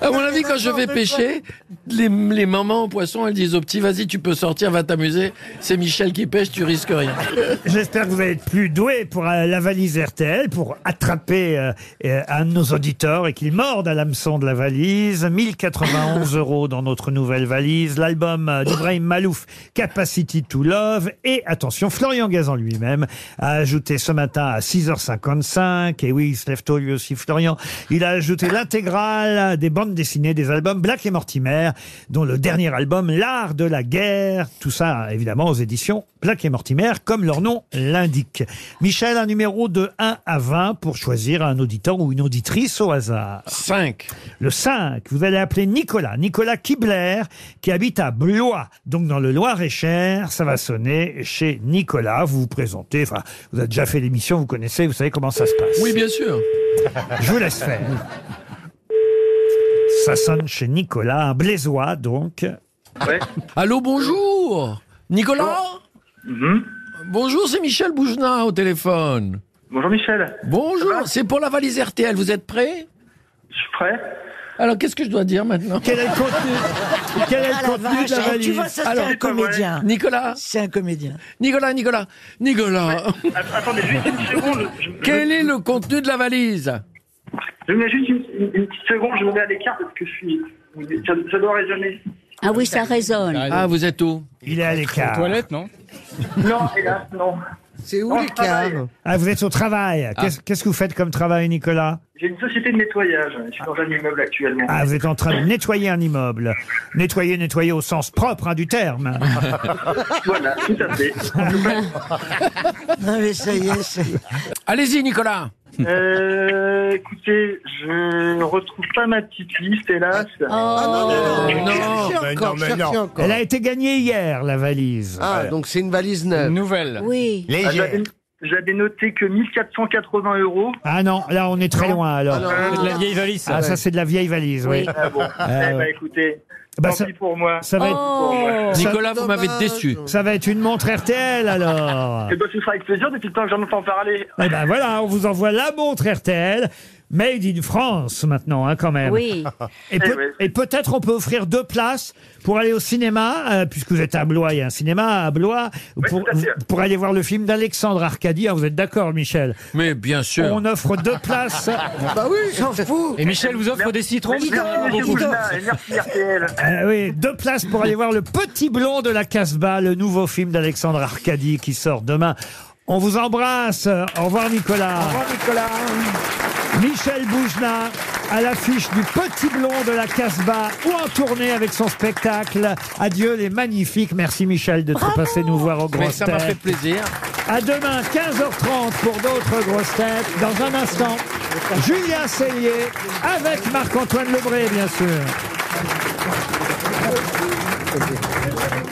S17: À mon avis, quand je vais pêcher, les, les mamans aux poissons, elles disent au petit, vas-y, tu peux sortir, va t'amuser. C'est Michel qui pêche, tu risques rien.
S2: J'espère que vous allez être plus doué pour euh, la valise RTL, pour attraper euh, euh, un de nos auditeurs et qu'il morde à l'hameçon de la valise. 1091 euros dans notre nouvelle valise, l'album euh, d'Ibrahim Malouf, Capacity to Love. Et attention, Florian Gazan lui-même a ajouté ce matin à 6h55, et oui, il se lève tôt lui aussi, Florian, il a ajouté l'intégrale des bandes dessinées des albums Black et Mortimer, dont le dernier album, L'art de la guerre, tout ça évidemment aux éditions Black et Mortimer, comme leur nom l'indique. Michel, un numéro de 1 à 20 pour choisir un auditeur ou une auditrice au hasard.
S17: 5.
S2: Le 5, vous allez appeler Nicolas, Nicolas Kibler, qui habite à Blois, donc dans le Loir-et-Cher. Ça va sonner chez Nicolas, vous vous présentez, enfin, vous avez déjà fait l'émission, vous connaissez, vous savez comment ça se passe.
S17: Oui, bien sûr.
S2: Je vous laisse faire. Ça sonne chez Nicolas, un blésois donc.
S17: Allô, bonjour Nicolas
S15: Mhm.
S17: Bonjour, c'est Michel Bougenat au téléphone.
S15: Bonjour Michel.
S17: Bonjour, c'est pour la valise RTL, vous êtes prêt Je suis
S15: prêt.
S17: Alors, qu'est-ce que je dois dire maintenant
S2: Quel est le contenu, quel est le
S6: Ah, la
S2: contenu
S6: vache,
S2: de la
S6: eh,
S2: valise
S6: Tu vois, ça, c'est
S17: Alors,
S6: un comédien.
S17: Nicolas
S6: C'est un comédien.
S17: Nicolas, Nicolas, Nicolas
S15: Attendez, juste une seconde.
S17: Quel est le contenu de la valise
S15: Je mets juste une, une- une petite seconde, je me mets à l'écart parce que je suis. Ça, ça doit résonner.
S8: Ah oui, ça résonne.
S17: Ah, vous êtes où
S2: Il est à l'écart.
S7: Toilette, non
S15: Non, hélas, non.
S20: C'est
S2: où
S12: les Ah. travaille.
S20: caves
S2: Ah, vous êtes au travail. Qu'est-ce qu'est-ce que vous faites comme travail, Nicolas
S12: J'ai une société de nettoyage. Je suis dans un immeuble actuellement.
S2: Ah, vous êtes en train de nettoyer un immeuble. Nettoyer, nettoyer au sens propre hein, du terme.
S12: Ah, voilà, tout à fait.
S4: Non, mais ça y est, c'est.
S17: Allez-y, Nicolas.
S12: Euh, écoutez, je ne retrouve pas ma petite liste, hélas.
S9: Ah Oh.
S2: Oh. Elle a été gagnée hier, la valise.
S12: Ah, donc
S2: c'est une valise neuve. Nouvelle.
S12: Oui.
S2: Légère.
S12: Ah, J'avais, j'avais noté que 1480 euros.
S2: Ah non, là on est très loin alors.
S12: Ah non. C'est de la vieille valise, ça,
S2: Ah,
S12: ouais.
S2: ça c'est de la vieille valise, oui.
S12: Ah bon.
S2: Ah,
S12: eh ben, oh.
S2: ouais.
S12: écoutez,
S2: Bah,
S12: tant
S2: ça-
S12: pis pour moi.
S2: Ça va être... Oh.
S12: Nicolas,
S2: ça-
S12: vous m'avez déçu.
S2: Ça va être une montre RTL alors.
S12: Eh ben, ce sera avec plaisir depuis le temps que j'en entends parler.
S2: Eh ben voilà, on vous envoie la montre RTL. Made in France maintenant, hein, quand même.
S12: Eh Oui.
S2: Et, peut- et peut-être on peut offrir deux places pour aller au cinéma, euh, puisque vous êtes à Blois, il y a un cinéma à Blois, pour, pour aller voir le film d'Alexandre Arcadie. Ah, vous êtes d'accord, Michel
S17: Mais bien sûr.
S2: On offre deux places.
S17: Bah oui,
S2: j'en fous.
S17: Et Michel vous offre des citrons
S12: Merci, monsieur Boujna, et merci RTL.
S2: Euh, oui, deux places pour aller voir Le Petit Blond de la Casbah, le nouveau film d'Alexandre Arcadie qui sort demain. On vous embrasse. Au revoir, Nicolas.
S12: Nicolas.
S2: Michel Boujna à l'affiche du Petit Blond de la Casbah ou en tournée avec son spectacle. Adieu les magnifiques. Merci, Michel, d'être passé nous voir au
S17: Mais
S2: Grand
S17: ça m'a fait plaisir.
S2: À demain, 15h30 pour d'autres grosses têtes. Dans un instant, Julien Cellier avec Marc-Antoine Lebré, bien sûr.